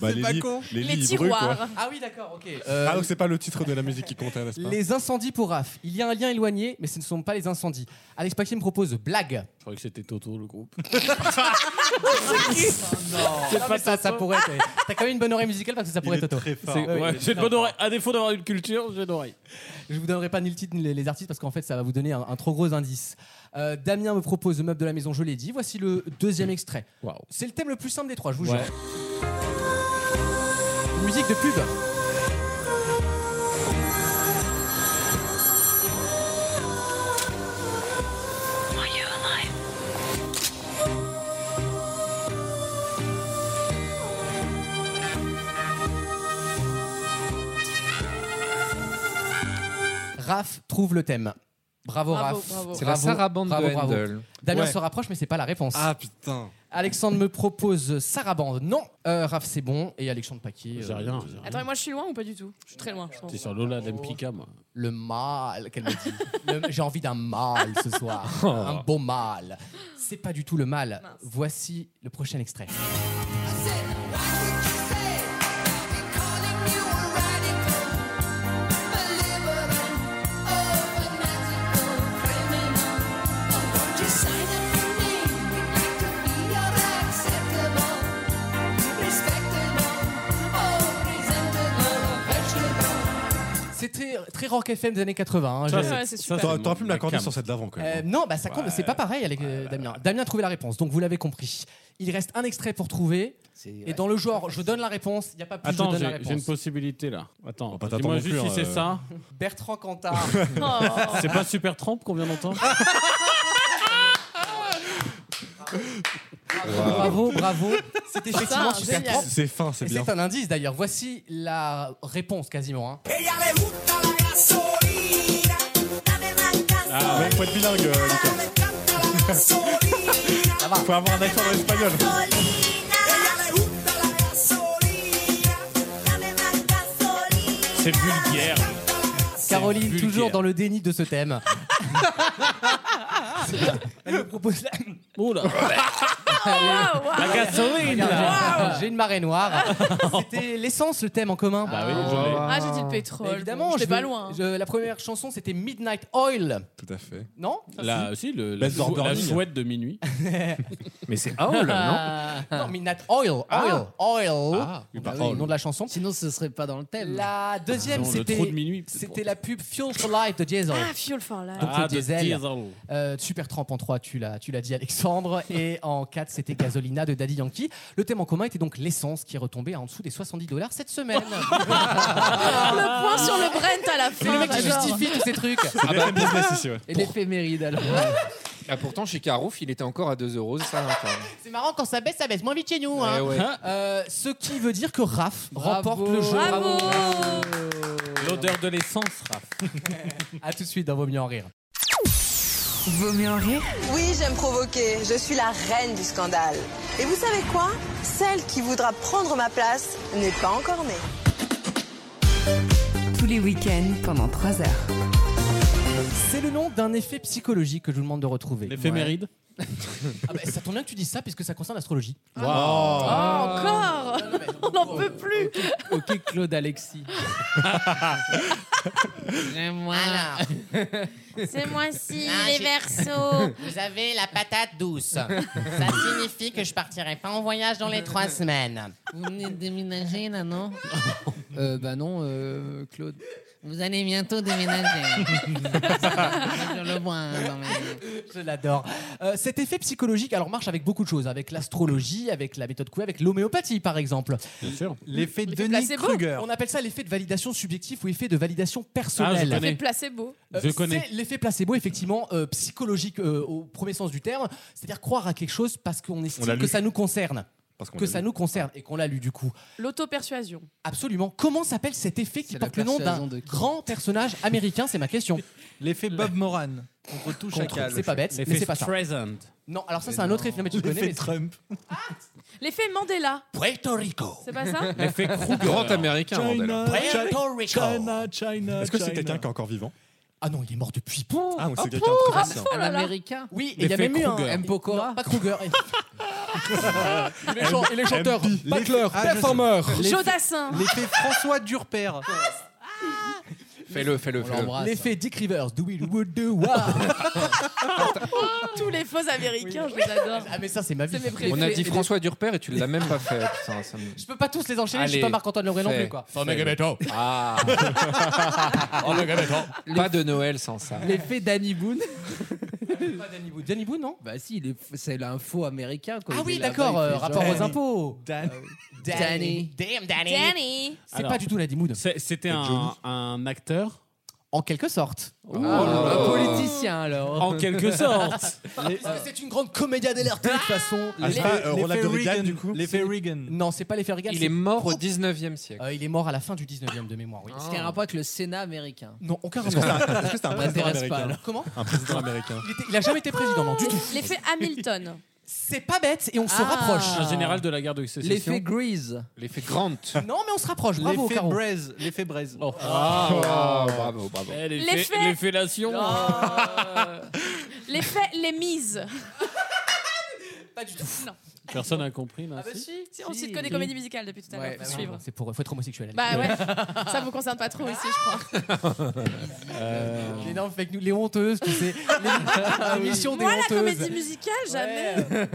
S8: Bah, les li- les Les livres, tiroirs. quoi.
S2: Ah oui, d'accord, ok. Euh,
S8: Ah, donc c'est pas le titre de la musique qui comptait, n'est-ce pas
S3: Hein
S2: Les incendies pour Raph. Il y a un lien éloigné, mais ce ne sont pas les incendies. Alex Paquet me propose blague.
S3: Je croyais que c'était Toto le groupe.
S2: C'est pas ça, ça pourrait être. T'as quand même une bonne oreille musicale parce que ça pourrait être Toto.
S3: C'est- ouais, j'ai une bonne oreille. À défaut d'avoir une culture, j'ai une oreille.
S2: Je vous donnerai pas ni le titre ni les, les artistes parce qu'en fait ça va vous donner un, un trop gros indice. Euh, Damien me propose le meuble de la maison, je l'ai dit. Voici le deuxième extrait. C'est le thème le plus simple des trois, je vous
S3: Ouais.
S2: jure. Musique de pub. Raph trouve le thème. Bravo,
S4: Bravo,
S2: Raph.
S4: bravo. C'est la
S2: Bravo,
S4: sarabande de
S2: bravo, bravo.
S4: Handel.
S2: Damien
S4: Ouais.
S2: se rapproche, mais c'est pas la réponse.
S4: Ah, putain.
S2: Alexandre me propose Sarabande. Non, Euh, Raph, c'est bon. Et Alexandre Paquet. euh, J'ai
S3: rien.
S7: Attends, mais moi je suis loin ou pas du tout Je suis très loin, je pense.
S3: T'es sur Lola d'Empika, moi.
S2: Le mal, qu'elle me dit. Le- J'ai envie d'un mal ce soir.
S3: <laughs> Oh.
S2: Un beau mal. C'est pas du tout le mal. Voici le prochain extrait. C'était très rock FM des années 80. hein.
S8: Ça,
S2: Je-
S8: c'est- Ouais, c'est super. t'aurais- t'aurais pu me l'accorder
S2: Ma cam.
S8: sur cette d'avant, quand même.
S2: Euh, non, bah ça compte, c'est pas pareil avec euh, Damien. Damien a trouvé la réponse, donc vous l'avez compris. Il reste un extrait pour trouver. Et dans le genre, je donne la réponse, il n'y a pas plus
S3: Attends,
S2: je donne la
S3: j'ai j'ai une
S2: réponse.
S3: possibilité là. Attends,
S8: pas t'attendre
S3: dis-moi
S8: non
S3: juste
S8: plus,
S3: si
S8: hein,
S3: c'est
S8: euh. Ah.
S3: ça.
S2: Bertrand
S3: <laughs>
S2: Cantat.
S7: Oh.
S3: C'est pas Super Trump qu'on vient d'entendre
S2: Bravo, bravo. C'est effectivement
S13: Ça,
S2: super
S13: génial.
S2: propre.
S8: C'est fin, c'est
S2: Et
S8: bien.
S2: C'est un indice d'ailleurs. Voici la réponse quasiment. hein.
S8: Ah, ouais, faut être bilingue, euh,
S13: <laughs>
S8: Lucas. faut avoir un accent dans l'espagnol.
S3: C'est vulgaire.
S2: Caroline,
S3: vulgaire.
S2: toujours dans le déni de ce thème. Elle me propose la.
S8: <laughs>
S3: Oula.
S2: La
S3: gasoline, là.
S2: J'ai une marée noire. C'était l'essence, le thème en commun.
S3: Bah oui, je l'ai.
S7: Ah, j'ai dit le pétrole.
S2: Évidemment,
S7: Bon, j'étais
S2: je vais-
S7: pas loin, hein.
S2: je- la première chanson, c'était Midnight Oil.
S8: Tout à fait.
S2: Non
S3: Là, si, le, la,
S8: Best Order
S3: la
S8: Ligne.
S3: chouette de minuit.
S4: Mais c'est
S3: Ah, oh
S2: Ah, <laughs> Non, Midnight Oil. Oil. Oil.
S5: Ah,
S2: Bah
S5: bah
S2: oui,
S5: oui.
S2: le nom de la chanson.
S5: Sinon, ce serait pas dans le thème.
S2: La deuxième,
S5: Dans le trou de
S2: c'était
S5: minuit,
S2: c'était la pub Fuel for Life de Diesel.
S7: Ah, Fuel for Life.
S2: Donc
S3: Ah,
S2: le
S3: de
S2: diesel.
S3: Diesel.
S2: Euh, super Tramp en 3, tu l'as, tu l'as dit Alexandre. Et en 4, c'était Gasolina de Daddy Yankee. Le thème en commun était donc l'essence qui est retombée en dessous des 70 dollars cette <laughs> semaine.
S7: Le point sur le Brent à la
S2: C'est le
S7: fin.
S2: mec qui
S7: j'adore.
S2: justifie tous ces trucs.
S4: Ah bah,
S5: Et l'éphéméride alors.
S4: Ah, pourtant, chez Carouf, il était encore à 2 euros. Ça, quand même.
S2: <laughs> C'est marrant, quand ça baisse, ça baisse moins vite chez nous.
S4: Eh Ouais,
S2: hein.
S4: ouais.
S2: Euh, ce qui veut dire que Raph remporte le jeu.
S5: Bravo.
S3: L'odeur de l'essence, Raph.
S2: A tout de suite dans Vaut mieux en rire.
S1: Vaut mieux en rire
S14: Oui, j'aime provoquer. Je suis la reine du scandale. Et vous savez quoi Celle qui voudra prendre ma place n'est pas encore née.
S1: tous les week-ends pendant 3 heures.
S2: C'est le nom d'un effet psychologique que je vous demande de retrouver.
S3: L'éphéméride
S2: <laughs> Ah bah, Ça tombe bien que tu dises ça puisque ça concerne l'astrologie.
S3: Wow. Ah,
S7: <laughs>
S2: encore On n'en peut plus
S5: Ok, Claude Alexis.
S15: C'est moi. <laughs> C'est moi-ci, les versos. Ah, <laughs> Vous avez la patate douce. Ça signifie que je partirai pas en voyage dans les trois semaines. Vous venez de déménager, là, non
S5: Euh, bah non, euh, Claude.
S15: Vous allez bientôt déménager. je le vois. hein, dans mes-
S2: Je l'adore. Euh, cet effet psychologique alors marche avec beaucoup de choses, avec l'astrologie, avec la méthode Coué, avec l'homéopathie par exemple.
S3: Bien sûr.
S2: L'effet
S3: Euh, L'effet Denis placebo. Kruger.
S2: On appelle ça l'effet de validation subjective ou effet de validation
S3: Ah, je
S2: personnelle. Euh,
S3: connais. L'effet
S7: placebo.
S3: Je connais.
S2: C'est l'effet placebo effectivement euh, psychologique euh, au premier sens du terme, c'est-à-dire croire à quelque chose parce qu'on
S3: On
S2: estime
S3: l'a lu.
S2: que ça nous concerne.
S3: qu'on
S2: que
S3: l'a
S2: ça
S3: lu.
S2: nous concerne et qu'on l'a lu du coup.
S7: L'auto-persuasion.
S2: Absolument. Comment s'appelle cet effet qui porte le nom d'un
S7: persuasion de qui
S2: grand personnage américain C'est ma question.
S6: L'effet Bob Moran contre tout
S2: Contre,
S6: chacal.
S2: c'est pas bête, mais c'est pas ça. Non, alors ça, c'est un autre effet, mais tu connais.
S6: L'effet
S2: mais-
S6: Trump.
S7: L'effet Mandela.
S2: Puerto Rico.
S7: C'est pas ça
S2: <laughs>
S3: L'effet Kruger.
S4: Grand américain,
S6: hein.
S4: Mandela.
S2: Puerto Rico.
S16: China,
S2: Est-ce que c'est
S16: China.
S2: quelqu'un
S16: qui est encore vivant
S2: Ah non, il est mort depuis.
S16: Ah, donc c'est
S2: Ah,
S16: quelqu'un de très récent.
S5: Un américain
S2: Oui, et il y a même eu un. M. Pokora Pas Kruger. <laughs> il, est chan- il est chanteur,
S6: MP.
S2: battleur,
S6: Ah, je sais.
S2: performeur.
S6: L'effet-
S7: Jodassin.
S6: L'effet François Durper.
S4: Fais-le, fais-le,
S2: l'embrasse.
S4: fais-le.
S2: L'effet Dick Rivers. Do we would do what
S7: Tous les faux américains, je les adore.
S2: Ah, mais ça, c'est ma vie.
S4: On a dit François Durper et tu l'as même pas fait. Putain, ça me-
S2: <laughs> Je peux pas tous les enchaîner, je suis pas Marc-Antoine Lebré non
S4: fais,
S2: plus, quoi.
S4: fais. Ah. <laughs> Pas de Noël sans ça.
S5: L'effet Danny Boone.
S2: pas Danny Boone. Danny Boone, non
S5: Bah si, il est- c'est un faux américain. Quoi.
S2: Ah
S5: Il est
S2: oui,
S5: là-bas,
S2: d'accord,
S5: il fait
S2: euh,
S5: genre-
S2: rapport aux impôts.
S5: Danny.
S15: Damn, Danny.
S7: Danny.
S2: C'est pas du tout la Dimoud.
S3: C'était
S2: C'est
S3: un,
S2: Johnny.
S3: un acteur
S2: En quelque sorte.
S4: Oh
S5: Un politicien alors.
S3: En quelque sorte.
S2: Parce que c'est une grande comédia dell'arte de toute façon.
S3: Ah, c'est
S2: Les-
S3: pas, euh,
S2: les
S3: Ronald
S2: Fairrigan,
S3: Reagan, du
S2: coup L'effet Reagan. Non, c'est pas l'effet Reagan.
S4: Il
S2: c'est-
S4: est mort au 19e siècle.
S2: Euh, il est mort à la fin du 19e de mémoire, oui.
S5: Ce qui a un rapport avec le Sénat américain.
S2: Non, aucun
S5: Est-ce
S2: rapport.
S5: que c'est un- est-ce que c'est un
S2: Ça
S5: président
S2: m'intéresse
S5: américain
S2: alors. Comment
S16: Un président américain.
S2: Il, était- il a jamais
S5: Ah,
S2: été président, non, du tout.
S7: L'effet Hamilton.
S2: C'est pas bête et on se
S7: Ah.
S2: rapproche.
S3: Un général de la guerre de sécession.
S5: L'effet Grease.
S4: L'effet
S2: <laughs>
S4: Grant.
S2: Non, mais on se rapproche. Bravo,
S6: L'effet
S2: Caro.
S6: Braise. L'effet Braise.
S3: Ah,
S4: waouh, Oh, bravo, bravo.
S3: Eh,
S7: Les
S3: les, fé-
S7: faits.
S3: les fellations.
S2: Ah.
S5: Ah.
S2: Bah,
S7: L'effet les mises.
S2: Pas du tout.
S7: Non.
S3: Personne n'a compris. là,
S7: Ah bah
S3: si.
S7: si, si, on
S2: Si,
S7: cite que des
S2: si.
S7: comédies musicales depuis tout à l'heure.
S2: Ouais, bah
S7: faut suivre.
S2: non, C'est pour. Faut être homosexuel.
S7: Bah ouais, ça vous concerne pas trop ici, je
S2: Ah,
S7: crois.
S2: Euh, L'énorme fake news, les honteuses, tu
S5: <laughs>
S2: sais. Les- L'émission des
S7: Moi, la
S2: honteuses.
S7: comédie musicale, jamais.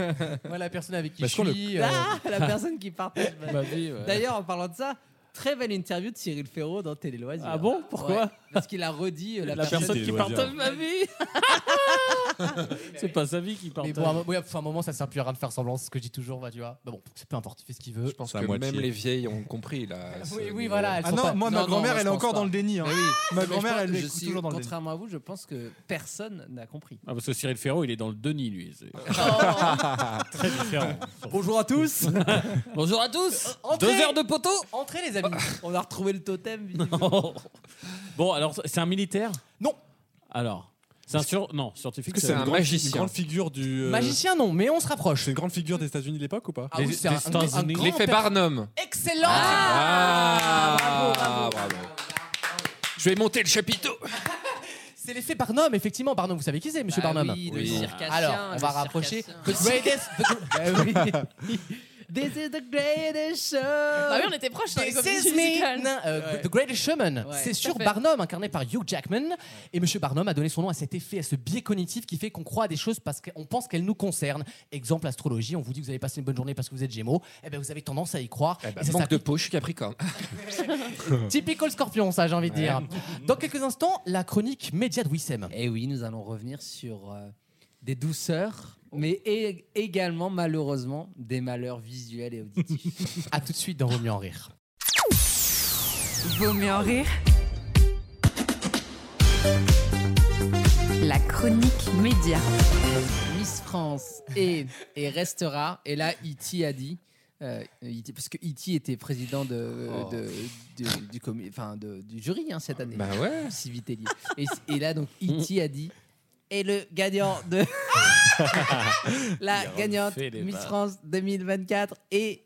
S2: Moi, la personne avec qui
S5: Bah,
S2: je
S5: sur le-
S2: suis. euh.
S5: Ah, la personne qui partage ma
S2: <laughs> Ma vie, ouais.
S5: D'ailleurs, en parlant de ça, très belle interview de Cyril Ferraud dans Télé Loisirs.
S3: Ah bon Pourquoi
S5: Ouais, Parce qu'il a redit euh, la,
S3: La personne qui partage
S5: ma vie.
S3: C'est pas sa vie qui
S2: Mais
S3: partage.
S2: bon, à un mo- oui, enfin, à un moment, ça sert plus à rien de faire semblant, c'est ce que je dis toujours, bah, tu vois. Bah bon, peu importe, il fait ce qu'il veut.
S4: Je pense que même les vieilles ont compris là.
S2: Ah Oui,
S4: ce
S2: oui,
S4: niveau.
S2: voilà. elles sont pas-
S6: Ah moi, ma grand-mère, elle est encore dans le déni, hein.
S5: Mais
S6: Ma
S5: Mais je
S6: grand-mère,
S5: pense-
S6: elle est
S5: je suis-
S6: toujours dans le déni.
S5: Contrairement à vous, je pense que personne n'a compris.
S3: Ah, parce que Cyril Ferraud, il est dans le Denis, lui. C'est- Très différent.
S5: Bonjour à tous. <laughs> Bonjour à tous.
S2: Euh, Entrez.
S5: Deux heures de poteau.
S2: Entrez, les amis.
S5: <laughs> On a retrouvé le totem.
S3: Bon, alors, c'est un militaire
S2: Non.
S3: Alors, c'est un sur... Non, scientifique.
S16: Est-ce que c'est un
S3: grande-
S16: magicien Une grande figure du. euh,
S2: Magicien, non, mais on se rapproche.
S16: C'est une grande figure des États-Unis de l'époque ou pas
S2: Ah oui, c'est un- un grand
S4: L'effet
S2: pers-
S4: Barnum.
S2: Excellent
S4: Ah,
S2: Bravo, bravo.
S4: bravo. Je vais monter le chapiteau.
S2: C'est l'effet Barnum, effectivement. Barnum, vous savez qui c'est, monsieur
S5: Bah
S2: Barnum
S5: oui, le Oui. circassien,
S2: Alors, on
S5: le
S2: va rapprocher. The
S5: circassien.
S2: greatest.
S5: This is the greatest show.
S7: Bah oui, on était proches dans les
S2: This
S7: comédies
S2: is me.
S7: musicales.
S2: Non, euh, The Greatest Showman,
S5: Ouais.
S2: c'est
S5: Tout
S2: sur
S5: à fait.
S2: Barnum, incarné par Hugh Jackman. Et Monsieur Barnum a donné son nom à cet effet, à ce biais cognitif qui fait qu'on croit à des choses parce qu'on pense qu'elles nous concernent. Exemple, l'astrologie, on vous dit que vous avez passé une bonne journée parce que vous êtes gémeaux. Eh bien, vous avez tendance à y croire.
S4: Eh ben,
S2: Et ça
S4: manque de
S2: s'applique
S4: peau, je suis Capricorne.
S2: Typical scorpion, ça, j'ai envie de dire. Dans quelques instants, la chronique média de Wissem.
S5: Et Eh oui, nous allons revenir sur euh, des douceurs,
S2: Oh.
S5: mais é- également malheureusement des malheurs visuels et auditifs.
S2: à tout de suite dans Vaut mieux en rire.
S1: Vaut mieux en rire La chronique média.
S5: Miss France est et restera. Et là, Iti E a dit euh, E.T., parce que E.T. était président de,
S4: Oh.
S5: de- de- du, commu- enfin, de- du jury hein, cette année.
S4: Bah ouais.
S5: Si vite est lié. Et, et là, donc,
S8: Mm.
S5: E.T. a dit Et le gagnant
S8: <laughs>
S5: de la
S8: Il a
S5: gagnante
S8: refait les
S5: Miss
S8: vannes.
S5: France 2024 est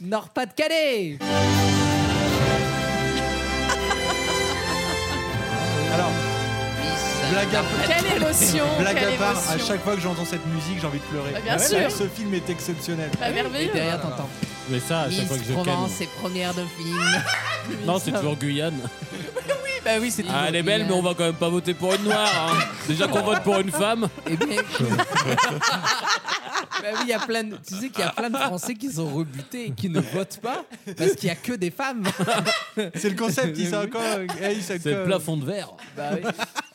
S5: Nord-Pas-de-Calais
S6: Alors, blague à
S7: Quelle émotion,
S6: Blague
S7: quelle
S6: à part, à
S7: émotion.
S6: chaque fois que j'entends cette musique, j'ai envie de pleurer.
S7: Bah, bien
S6: Ah ouais,
S7: sûr.
S6: mais Ce film est exceptionnel.
S7: Bah, merveilleux. Et derrière,
S5: t'entends.
S3: Mais ça, à chaque fois que je
S5: Provence
S3: ken.
S5: et première dauphine.
S3: Non, c'est toujours Guyane.
S5: <laughs> oui, bah oui, c'est
S3: Ah, elle est belle, mais on va quand même pas voter pour une noire. hein. Déjà qu'on vote pour une
S16: <laughs>
S3: femme.
S5: Et bien, Bah oui, il y a plein de- tu sais qu'il y a plein de Français qui sont rebutés et qui ne votent pas parce qu'il y a que des femmes.
S6: C'est le concept, ils sont encore- eh, ils sont C'est le encore- plafond de verre.
S5: Bah oui.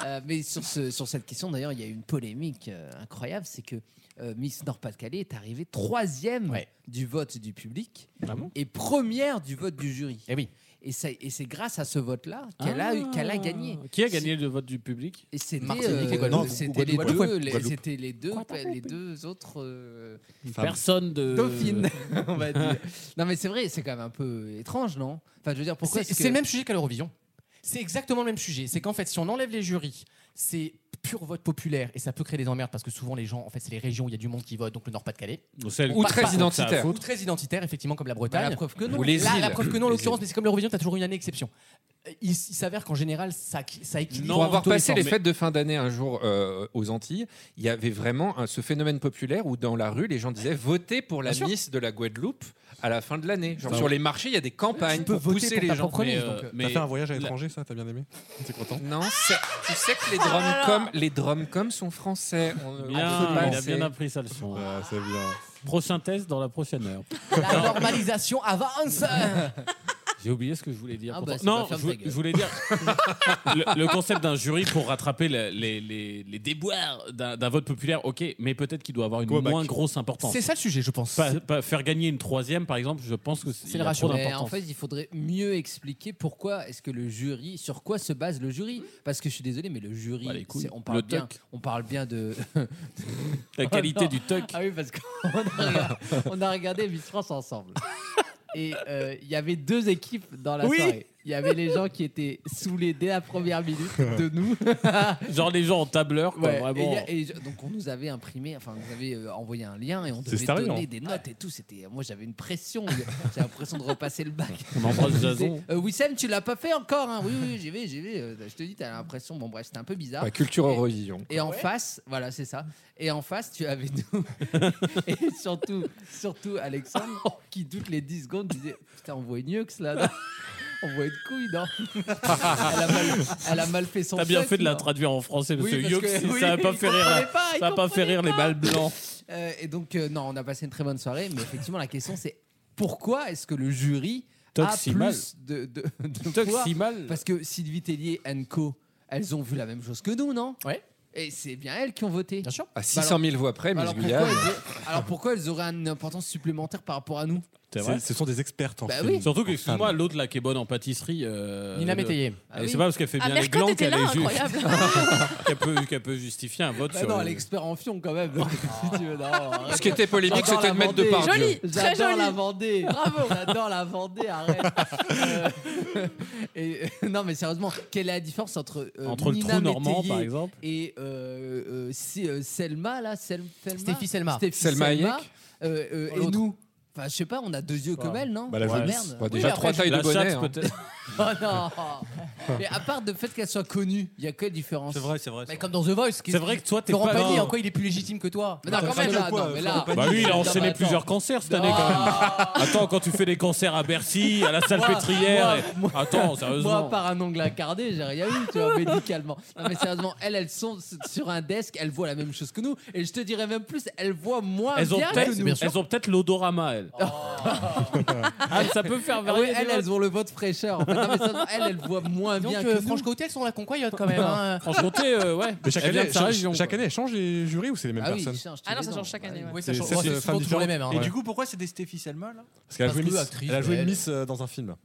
S5: Euh, mais sur, ce- sur cette question, d'ailleurs, il y a eu une polémique euh, incroyable, c'est que euh, Miss Nord-Pas-de-Calais est arrivée troisième du vote du public
S16: Ah
S5: et première du vote du jury.
S3: Eh
S5: Et oui. Et, ça- et c'est grâce à ce vote-là qu'elle a,
S3: Ah.
S5: qu'elle a gagné.
S3: Qui a gagné le vote du public
S5: Et c'était
S3: Martinique et
S5: euh,
S3: Guadeloupe.
S5: c'était
S3: Non,
S5: les
S3: Guadeloupe.
S5: deux, les-
S3: Guadeloupe.
S5: c'était les deux, les deux autres euh,
S3: Femmes. Personne de-
S5: dauphines, <laughs> on
S3: <laughs>
S5: va dire. non mais c'est vrai, c'est quand même un peu étrange, non Enfin, je veux dire, pourquoi
S2: C'est c'est le même sujet qu'à l'Eurovision. C'est exactement le même sujet. C'est qu'en fait, si on enlève les jurys, c'est pur vote populaire et ça peut créer des emmerdes parce que souvent les gens, en fait, c'est les régions où il y a du monde qui vote, donc le Nord-Pas-de-Calais.
S3: Ou celles
S2: Ou
S3: qui
S2: très
S3: font ça à
S2: identitaire.
S3: foutre.
S2: Ou très identitaire, effectivement, comme la Bretagne.
S5: Bah, la preuve que non.
S2: Ou
S5: Ou
S2: les
S5: les
S2: la, la
S5: îles.
S2: preuve que non, en
S5: Les
S2: l'occurrence,
S5: îles.
S2: mais c'est comme l'Eurovision, t'as toujours une année exception. Euh, Il, s- il s'avère qu'en général, ça, ça équilibre.
S4: Pour avoir
S2: plutôt
S4: passé les
S2: forces.
S4: fêtes de fin d'année un jour euh, aux Antilles, il y avait vraiment un- ce phénomène populaire où dans la rue, les gens disaient votez pour la
S3: Bien sûr. Bah
S4: Miss de la Guadeloupe à la fin de l'année. Genre
S3: Enfin,
S4: sur les marchés, il y a des campagnes pour pousser les gens.
S3: Euh,
S16: T'as euh, fait un voyage à l'étranger, ça T'as bien aimé T'es content
S4: Non, c'est- tu sais que les drumcom, les drumcom sont français. On- on
S3: Ah Bien,
S4: peut pas
S3: il a
S4: laisser.
S3: bien appris ça le son. Prochain test dans la prochaine heure.
S5: euh,
S2: La normalisation avance.
S3: J'ai oublié ce que je voulais dire.
S2: Ah
S3: pourtant.
S2: bah, c'est
S3: non,
S2: pas
S3: je,
S2: ferme
S3: vou-
S2: ta gueule.
S3: je voulais
S5: <laughs>
S3: dire le, le concept d'un jury pour rattraper le- les, les- les déboires d'un d'un vote populaire, ok, mais peut-être qu'il doit avoir une
S2: Go back.
S3: moins grosse importance.
S2: bah, C'est ça le sujet, je pense.
S3: Pas, pas faire gagner une troisième, par exemple, je pense que c'est le trop
S5: Mais
S3: d'importance.
S5: en fait, il faudrait mieux expliquer pourquoi est-ce que le jury, sur quoi se base le jury Parce que je suis désolé, mais le jury,
S3: Bah, les couilles.
S5: c'est- on parle
S3: Le
S5: bien,
S3: tuck.
S5: on parle bien de
S3: <laughs> La
S5: <laughs> Oh
S3: qualité
S5: non.
S3: du tuck.
S5: Ah oui, parce qu'on a, regardé- <laughs> on a regardé Miss France ensemble. Et euh, il y avait deux équipes dans la
S3: Oui.
S5: soirée. Il y avait les gens qui étaient saoulés dès la première minute de
S3: <laughs>
S5: nous.
S3: Genre les gens en tableur, quoi,
S5: Ouais,
S3: vraiment.
S5: et y a- et je- donc on nous avait imprimé, enfin on nous avait euh, envoyé un lien et on
S3: C'est
S5: devait
S3: sérieux,
S5: donner
S3: hein.
S5: des notes et tout. C'était, moi j'avais
S3: <laughs>
S5: une pression, j'avais l'impression de repasser le bac.
S3: On embrasse
S5: Je
S3: Oh, Jason.
S5: disais, <laughs> euh, Wissem, tu l'as pas fait encore hein Oui, oui, j'y vais, j'y vais. Euh, je te dis, t'as l'impression, bon bref, c'était un peu bizarre.
S4: Ouais, Bah,
S3: <laughs>
S4: culture Eurovision.
S5: Et en face, voilà, c'est ça. Et en face, tu avais nous.
S3: <laughs>
S5: et surtout, surtout
S3: Oh.
S5: Alexandre, qui toutes les 10 secondes disait Putain, on voit une yeux que cela. non On voit une couille,
S3: <laughs>
S5: non elle, a mal, elle a mal fait son
S3: T'as bien
S5: set,
S3: fait de la
S5: non
S3: traduire en français parce
S5: Oui,
S3: que
S5: parce
S3: Yux,
S5: que- oui,
S3: ça va pas
S5: il
S3: fait rire,
S5: comprenait pas, il
S3: ça va pas fait
S5: comprenait
S3: rire les
S5: pas.
S3: balles blancs.
S5: Euh, et donc, euh, non, on a passé une très bonne soirée, mais effectivement, la question c'est pourquoi est-ce que le jury
S3: Toximal.
S5: a plus de, de, de
S3: Toximal.
S4: Bah,
S5: poids Parce que Sylvie Tellier and Co, elles ont vu la même chose que nous, non Ouais. Et c'est bien elles qui ont voté. Bien sûr.
S3: Bah,
S4: À 600 000 voix près, Miss
S5: alors, pourquoi
S4: Guyane.
S5: elles- alors pourquoi elles auraient une importance supplémentaire par rapport à nous
S3: vrai.
S16: Ce sont des expertes en
S5: Bah
S16: film.
S5: oui.
S3: Surtout que, excuse-moi, l'autre là qui est bonne en pâtisserie. Euh,
S5: Nina
S3: le-
S5: Métayer.
S3: Et
S5: Ah oui.
S3: C'est pas parce qu'elle fait
S5: Ah,
S3: bien les
S5: Mercotte
S3: glands
S5: était
S3: qu'elle
S5: là,
S3: est juste.
S7: <laughs>
S5: incroyable.
S3: qu'elle peut, qu'elle peut justifier un vote
S5: Bah
S3: sur.
S5: non, l'expert en fion
S3: <laughs>
S5: quand même. Si tu veux, non, arrête.
S3: qui était polémique,
S5: J'adore
S3: c'était de
S5: la
S3: mettre de
S5: Vendée.
S7: Oh,
S3: Pardieu. Joli,
S5: J'adore
S3: très joli.
S5: la Vendée.
S3: Bravo.
S5: J'adore la Vendée, arrête. Euh, et, euh, non, mais sérieusement, quelle est la différence entre, euh,
S3: Entre le
S5: Nina
S3: trou normand,
S5: Métayer
S3: par exemple.
S5: et euh, euh, si- euh, Selma, là Sel- Selma
S2: Stéphie Selma.
S5: Stéphie
S2: Selma Hayek.
S5: euh, euh, et
S2: L'autre.
S5: nous Enfin, je sais pas, on a deux yeux
S2: Quoi
S5: comme elle, non
S2: Bah, la
S5: Ouais,
S2: jeunesse.
S5: merde.
S2: Bah, déjà,
S5: Oui, oh,
S2: trois
S5: après,
S2: tailles de
S5: la
S2: bonnet,
S5: chatte,
S2: hein.
S5: peut-être. oh non <laughs> Mais à part le fait qu'elle soit connue, il y a quelle différence
S6: C'est vrai, c'est vrai.
S5: Mais comme dans The Voice,
S3: C'est vrai que toi, t'es
S2: Laurent
S3: pas.
S2: Pagny,
S3: non.
S2: en quoi il est plus légitime que toi
S5: Mais non, quand même, là, non, mais là.
S3: Bah lui, il a
S5: Non, mais
S3: enchaîné
S5: attends.
S3: plusieurs cancers cette année quand même. Attends, quand tu fais des concerts à Bercy, à la salle
S5: Moi,
S3: pétrière.
S5: moi,
S3: et-
S5: moi-
S3: Attends, sérieusement.
S5: Moi, par un ongle incarné, j'ai rien eu, tu vois, médicalement. Non, mais sérieusement, elles, elles sont s- sur un desk, elles voient la même chose que nous. Et je te dirais même plus, elles voient moins
S3: elles ont
S5: bien
S3: peut-être
S5: que nous. Oh.
S3: elles ont peut-être l'odorama, elles. <laughs> Ah, ça peut faire
S5: Ah
S3: varier.
S5: oui,
S3: les
S5: elles,
S3: votes.
S5: elles ont le vote fraîcheur. En fait. Non, mais sérieusement, elles, elles voient moins
S2: Donc,
S5: bien
S2: euh,
S5: que nous.
S2: Franche-Comté, elles sont la concoyote quand même. hein.
S3: Franche-Comté, euh, ouais.
S16: Mais chaque
S3: Elle vient
S16: année,
S3: de sa
S16: chaque-
S3: région,
S16: chaque
S3: quoi.
S16: année, elle change les jurys ou c'est les mêmes
S5: Ah oui,
S16: personnes
S5: ils changent tous
S7: Ah non,
S5: les
S7: ça
S5: ans.
S7: change chaque année. ouais.
S2: Oui, ça
S16: C'est-
S2: change.
S16: c'est-
S2: Oh,
S16: c'est
S2: c'est
S16: femme
S2: souvent toujours
S16: différente.
S2: les mêmes. hein.
S16: Et
S6: Et
S16: Ouais.
S6: du coup, pourquoi c'était Stéphie Selma là
S16: Parce qu'elle a
S2: Parce
S16: joué
S2: que
S16: Miss,
S2: actrice,
S16: elle a joué
S2: elle.
S16: Miss euh, dans un film.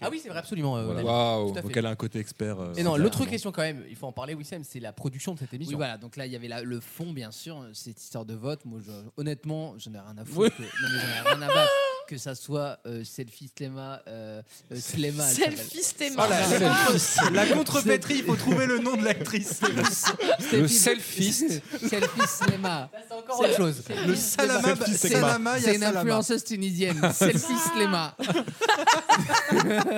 S2: Ah oui, c'est vrai, absolument. euh,
S16: Voilà.
S2: Daniel.
S16: Waouh.
S2: Tout à fait.
S16: Donc elle a un côté expert. euh,
S2: Et non,
S16: c'est
S2: l'autre
S16: carrément.
S2: question quand même, il faut en parler, Wissem, c'est la production de cette émission.
S5: Oui, voilà, donc là, il y avait la- le euh, fond, bien sûr, cette histoire de vote. Moi, je- honnêtement, je n'ai rien à foutre.
S2: Oui.
S5: que- non, mais j'en ai rien à battre. que ça soit euh, Selfie Slema. Euh, euh, Slema, elle
S7: Selfie
S5: s'appelle.
S7: Slema. Oh là,
S5: Selfie.
S7: la-
S5: Selfie.
S6: la contrepétrie, il faut trouver le nom de l'actrice.
S5: Selfie-
S6: Le selfiste.
S5: <laughs> Selfie Slema.
S6: encore
S5: C'est autre
S6: autre
S5: chose.
S6: chose. Le Salama- Selfie Slema. Salama, il y a
S5: C'est une
S6: Salama.
S2: <laughs>
S5: influenceuse tunisienne. Selfie Slema.
S2: Ah.
S5: <laughs>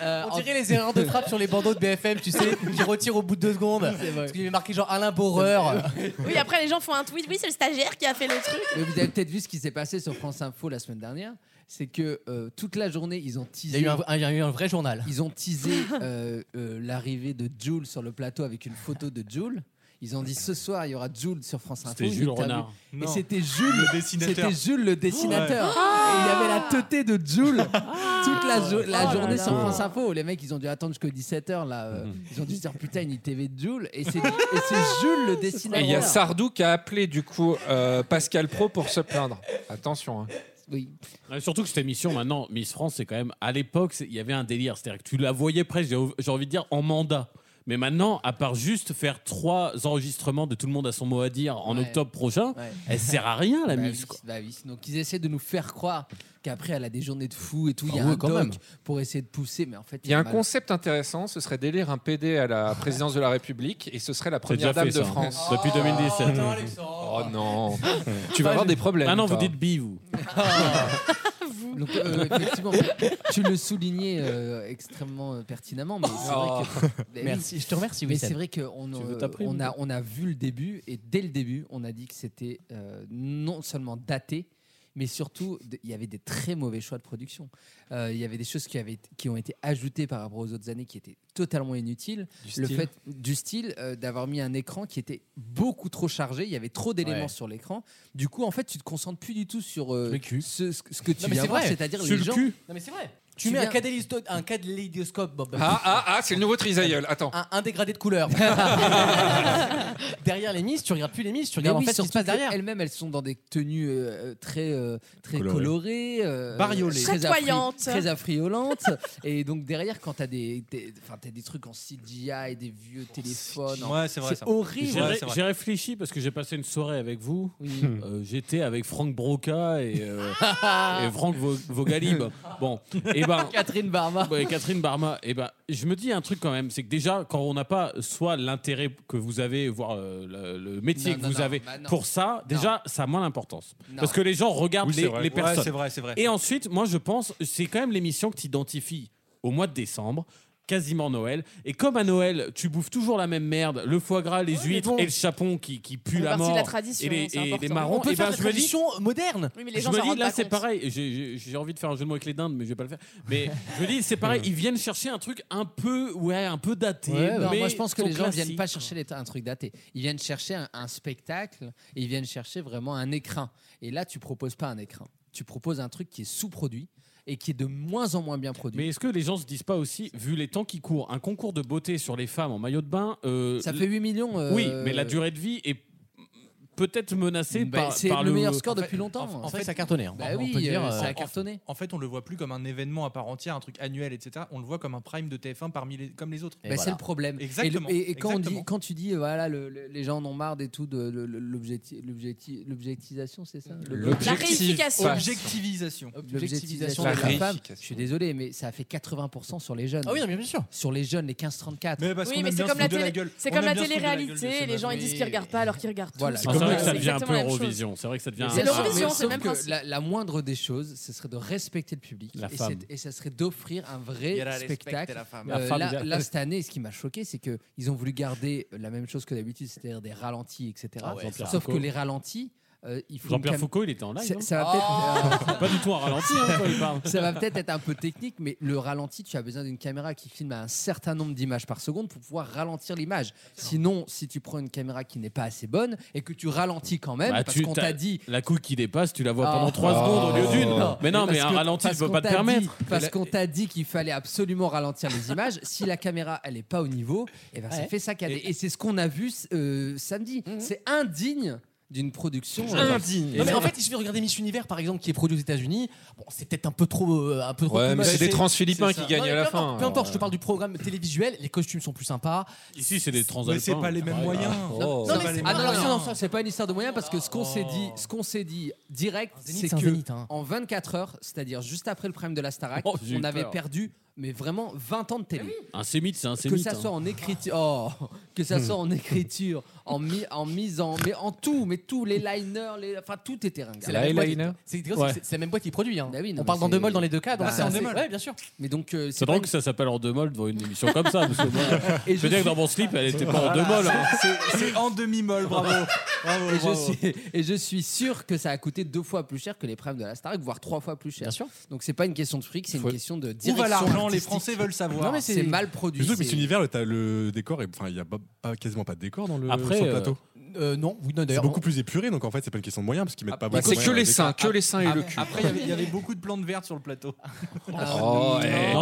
S5: Euh,
S2: On dirait les erreurs de frappe sur les bandeaux de BFM, tu sais, qui retirent au bout de deux secondes. Parce qu'il y avait marqué genre Alain
S5: <laughs>
S2: Boreur.
S7: Oui, après les gens font un tweet. Oui, c'est le stagiaire qui a fait le truc.
S5: Mais vous avez peut-être vu ce qui s'est passé sur France Info la semaine dernière. C'est que euh, toute la journée, ils ont teasé.
S2: Il y a eu un- vrai journal.
S5: Ils
S3: <laughs>
S5: ont teasé euh, euh, l'arrivée de Jules sur le plateau avec une photo de Jules. Ils ont dit ce soir, il y aura Jules sur France Info.
S3: C'était Jules
S5: Une interview.
S3: Renard.
S5: Et
S3: Non.
S5: c'était Jules
S3: Le dessinateur.
S5: C'était Jules le dessinateur.
S3: Ouais.
S5: Et il y avait la teuté de Jules toute la, jo- la
S3: Ah. Oh là
S5: journée
S3: là.
S5: sur France Info. Les mecs, ils ont dû attendre jusqu'à 17h. Là, euh, Ils ont dû se dire putain, une ITV de Jules. Et c'est et c'est Jules le
S4: Et
S5: dessinateur.
S4: il y a Sardou qui a appelé du coup euh, Pascal Pro pour se plaindre. Attention. hein.
S3: Ouais, Surtout que cette émission, maintenant, Miss France, c'est quand même. À l'époque, c'est- il y avait un délire. C'est-à-dire que tu la voyais presque, j'ai j'ai envie de dire, en mandat. Mais maintenant, à part juste faire trois enregistrements de tout le monde à son mot à dire en
S5: Ouais.
S3: octobre prochain,
S5: Ouais.
S3: elle sert à rien, la
S5: Bah
S3: Miss.
S5: oui, bah oui. Donc ils essaient de nous faire croire qu'après elle a des journées de fou et tout. Il y a
S4: Ah ouais,
S5: un
S4: quand
S5: doc
S4: même.
S5: pour essayer de pousser, mais en fait
S4: Il y a un
S5: mal.
S4: concept intéressant, ce serait d'élire un PD à la présidence de la République et ce serait la
S3: déjà
S4: première dame
S3: fait,
S4: de
S3: ça. hein,
S4: France.
S3: Depuis 2017.
S4: Oh, non, tu vas
S3: Bah,
S4: avoir
S3: je-
S4: des problèmes.
S3: Ah non, vous
S4: toi.
S3: dites bi, vous.
S5: Donc,
S4: <laughs>
S5: euh, effectivement, tu le soulignais euh, extrêmement euh, pertinemment, mais c'est
S2: Oh.
S5: vrai que. Mais oui.
S2: Merci, je te remercie,
S5: Mais
S2: Wissem.
S5: c'est vrai qu'on
S2: Tu
S5: euh,
S2: veux ta prime,
S5: on a,
S2: ou
S5: on a vu le début, et dès le début, on a dit que c'était euh, non seulement daté, mais surtout, d- il y avait des très mauvais choix de production. Euh, Il y avait des choses qui, avaient, qui ont été ajoutées par rapport aux autres années qui étaient totalement inutiles.
S2: Du
S5: le
S2: style.
S5: fait du style euh, d'avoir mis un écran qui était beaucoup trop chargé, il y avait trop d'éléments
S2: Ouais.
S5: sur l'écran. Du coup, en fait, tu te concentres plus du tout sur euh,
S2: Le cul.
S5: ce, ce- ce que tu
S2: Non, mais
S5: viens
S2: c'est
S5: voir,
S2: vrai.
S5: c'est-à-dire
S2: Sur
S5: les
S2: le
S5: gens.
S2: cul. Non, mais c'est vrai. Tu, mets
S5: viens-
S2: un cadélisto- un cadélioscope, Bob.
S4: Ah, ah, ah, c'est le nouveau trisaïeul. Attends.
S2: Un, un dégradé de
S5: <laughs>
S2: couleur. derrière les miss, tu regardes plus les miss, tu
S5: Mais
S2: regardes
S5: oui,
S2: en fait ce qui
S5: surtout
S2: se passe
S5: que
S2: derrière.
S5: Elles-mêmes, elles sont dans des tenues euh, très euh, très
S2: Colorées.
S5: colorées, euh,
S2: Bariolées.
S5: très,
S7: Chatoyantes.
S5: très affriolantes. <laughs> et donc derrière, quand t'as des, des, enfin, t'as des trucs en CGI, des vieux téléphones, en-
S3: Ouais,
S5: c'est horrible.
S3: J'ai, j'ai réfléchi parce que j'ai passé une soirée avec vous.
S5: Oui. <laughs>
S3: Euh, j'étais avec Franck Broca et, euh, et Franck Vo- Vogalib. Bon, et ben
S5: Ah, Catherine Barma.
S3: Catherine Barma. Et ben, je me dis un truc quand même, c'est que déjà quand on n'a pas soit l'intérêt que vous avez, voire euh, le, le métier
S6: Non,
S3: que
S6: non,
S3: vous
S6: non,
S3: avez
S6: bah non.
S3: pour ça, déjà ça a moins d'importance
S6: Non.
S3: parce que les gens regardent
S6: Oui, c'est
S3: les,
S6: vrai.
S3: les
S6: Ouais,
S3: personnes.
S6: c'est vrai, c'est vrai.
S3: Et ensuite, moi je pense, c'est quand même l'émission que tu identifies au mois de décembre. Quasiment Noël. Et comme à Noël, tu bouffes toujours la même merde, le foie gras, les huîtres et le chapon qui, qui pue
S2: C'est
S3: la
S2: partie de
S3: mort.
S2: la tradition,
S3: et les,
S2: c'est
S3: et les
S2: important.
S3: marrons.
S2: On peut
S3: et
S2: faire
S3: ben,
S2: de la
S3: je me dis-
S2: tradition moderne.
S7: Oui, mais les
S3: je
S7: gens
S3: me
S7: s'en
S3: dis,
S7: rendent
S3: là
S7: pas
S3: c'est
S7: compte.
S3: pareil. Et J'ai j'ai- j'ai envie de faire un jeu de mots avec les dindes, mais je vais pas le faire. Mais je me dis, c'est pareil. Ils viennent chercher un truc un peu, ouais, un peu daté.
S5: Ouais, non,
S3: mais
S5: moi, je pense que
S3: ton
S5: les gens
S3: classique.
S5: viennent pas chercher les- un truc daté. Ils viennent chercher un, un spectacle et ils viennent chercher vraiment un écrin. Et là, tu proposes pas un écrin. Tu proposes un truc qui est sous-produit et qui est de moins en moins bien produit.
S3: Mais est-ce que les gens se disent pas aussi, vu les temps qui courent, un concours de beauté sur les femmes en maillot de bain euh,
S5: Ça fait 8 millions, euh,
S3: Oui, mais la durée de vie est peut-être menacée
S5: Bah,
S3: par,
S5: c'est
S3: par
S5: le meilleur score depuis longtemps.
S6: En,
S5: En
S6: fait,
S5: fait,
S6: ça a
S5: cartonné, hein. Bah On oui, peut dire, euh, ça a
S6: en-
S5: cartonné.
S6: En, fait, on le voit plus comme un événement à part entière, un truc annuel, etc. On le voit comme un prime de TF1 parmi les, comme les autres.
S5: Bah, C'est le problème. Et le-
S6: Exactement.
S5: Et, et quand, on dit-
S6: Exactement.
S5: quand tu dis, euh, voilà, le- le- les gens en ont marre et tout, de, de- de- l'objecti- l'objecti- l'objectisation, c'est ça Le-
S6: La réification. Objectivisation.
S5: L'objectivisation de
S6: La
S5: la femme.
S6: réification.
S5: Je suis désolé, mais ça a fait 80% sur les jeunes.
S6: Ah oui, non, mais
S5: bien sûr. Sur les jeunes, les 15-34.
S6: Mais parce Oui, qu'on mais aime c'est bien se comme la foutre de la télé- gueule.
S7: C'est comme la télé-réalité. Les gens ils disent qu'ils regardent pas alors qu'ils regardent
S5: Voilà.
S7: tous.
S3: Ah, C'est vrai que ça
S7: C'est
S3: devient un peu
S7: exactement la même chose.
S3: Eurovision. C'est vrai que ça devient.
S5: Mais
S3: un-
S7: C'est l'Eurovision,
S5: sauf
S7: c'est le même
S5: que
S7: principe.
S5: La, la moindre des choses, ce serait de respecter le public.
S3: La
S5: et,
S3: femme.
S5: c'est- et ça serait d'offrir un
S3: Il
S5: vrai
S3: y a la respecter
S5: spectacle.
S3: la femme.
S5: Euh,
S3: La femme, il y
S5: là,
S3: a- <laughs>
S5: là, cette année, ce qui m'a choqué, c'est qu'ils ont voulu garder la même chose que d'habitude, c'est-à-dire des ralentis, etc.
S3: Ah ouais, Jean-Pierre
S5: Sauf
S3: Foucault.
S5: que les ralentis. euh, il faut une
S3: Jean-Pierre
S5: cam-
S3: Foucault, il était en live,
S5: Ça,
S3: hein.
S5: ça va peut-être.
S3: C'est pas du tout un ralenti, hein, quand il parle.
S5: <laughs> Ça va peut-être être un peu technique, mais le ralenti, tu as besoin d'une caméra qui filme à un certain nombre d'images par seconde pour pouvoir ralentir l'image. Sinon, si tu prends une caméra qui n'est pas assez bonne et que tu ralentis quand même,
S3: Bah,
S5: parce
S3: tu-
S5: qu'on
S3: t'as-
S5: t'a dit
S3: La couille qui dépasse, tu la vois pendant
S5: Oh.
S3: 3 secondes au lieu d'une.
S5: Non.
S3: Mais non,
S5: Ah. parce
S3: mais un
S5: que-
S3: ralenti, tu
S5: parce
S3: peux
S5: qu'on
S3: pas te
S5: t'a
S3: permettre.
S5: dit- parce qu'on t'a dit qu'il fallait absolument ralentir
S2: <laughs>
S5: les images. Si la caméra, elle est pas au niveau, et ben ça
S2: Ouais. Mhm.
S5: fait saccader. Et, c'est ce qu'on a vu euh, samedi. C'est indigne d'une production. euh,
S2: Indigne. Non, mais en fait, je vais regarder Miss Univers par exemple, qui est produit aux États-Unis. Bon, c'est peut-être un peu trop. euh, un peu trop
S4: Ah, Ouais, mais
S2: commun.
S4: c'est des transphilippins
S2: c'est ça.
S4: qui gagnent
S2: Non, mais
S4: à la
S2: peu
S4: fin,
S2: importe, Peu
S4: alors,
S2: importe, je te parle du programme télévisuel, les costumes sont plus sympas.
S3: Ici, c'est des
S2: transalpins. Mais c'est pas les mêmes Ouais. moyens.
S5: Non,
S2: Oh, Ça
S5: mais
S2: va
S5: c'est-
S2: les
S5: ah non, non,
S2: moyens.
S5: non, non, ça, c'est pas une histoire de moyens parce que ce qu'on s'est dit, ce qu'on s'est dit direct,
S2: zénith,
S5: c'est
S2: c'est un
S5: que
S2: zénith, hein.
S5: en 24 heures, c'est-à-dire juste après le prime de la Starac,
S3: Oh, j'ai eu
S5: on avait
S3: peur.
S5: perdu mais vraiment 20 ans de télé.
S3: Un sémite, c'est un
S5: Que
S3: sémite.
S5: ça
S3: hein.
S5: soit en écriture, oh, que
S2: <laughs>
S5: ça soit en écriture, en, mi- en mise en, mais en tout, mais tous les liners, les, enfin tout était ringard.
S2: C'est la même boîte- c'est- c'est- c'est- c'est la même boîte qui produit. hein. On parle
S5: Bah mais
S2: dans
S5: c'est-
S2: deux molles dans les deux cas, donc
S5: Bah,
S2: c'est en
S5: c'est-
S2: deux molles. Ouais, bien sûr.
S5: Mais donc, euh,
S3: C'est
S5: pas
S3: drôle que ça s'appelle en deux molles devant une émission comme ça.
S5: <laughs>
S3: Parce que moi,
S5: Et
S3: je
S5: je
S3: veux dire que
S5: suis-
S3: dans mon slip, elle n'était pas en deux molles. hein.
S6: C'est en demi-molle, bravo. Bravo,
S5: et,
S6: bravo.
S5: Je suis,
S3: euh.
S5: et je suis sûr que ça a coûté deux fois plus cher que les primes de la Starac, voire trois fois plus cher. Donc c'est pas une question de fric, c'est une question de direction. artistique. Non mais c'est mal produit.
S16: Surtout que Miss
S5: c'est-
S16: Univers, le, ta- le décor, est- enfin, il n'y a pas, pas- quasiment pas de décor dans le,
S3: Après,
S16: sur le
S3: euh,
S16: plateau.
S2: Euh, non, oui, non,
S16: C'est
S2: d'ailleurs.
S16: beaucoup plus épuré, donc en fait, c'est pas une question de moyens, parce qu'ils mettent pas
S4: bah,
S16: beaucoup
S4: c'est
S16: de
S4: que
S16: moyens
S4: les
S16: dans
S4: seins,
S16: décors.
S4: que les seins et le cul.
S6: Après, il y avait- il y avait beaucoup de plantes vertes sur le plateau.
S4: Oh, eh.
S3: Non,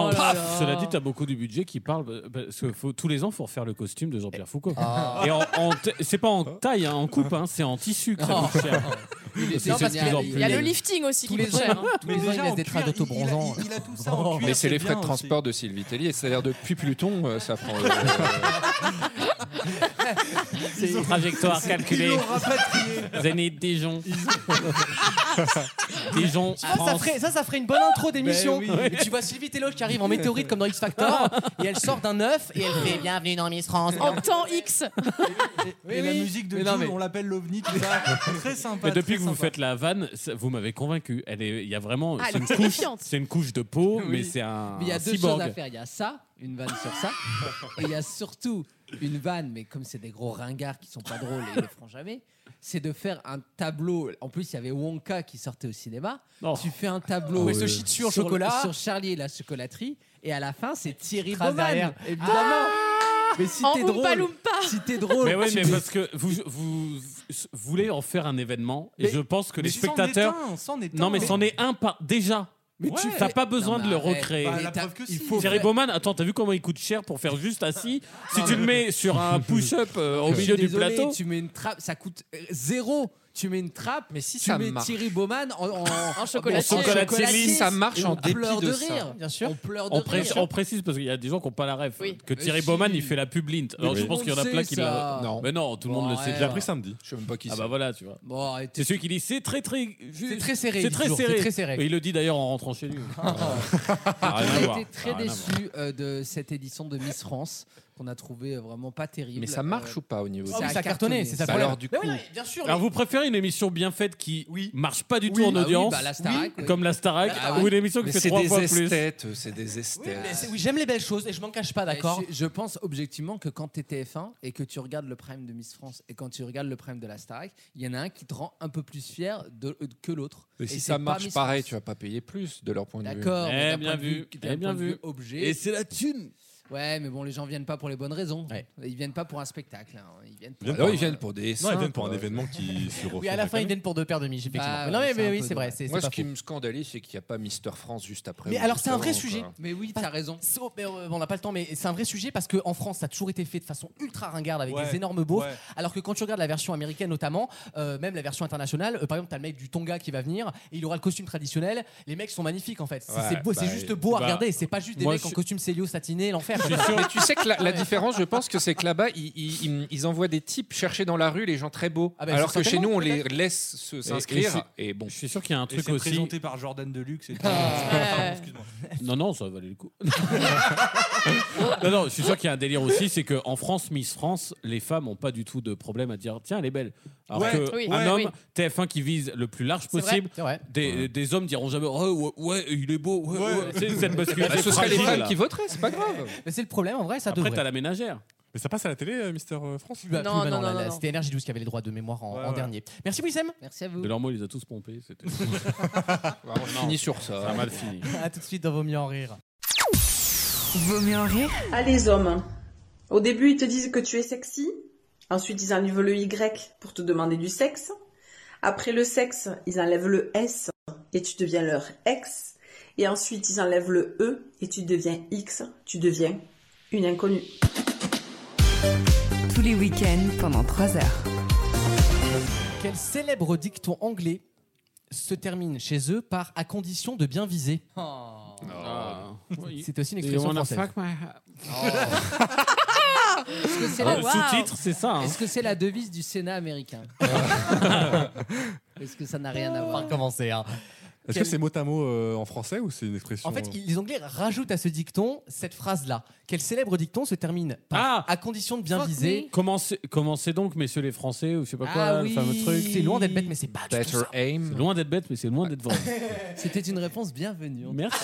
S4: Oh là
S3: paf,
S4: là.
S3: cela dit, t'as beaucoup du budget qui parle euh, parce que faut- tous les ans, faut refaire le costume de Jean-Pierre Foucault.
S5: Ah.
S3: Et en- en t- c'est pas en taille, hein, en coupe, hein, c'est en tissu que ça
S5: Oh.
S3: coûte cher.
S5: Il est
S3: C'est de
S5: génial.
S3: plus en
S5: Il
S7: Il y a
S3: plus.
S7: le lifting aussi qui
S5: Tous les
S7: coûte
S5: ans,
S7: cher. hein.
S5: tous les ans, il laisse des traces d'autobronzant.
S6: Il a tout ça en cuir.
S4: Mais ah, c'est les frais de
S6: bien
S4: transport de Sylvie Tellier, c'est-à-dire depuis Pluton, euh, ça <laughs> prend. euh,
S3: C'est une trajectoire calculée.
S4: Ils l'ont rapatrié.
S3: Zénith Dijon. Dijon,
S2: Tu vois, ça,
S3: Ah, France.
S2: ferait, ça, ça ferait une bonne intro d'émission.
S3: Ben oui.
S2: Et Tu vois Sylvie Tello qui arrive en météorite comme dans X Factor et elle sort d'un œuf et elle fait
S15: bienvenue dans Miss France.
S7: En temps X. Ah,
S6: Et la musique de
S3: Mais non,
S6: Jules,
S3: mais-
S6: on l'appelle l'OVNI, tout ça. Très sympa.
S3: Mais depuis
S6: très
S3: que vous
S6: sympa.
S3: faites la vanne, ça- vous m'avez convaincu. Elle est, il y a vraiment,
S5: Ah,
S3: c'est
S5: elle
S3: une
S5: est
S3: couche,
S5: terrifiante.
S3: c'est une couche de peau,
S5: Oui.
S3: mais c'est un,
S5: Mais il y a
S3: un
S5: deux
S3: cyborg.
S5: choses à faire. Il y a ça, une vanne sur ça, et il y a surtout une vanne, mais comme c'est des gros ringards qui sont pas drôles et ils le feront jamais, c'est de faire un tableau. En plus, il y avait Wonka qui sortait au cinéma. Tu fais un tableau
S2: Ouais, ce shih tzu en
S5: sur-
S2: chocolat.
S5: sur Charlie et la chocolaterie, et à la fin, c'est Thierry
S2: Trace
S5: Bowman,
S2: derrière.
S5: évidemment. Mais si
S7: En
S5: t'es
S7: Oompa
S5: drôle,
S7: Loompa.
S5: si t'es drôle,
S3: Mais oui,
S5: tu
S3: mais
S5: mets-
S3: parce que vous, vous voulez en faire un événement, et
S5: Mais-
S3: je pense que
S5: mais
S3: les
S5: s'en est
S3: spectateurs.
S5: un, s'en est
S3: non,
S5: un.
S3: mais c'en est un par déjà. Mais
S5: Mais
S3: tu
S5: tu-
S3: t'as pas
S5: Non,
S3: besoin
S5: mais
S3: de le
S5: arrête.
S3: recréer.
S5: Bah, la preuve que
S3: il
S5: si.
S3: faut Thierry
S5: vrai-
S3: Bowman, attends, t'as vu comment il coûte cher pour faire juste assis Si tu le
S5: <laughs>
S3: mets sur un push-up euh, au
S5: Je suis
S3: milieu du
S5: désolé,
S3: plateau.
S5: Tu mets une trappe, ça coûte euh, zéro. Tu mets une trappe, mais si tu
S4: ça
S5: mets
S4: marche.
S5: Thierry Bowman en, en, en
S4: chocolatier.
S5: en
S4: Chocolatier,
S5: chocolatier,
S4: ça marche
S5: et
S4: en
S5: on
S4: dépit
S5: pleure
S4: de
S5: de
S4: ça.
S5: rire.
S4: Bien sûr.
S5: On pleure de
S3: On,
S5: rire.
S3: précise- on précise parce qu'il y a des gens qui n'ont pas la ref
S5: Oui.
S3: que Thierry
S5: Mais
S3: Bowman
S5: si.
S3: il fait la publint. Alors
S5: Mais
S3: je
S5: tout
S3: pense
S5: le
S3: qu'il y en a
S5: monde
S3: plein
S5: sait
S3: qui
S5: ça.
S3: l'a.
S5: Non.
S3: Mais non, tout le
S5: Bon,
S3: monde le
S5: ouais.
S3: sait.
S5: J'ai appris
S16: samedi.
S4: Je sais même pas qui
S3: Ah
S4: c'est.
S3: bah voilà, tu vois.
S5: Bon, arrêtez.
S3: C'est celui qui dit c'est très très.
S5: C'est très serré,
S3: C'est
S5: il dit
S3: très
S5: toujours,
S3: serré.
S5: c'est très serré.
S3: Et il le dit d'ailleurs en rentrant chez
S5: <laughs>
S3: lui. Ah, rien à
S5: J'ai
S3: voir.
S5: été très
S3: Ah, rien à
S5: déçu euh, de cette édition de Miss France qu'on a trouvé euh, vraiment pas terrible. Euh,
S4: Mais ça marche ou pas au niveau
S5: ça
S4: Ah oui,
S5: a
S4: ça a
S2: cartonné,
S5: cartonné.
S2: c'est ça le
S5: Ça-
S2: problème.
S4: Alors, du
S2: Mais
S4: coup-
S2: oui, non, mais bien sûr.
S3: Alors
S2: mais-
S3: vous préférez une émission bien faite qui marche pas du tout
S2: Oui.
S3: en
S5: Ah
S2: Bah oui,
S3: audience
S2: bah, la Starac, oui.
S3: comme la Starac
S2: La Starac.
S3: ou une émission qui
S4: Mais
S3: fait
S4: c'est
S3: trois fois
S4: des
S3: plus.
S4: esthètes, c'est des
S2: Oui, euh, mais
S4: esthètes.
S2: c'est- oui, j'aime les belles choses et je m'en cache pas, d'accord
S5: Je, je pense objectivement que quand t'es TF1 et que tu regardes le prime de Miss France et quand tu regardes le prime de la Starac, il y en a un qui te rend un peu plus fier de- euh, que l'autre.
S4: Et
S5: Et
S4: si
S5: c'est
S4: ça
S5: pas
S4: marche
S5: Miss
S4: pareil,
S5: France.
S4: tu vas pas payer plus de leur point de vue.
S5: D'accord.
S4: Eh,
S5: mais d'un
S4: bien
S5: point de
S4: vu,
S5: vue- d'un
S4: eh, bien
S5: point de
S4: vu.
S5: vue Objet.
S4: Et c'est la
S5: thune. Ouais, mais bon, les gens viennent pas pour les bonnes raisons. Ils viennent pas pour un spectacle. hein. Ils viennent pour.
S4: Alors, ils viennent pour des.
S16: Non, ils
S4: seins,
S16: viennent pour un
S4: quoi.
S16: événement qui se
S2: Oui, à la fin, ils viennent pour deux paires de miches, effectivement.
S5: Bah,
S2: Mais non,
S5: ouais,
S2: mais,
S5: c'est
S2: mais
S5: un
S2: oui,
S5: peu
S2: c'est vrai.
S5: dommage.
S2: C'est
S4: Moi,
S2: c'est
S4: ce
S2: pas
S4: qui
S2: faux.
S4: me scandalise, c'est qu'il n'y a pas Mister France juste après.
S2: Mais
S4: ou
S2: alors,
S4: juste
S2: c'est un vrai
S4: avant,
S2: sujet.
S4: quoi.
S5: Mais oui,
S2: t'as
S5: raison.
S2: on n'a pas le temps, mais c'est un vrai sujet parce qu'en France, ça a toujours été fait de façon ultra ringarde avec
S6: Ouais,
S2: des énormes beaufs.
S6: ouais.
S2: Alors que quand tu regardes la version américaine, notamment, euh, même la version internationale, euh, par exemple, t'as le mec du Tonga qui va venir, et il aura le costume traditionnel. Les mecs sont magnifiques en fait. C'est
S4: Ouais,
S2: c'est beau, c'est
S4: bah,
S2: juste beau à
S4: bah,
S2: regarder. C'est pas juste des
S4: moi,
S2: mecs
S4: je-
S2: en costume Célio satiné, l'enfer.
S4: Mais tu sais que la, la différence, je pense que c'est que là-bas, ils, ils- ils- ils envoient des types chercher dans la rue les gens très beaux.
S6: Ah bah,
S4: alors que chez nous, on les
S6: certainement,
S4: laisse se- s'inscrire. Et bon.
S3: Je suis sûr qu'il y a un
S6: Et
S3: truc
S6: c'est
S3: aussi.
S6: présenté par Jordan Deluxe. Et tout.
S2: Ah.
S6: Excuse-moi.
S3: Non, non, ça valait le coup. <laughs> non, non, je suis sûr qu'il y a un délire aussi, c'est qu'en France, Miss France, les femmes n'ont pas du tout de problème à dire tiens, elle est belle. Alors
S6: Ouais,
S3: que
S6: oui.
S3: un
S6: Ouais,
S3: homme,
S6: oui.
S3: TF1 qui vise le plus large
S6: C'est vrai,
S3: possible,
S6: c'est vrai.
S3: Des, des hommes diront jamais oh, ouais, ouais, il est beau, ouais, ouais.
S6: Ouais.
S3: C'est cette bascule.
S4: Bah, ce seraient les femmes qui voteraient, c'est pas <laughs> grave.
S2: Mais c'est le problème en vrai, ça
S3: Après,
S2: devrait.
S3: t'as la ménagère.
S16: Mais ça passe à la télé, euh, Mister euh, France
S2: Plus- plus- bah non, là, là, C'était Energy 12 qui avait les droits de mémoire en,
S16: Ouais,
S2: en
S16: ouais.
S2: dernier. Merci Wissem.
S5: Merci à vous.
S3: De leur mot, il les a tous pompés. c'était-
S4: Bah, On finit sur ça.
S3: Ça a mal fini.
S2: A tout de suite dans Vaut mieux en rire.
S11: Vaut mieux en rire Ah, les hommes. Au début, ils te disent que tu es sexy. Ensuite, ils enlèvent le Y pour te demander du sexe. Après le sexe, ils enlèvent le S et tu deviens leur ex. Et ensuite, ils enlèvent le E et tu deviens X. Tu deviens une inconnue.
S1: Tous les week-ends pendant 3 heures.
S2: Quel célèbre dicton anglais se termine chez eux par à condition de bien viser
S3: Ah.
S2: C'est aussi une
S3: Do you
S2: expression
S3: wanna
S2: française.
S3: fuck my-
S5: Est-ce que c'est
S3: Oh,
S5: la-
S3: le sous-titre, c'est ça, hein.
S5: Est-ce que c'est la devise du Sénat
S2: <laughs>
S5: américain Est-ce que ça n'a rien à voir
S2: commencer. Hein.
S16: Est-ce
S2: Quel-
S16: que c'est mot à mot euh, en français ou c'est une expression euh,
S2: En fait, ils- les Anglais rajoutent à ce dicton cette phrase-là. Quel célèbre dicton se termine par
S3: Ah
S2: à condition de bien viser
S3: Commencez, commencez donc, messieurs les Français, ou je sais pas quoi,
S2: Ah
S3: le
S2: oui.
S3: fameux truc.
S2: C'est loin d'être bête, mais c'est pas du tout
S3: Better
S2: ça.
S3: aim. C'est loin d'être bête, mais c'est loin d'être vrai.
S2: <laughs>
S5: C'était une réponse bienvenue.
S3: Merci.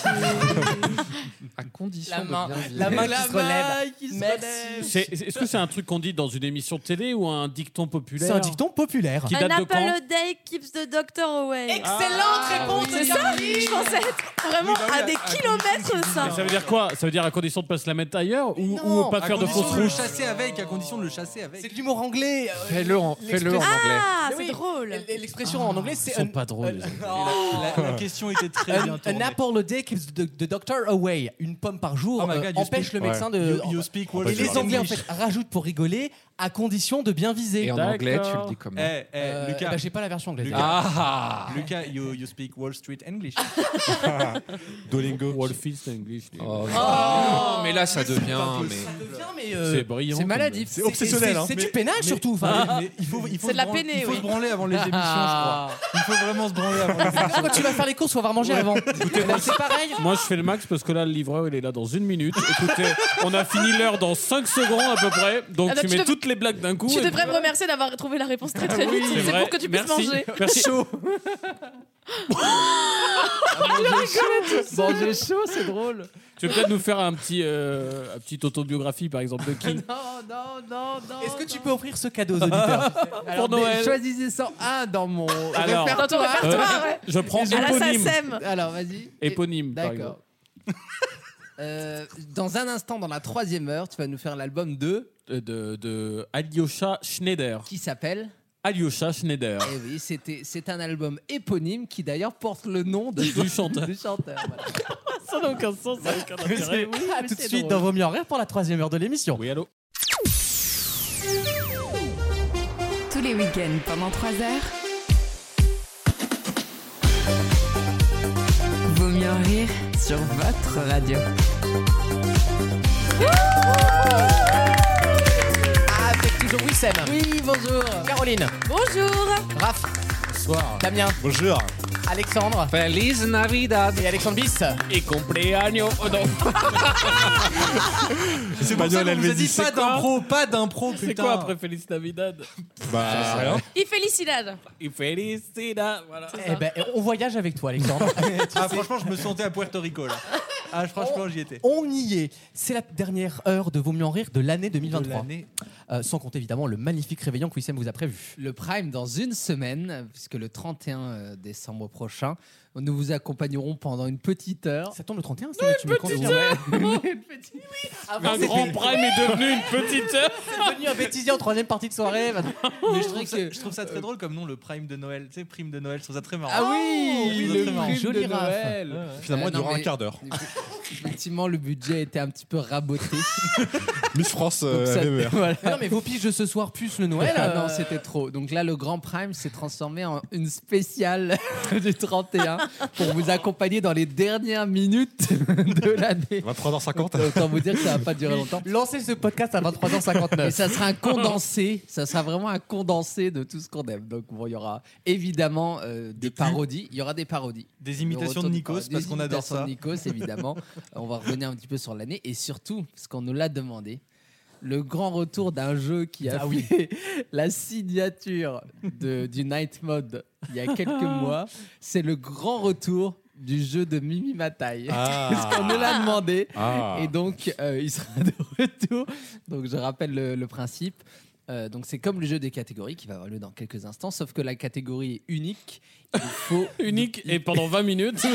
S4: à condition
S2: La
S4: de
S2: main-
S4: bien vivre.
S2: la main qui
S4: La
S2: se
S4: main
S2: relève.
S4: qui se
S2: Merci.
S4: relève.
S3: C'est- c'est- Est-ce que c'est un truc qu'on dit dans une émission de télé ou un dicton populaire
S2: C'est un dicton populaire.
S3: Qui date
S7: An
S3: de
S7: apple
S3: quand
S7: a day keeps the doctor away.
S2: Excellente réponse de
S7: Ah C'est ça
S2: Caroline.
S7: Je pensais être vraiment
S2: Oui, bah oui,
S7: à des
S2: à- à
S7: kilomètres de ça.
S3: Mais ça veut dire quoi Ça veut dire à condition de pas se la mettre ailleurs ou, ou
S6: Non,
S3: pas
S6: à
S3: faire de
S6: condition
S3: fausses
S6: le
S3: routes
S6: chasser avec, à condition de le chasser avec.
S2: C'est de l'humour anglais. euh,
S4: Fais-le en- fais-le en anglais.
S7: Ah,
S2: c'est drôle. L'expression en anglais, c'est.
S3: Ils sont
S2: un-
S3: pas drôles.
S6: La, la question était très
S2: An,
S6: bien tournée.
S2: an apple a day keeps the, the doctor away. Une pomme par jour
S6: Oh my
S2: euh,
S6: God, you
S2: empêche
S6: speak-
S2: le médecin
S6: Ouais.
S2: de.
S6: You- you speak
S2: et
S6: Welsh.
S2: les Anglais en
S6: English.
S2: fait rajoutent pour rigoler à condition de bien viser.
S4: Et en anglais, tu le dis comment
S6: Eh, eh,
S2: Euh,
S6: Lucas.
S2: bah, j'ai pas la version anglaise.
S6: Lucas,
S4: Ah.
S6: Lucas you, you speak Wall Street
S2: <laughs>
S6: English.
S3: Dolingo. Wolfist English.
S4: Oh,
S2: Oh.
S4: non, mais là, ça devient.
S2: Ça
S4: Mais...
S2: devient, mais, euh,
S3: C'est brillant.
S2: C'est maladif.
S16: C'est obsessionnel,
S2: c'est-
S16: hein.
S2: C'est du
S16: Mais-
S2: pénage
S16: mais-
S2: surtout. enfin.
S16: mais-
S6: mais il faut, il faut se
S7: C'est de la
S6: branler-
S7: peine,
S6: Il faut
S7: oui.
S6: se branler avant les émissions,
S2: Ah.
S6: je crois. Il faut vraiment se branler avant les émissions.
S2: Quand tu vas faire les courses, faut avoir mangé
S6: <laughs>
S2: avant. Bah, C'est pareil.
S3: Moi, je fais le max parce que là, le livreur, il est là dans une minute. Écoutez, on a fini l'heure dans 5 secondes à peu près. Donc,
S7: Ah bah,
S3: tu
S7: tu
S3: mets
S7: dev-
S3: toutes les blagues d'un coup.
S7: Tu
S3: et
S7: devrais
S3: puis-
S7: me remercier d'avoir trouvé la réponse très très
S3: Ah oui,
S7: vite.
S3: c'est
S7: C'est
S3: vrai.
S7: pour que tu puisses
S3: Merci.
S7: manger.
S3: Merci.
S7: <laughs>
S3: Ah,
S5: Chaud. Manger chaud, c'est drôle.
S3: Tu veux peut-être nous faire un petit, euh, une petite autobiographie, par exemple, de
S7: <laughs>
S3: King
S5: Non, non, non, non.
S2: Est-ce que tu peux offrir ce cadeau aux auditeurs
S6: <laughs>
S5: Alors,
S3: Pour
S5: mais
S3: Noël.
S5: Choisissez 101 dans mon
S3: Alors,
S5: répertoire.
S7: Dans ton
S3: <laughs>
S7: répertoire, ouais.
S3: Je prends
S7: À la
S3: éponyme.
S7: SACEM.
S5: Alors, vas-y.
S3: Éponyme, par
S5: D'accord.
S3: exemple.
S5: Euh, dans un instant, dans la troisième heure, tu vas nous faire l'album de
S3: Euh, De, de Alyosha Schneider.
S5: qui s'appelle.
S3: Alyosha Schneider.
S5: Eh oui, c'était c'est un album éponyme qui d'ailleurs porte le nom
S2: <laughs>
S5: de-
S3: Du chanteur.
S5: Du chanteur. voilà.
S3: Ça n'a aucun sens, ça n'a aucun
S2: <laughs> C'est-
S3: intérêt. Ah,
S2: À
S5: mais
S2: tout de
S5: c'est
S2: suite
S5: drôle.
S2: dans Vos mieux en rire pour la troisième heure de l'émission.
S3: Oui, allô
S1: Tous les week-ends pendant 3 heures. Vaut mieux en rire sur votre radio.
S2: Avec Ah, toujours Wissem,
S5: Oui, bonjour.
S2: Caroline,
S7: Bonjour.
S2: Raph,
S4: Bonsoir.
S2: Damien,
S16: Bonjour.
S2: Alexandre
S4: Feliz Navidad.
S2: et Alexandre Bis.
S3: Et compléagno. Oh non.
S16: C'est
S6: C'est pour ça
S16: Manuel
S6: qu'on vous a dit
S16: Alvesi.
S6: pas d'impro, pas d'impro, putain.
S3: C'est quoi après Feliz Navidad
S16: Bah, rien.
S7: Il félicite.
S3: Et Felicida. Voilà.
S2: Eh ben, on voyage avec toi, Alexandre.
S6: Ah, franchement, je me sentais à Puerto Rico là. Ah, franchement, j'y étais.
S2: <laughs> on y est. C'est la dernière heure de Vaut mieux en rire de l'année 2023.
S6: l'année.
S2: Euh, sans compter évidemment le magnifique réveillon que Wissem vous a prévu.
S5: Le Prime dans une semaine, puisque le 31 euh, décembre prochain, nous vous accompagnerons pendant une petite heure.
S2: Ça tombe le 31, c'est tu me confirmes.
S3: Un grand prime est devenu une petite heure.
S2: C'est devenu un bêtisier en troisième partie de soirée. maintenant.
S6: Mais je trouve, ça,
S5: que-
S6: je trouve ça très drôle comme nom, le prime de Noël. Tu sais, prime de Noël, je trouve ça très marrant.
S5: Ah
S2: Oh,
S5: oui,
S6: oui,
S5: le
S6: très marrant.
S5: prime
S2: Joli
S5: de
S2: Raph.
S5: Noël.
S16: Finalement,
S5: Euh,
S16: il
S5: non,
S16: durera
S5: mais-
S16: un quart d'heure.
S5: Effectivement, le budget était un petit peu raboté.
S16: <laughs> Miss France,
S5: Donc ça-
S16: euh, MMR.
S5: voilà.
S2: Non, mais vos piges de ce soir, plus le Noël.
S5: Ah
S2: euh,
S5: non, c'était trop. Donc là, le Grand Prime s'est transformé en une spéciale <laughs> du 31 pour vous accompagner dans les dernières minutes <laughs> de l'année.
S16: 23h50.
S5: Autant vous dire que ça va pas durer longtemps.
S2: Lancez ce podcast à
S5: Et
S2: 23h59.
S5: ça sera un condensé, ça sera vraiment un condensé de tout ce qu'on aime. Donc bon, il y aura évidemment euh, des parodies, il y aura des parodies.
S6: Des
S5: Le
S6: imitations
S5: retour
S6: de
S5: du
S6: Nikos,
S5: paradis,
S6: parce
S5: des
S6: qu'on adore
S5: imitations
S6: ça.
S5: de Nikos,
S6: <laughs>
S5: évidemment. On va revenir un petit peu sur l'année et surtout, parce qu'on nous l'a demandé, le grand retour d'un jeu qui
S6: Ah
S5: a fait <laughs> la signature de, du Night Mode il y a quelques
S6: Ah.
S5: mois, c'est le grand retour du jeu de Mimi Mataille. <laughs>
S16: Ah.
S5: Parce qu'on nous l'a demandé.
S16: Ah.
S5: Et donc, euh, il sera de retour. Donc, je rappelle le, le principe. Euh, donc, c'est comme le jeu des catégories qui va avoir lieu dans quelques instants, sauf que la catégorie est unique.
S6: <laughs>
S5: Il faut,
S3: Unique et pendant 20 minutes.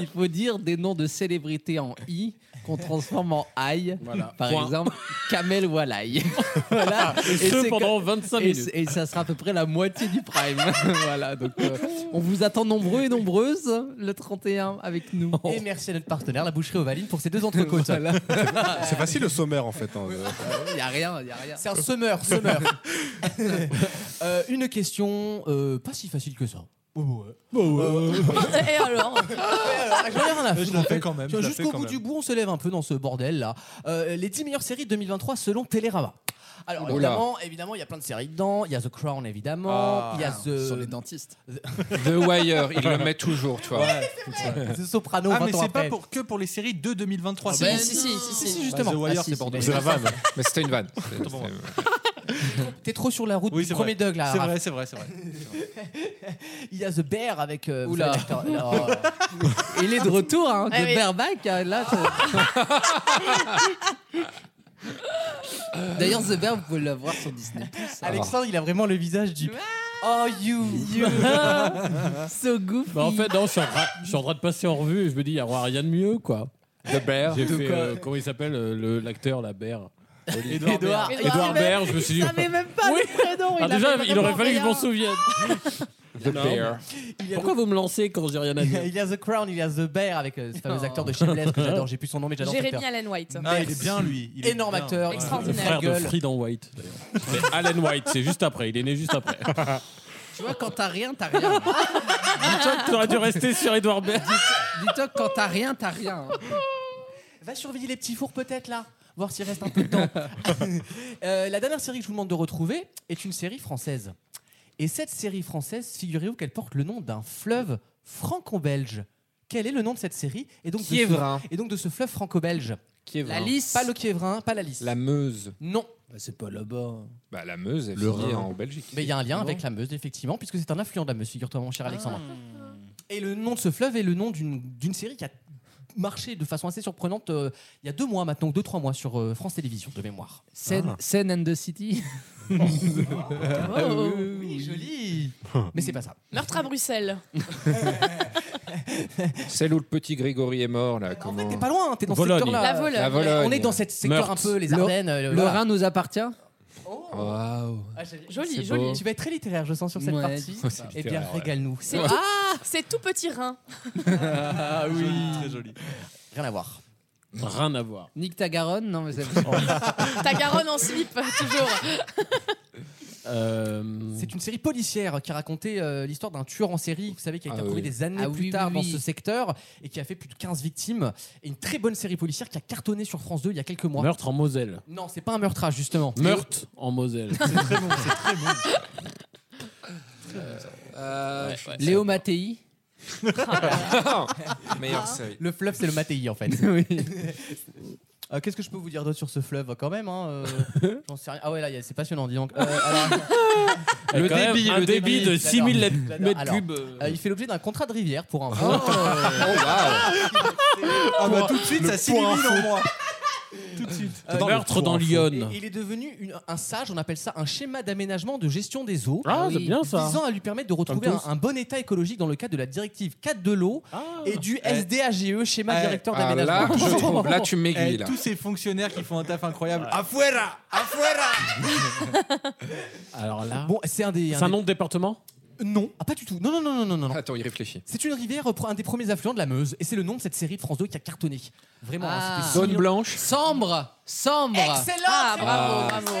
S5: il faut dire des noms de célébrités en I qu'on transforme en aïe.
S3: Voilà.
S5: Par
S3: Point.
S5: exemple, camel walaï. <laughs> voilà.
S3: Et <laughs> ce,
S5: c'est
S3: pendant
S5: que-
S3: 25
S5: et
S3: minutes.
S5: c'est- Et, ça sera à peu près la moitié du prime. <laughs> voilà. Donc, euh, on vous attend nombreux et nombreuses le 31 avec nous.
S2: Et merci à notre partenaire, la boucherie Ovaline, pour ces deux
S5: <laughs>
S2: entrecôtes.
S5: oh. Voilà.
S16: C'est facile le sommaire en fait. hein, de-
S5: Il n'y a rien, il n'y a rien.
S2: C'est un summer, summer. Euh, une question euh, pas si facile que ça.
S8: Et alors
S2: J'en ai Euh, rien à foutre,
S6: Je la
S2: en
S6: fais
S2: fait.
S6: quand même,
S2: Tu vois,
S6: je la fais
S2: Jusqu'au
S6: quand
S2: bout
S6: même.
S2: du bout, on se lève un peu dans ce bordel là. Euh, les 10 meilleures séries de 2023 selon Télérama. Alors
S5: Oula.
S2: évidemment, évidemment, il y a plein de séries dedans. Il y a The Crown évidemment.
S4: Ah.
S2: Il y a
S5: Ce
S2: The
S5: sont les dentistes.
S4: The Wire, il le met toujours, tu vois.
S2: Ouais, The Soprano.
S6: Ah, mais
S2: 20 ans
S6: c'est pas
S2: après.
S6: pour, que pour les séries de 2023.
S2: Ah,
S5: bah,
S6: c'est
S2: ben,
S6: bon.
S2: si, si, si, si, si,
S6: The
S2: justement.
S6: Wire,
S2: Ah, si,
S6: c'est
S2: si,
S6: pour
S2: mais- C'est la vanne.
S4: Mais c'était une vanne.
S6: C'était pour moi.
S2: T'es trop sur la route
S6: Oui,
S2: du
S6: c'est
S2: premier
S6: vrai.
S2: Doug là.
S6: C'est
S2: Raph.
S6: vrai, c'est vrai, c'est vrai.
S2: Il y a The Bear avec. euh, vous
S5: Oula.
S2: savez, l'acteur- <laughs> alors, euh,
S5: Il est de retour, hein, de
S3: Eh
S2: Ah oui.
S5: Berbac. euh, Là, c'est- D'ailleurs, The Bear, vous pouvez le voir sur Disney.
S2: Alexandre, il a vraiment le visage du. Oh you, <laughs> you.
S5: so goofy.
S3: Bah, en fait, non, je suis, en train, je suis en train de passer en revue et je me dis, il n'y aura rien de mieux, quoi.
S4: The Bear.
S3: J'ai
S4: De
S3: fait,
S4: quoi
S3: euh, comment il s'appelle, euh, le- l'acteur, la Bear
S6: Édouard
S3: Édouard
S6: Baird.
S3: Édouard Baird, je me suis dit.
S8: même pas le prénom.
S3: <laughs> Ah, déjà, il aurait fallu que je m'en souvienne.
S4: The Bear.
S3: Pourquoi vous me lancez quand j'ai rien à
S2: <laughs>
S3: dire
S2: Il y a The Crown, il y a The Bear avec euh, ce fameux
S3: Oh.
S2: acteur de Shameless que j'adore. J'ai plus son nom, mais j'adore cet
S7: Jérémy
S2: acteur.
S7: Allen White.
S2: Ah, il est bien, lui. Il est Énorme bien. acteur,
S6: Ah,
S2: Ouais.
S3: Le
S7: Extraordinaire.
S3: frère de
S2: gueule.
S3: Friedan White, d'ailleurs. <laughs> C'est Alan White, c'est juste après, il est né juste <laughs> après.
S5: Tu vois, quand t'as rien, t'as rien. Dis-toi que
S3: T'aurais dû rester sur Edouard Baird.
S5: Dis-toi que quand t'as rien, t'as rien. hein.
S2: Va surveiller les petits fours peut-être là, voir s'il reste un peu de <laughs> temps. Euh, la dernière série que je vous demande de retrouver est une série française. Et cette série française, figurez-vous qu'elle porte le nom d'un fleuve franco-belge. Quel est le nom de cette série et donc, de ce-
S4: Quiévrin.
S2: et donc de ce fleuve franco-belge
S4: Quiévrin.
S2: La Lys. Pas le Quiévrin, hein, pas la Lys.
S4: La Meuse.
S2: Non.
S5: c'est pas là-bas.
S4: Bah, la Meuse, elle
S16: Le
S4: finit
S16: Rhin.
S4: en Belgique.
S2: Mais il y a un lien
S4: Non.
S2: avec la Meuse, effectivement, puisque c'est un affluent de la Meuse, figure-toi, mon cher Alexandre. Et le nom de ce fleuve est le nom d'une d'une série qui a marché de façon assez surprenante euh, il y a deux mois maintenant, deux, trois mois sur euh, France Télévisions, de mémoire. Ah.
S5: Scène, and the City.
S2: oui, Hum. joli. Mais c'est pas ça.
S7: Meurtre à Bruxelles.
S4: Celle où le petit Grégory est mort, là. comment...
S2: T'es pas loin, hein, t'es dans
S4: Vologne.
S2: ce secteur-là.
S4: La Vologne. La Vologne.
S2: On est dans cette secteur
S4: Meurthe.
S2: un peu, les
S4: Le-
S2: Ardennes. euh,
S5: Le
S2: voilà.
S5: Rhin nous appartient
S4: Oh, Waouh.
S7: Joli,
S2: C'est
S7: joli.
S2: beau. Tu vas être très littéraire, je sens, sur cette
S5: Ouais.
S2: partie.
S5: Oh, c'est
S2: Eh bien,
S5: littéraire, ouais.
S2: régale-nous.
S7: C'est ah, c'est tout petit rein.
S5: Ah oui.
S6: Très joli.
S2: Rien à voir.
S3: Rien à voir.
S5: Nick ta Garonne Non, <laughs> mais c'est.
S7: Ta Garonne en slip, <laughs> toujours.
S3: Euh,
S2: C'est une série policière qui a raconté euh, l'histoire d'un tueur en série, vous savez, qui a été
S5: Ah
S2: retrouvé
S5: oui.
S2: des années
S5: Ah
S2: plus
S5: oui,
S2: tard
S5: oui,
S2: dans
S5: oui.
S2: ce secteur et qui a fait plus de 15 victimes. Et une très bonne série policière qui a cartonné sur France 2 il y a quelques mois.
S3: Meurtre en Moselle.
S2: Non, c'est pas un meurtrage, justement.
S3: Meurtre en Moselle.
S4: Euh,
S3: ouais,
S5: Léo Mattei.
S4: Meilleure série.
S2: Le fleuve, c'est le Matéi, en fait. <laughs> Euh, Qu'est-ce que je peux vous dire d'autre sur ce fleuve quand même hein, euh, J'en sais rien. Ah ouais, là, y a- c'est passionnant, dis donc. Euh, alors-
S3: Le
S2: Quand même,
S3: débit,
S2: un
S3: le débit de
S2: j'adore,
S3: 6000 mètres
S2: j'adore. Alors,
S3: cubes.
S2: euh, il fait l'objet d'un contrat de rivière pour un
S4: Oh,
S6: Ah, bah, tout de suite, ça s'illumine en moi. Tout de suite.
S2: Euh,
S3: Meurtre
S2: pour
S3: dans
S2: info.
S3: l'Yonne.
S2: Et Il est devenu une- un sage, on appelle ça un schéma d'aménagement de gestion des eaux.
S3: Ah, c'est bien, ça.
S2: Visant à lui permettre de retrouver
S3: Comme
S2: un,
S3: tous.
S2: un bon état écologique dans le cadre de la directive 4 de l'eau
S3: Ah.
S2: et du
S6: Eh.
S2: SDAGE, E, schéma
S6: Eh.
S2: directeur
S4: Ah,
S2: d'aménagement.
S4: là, je trouve. Là, tu m'aiguilles,
S6: Eh,
S4: là.
S6: Tous ces fonctionnaires qui font un taf incroyable. Afuera Afuera
S3: Alors là.
S2: <laughs> Bon, c'est un des.
S3: C'est un nom de département
S2: Non, ah, pas du tout. Non, non, non, non, non, non.
S4: Attends, il réfléchit.
S2: C'est une rivière, euh, un des premiers affluents de la Meuse, et c'est le nom de cette série de France 2 qui a cartonné. Vraiment,
S5: Ah.
S2: hein, c'était
S4: Zone
S2: six-
S4: blanche.
S5: Sambre Sambre
S2: Excellent
S5: Ah, bravo,
S3: Ah.
S5: bravo.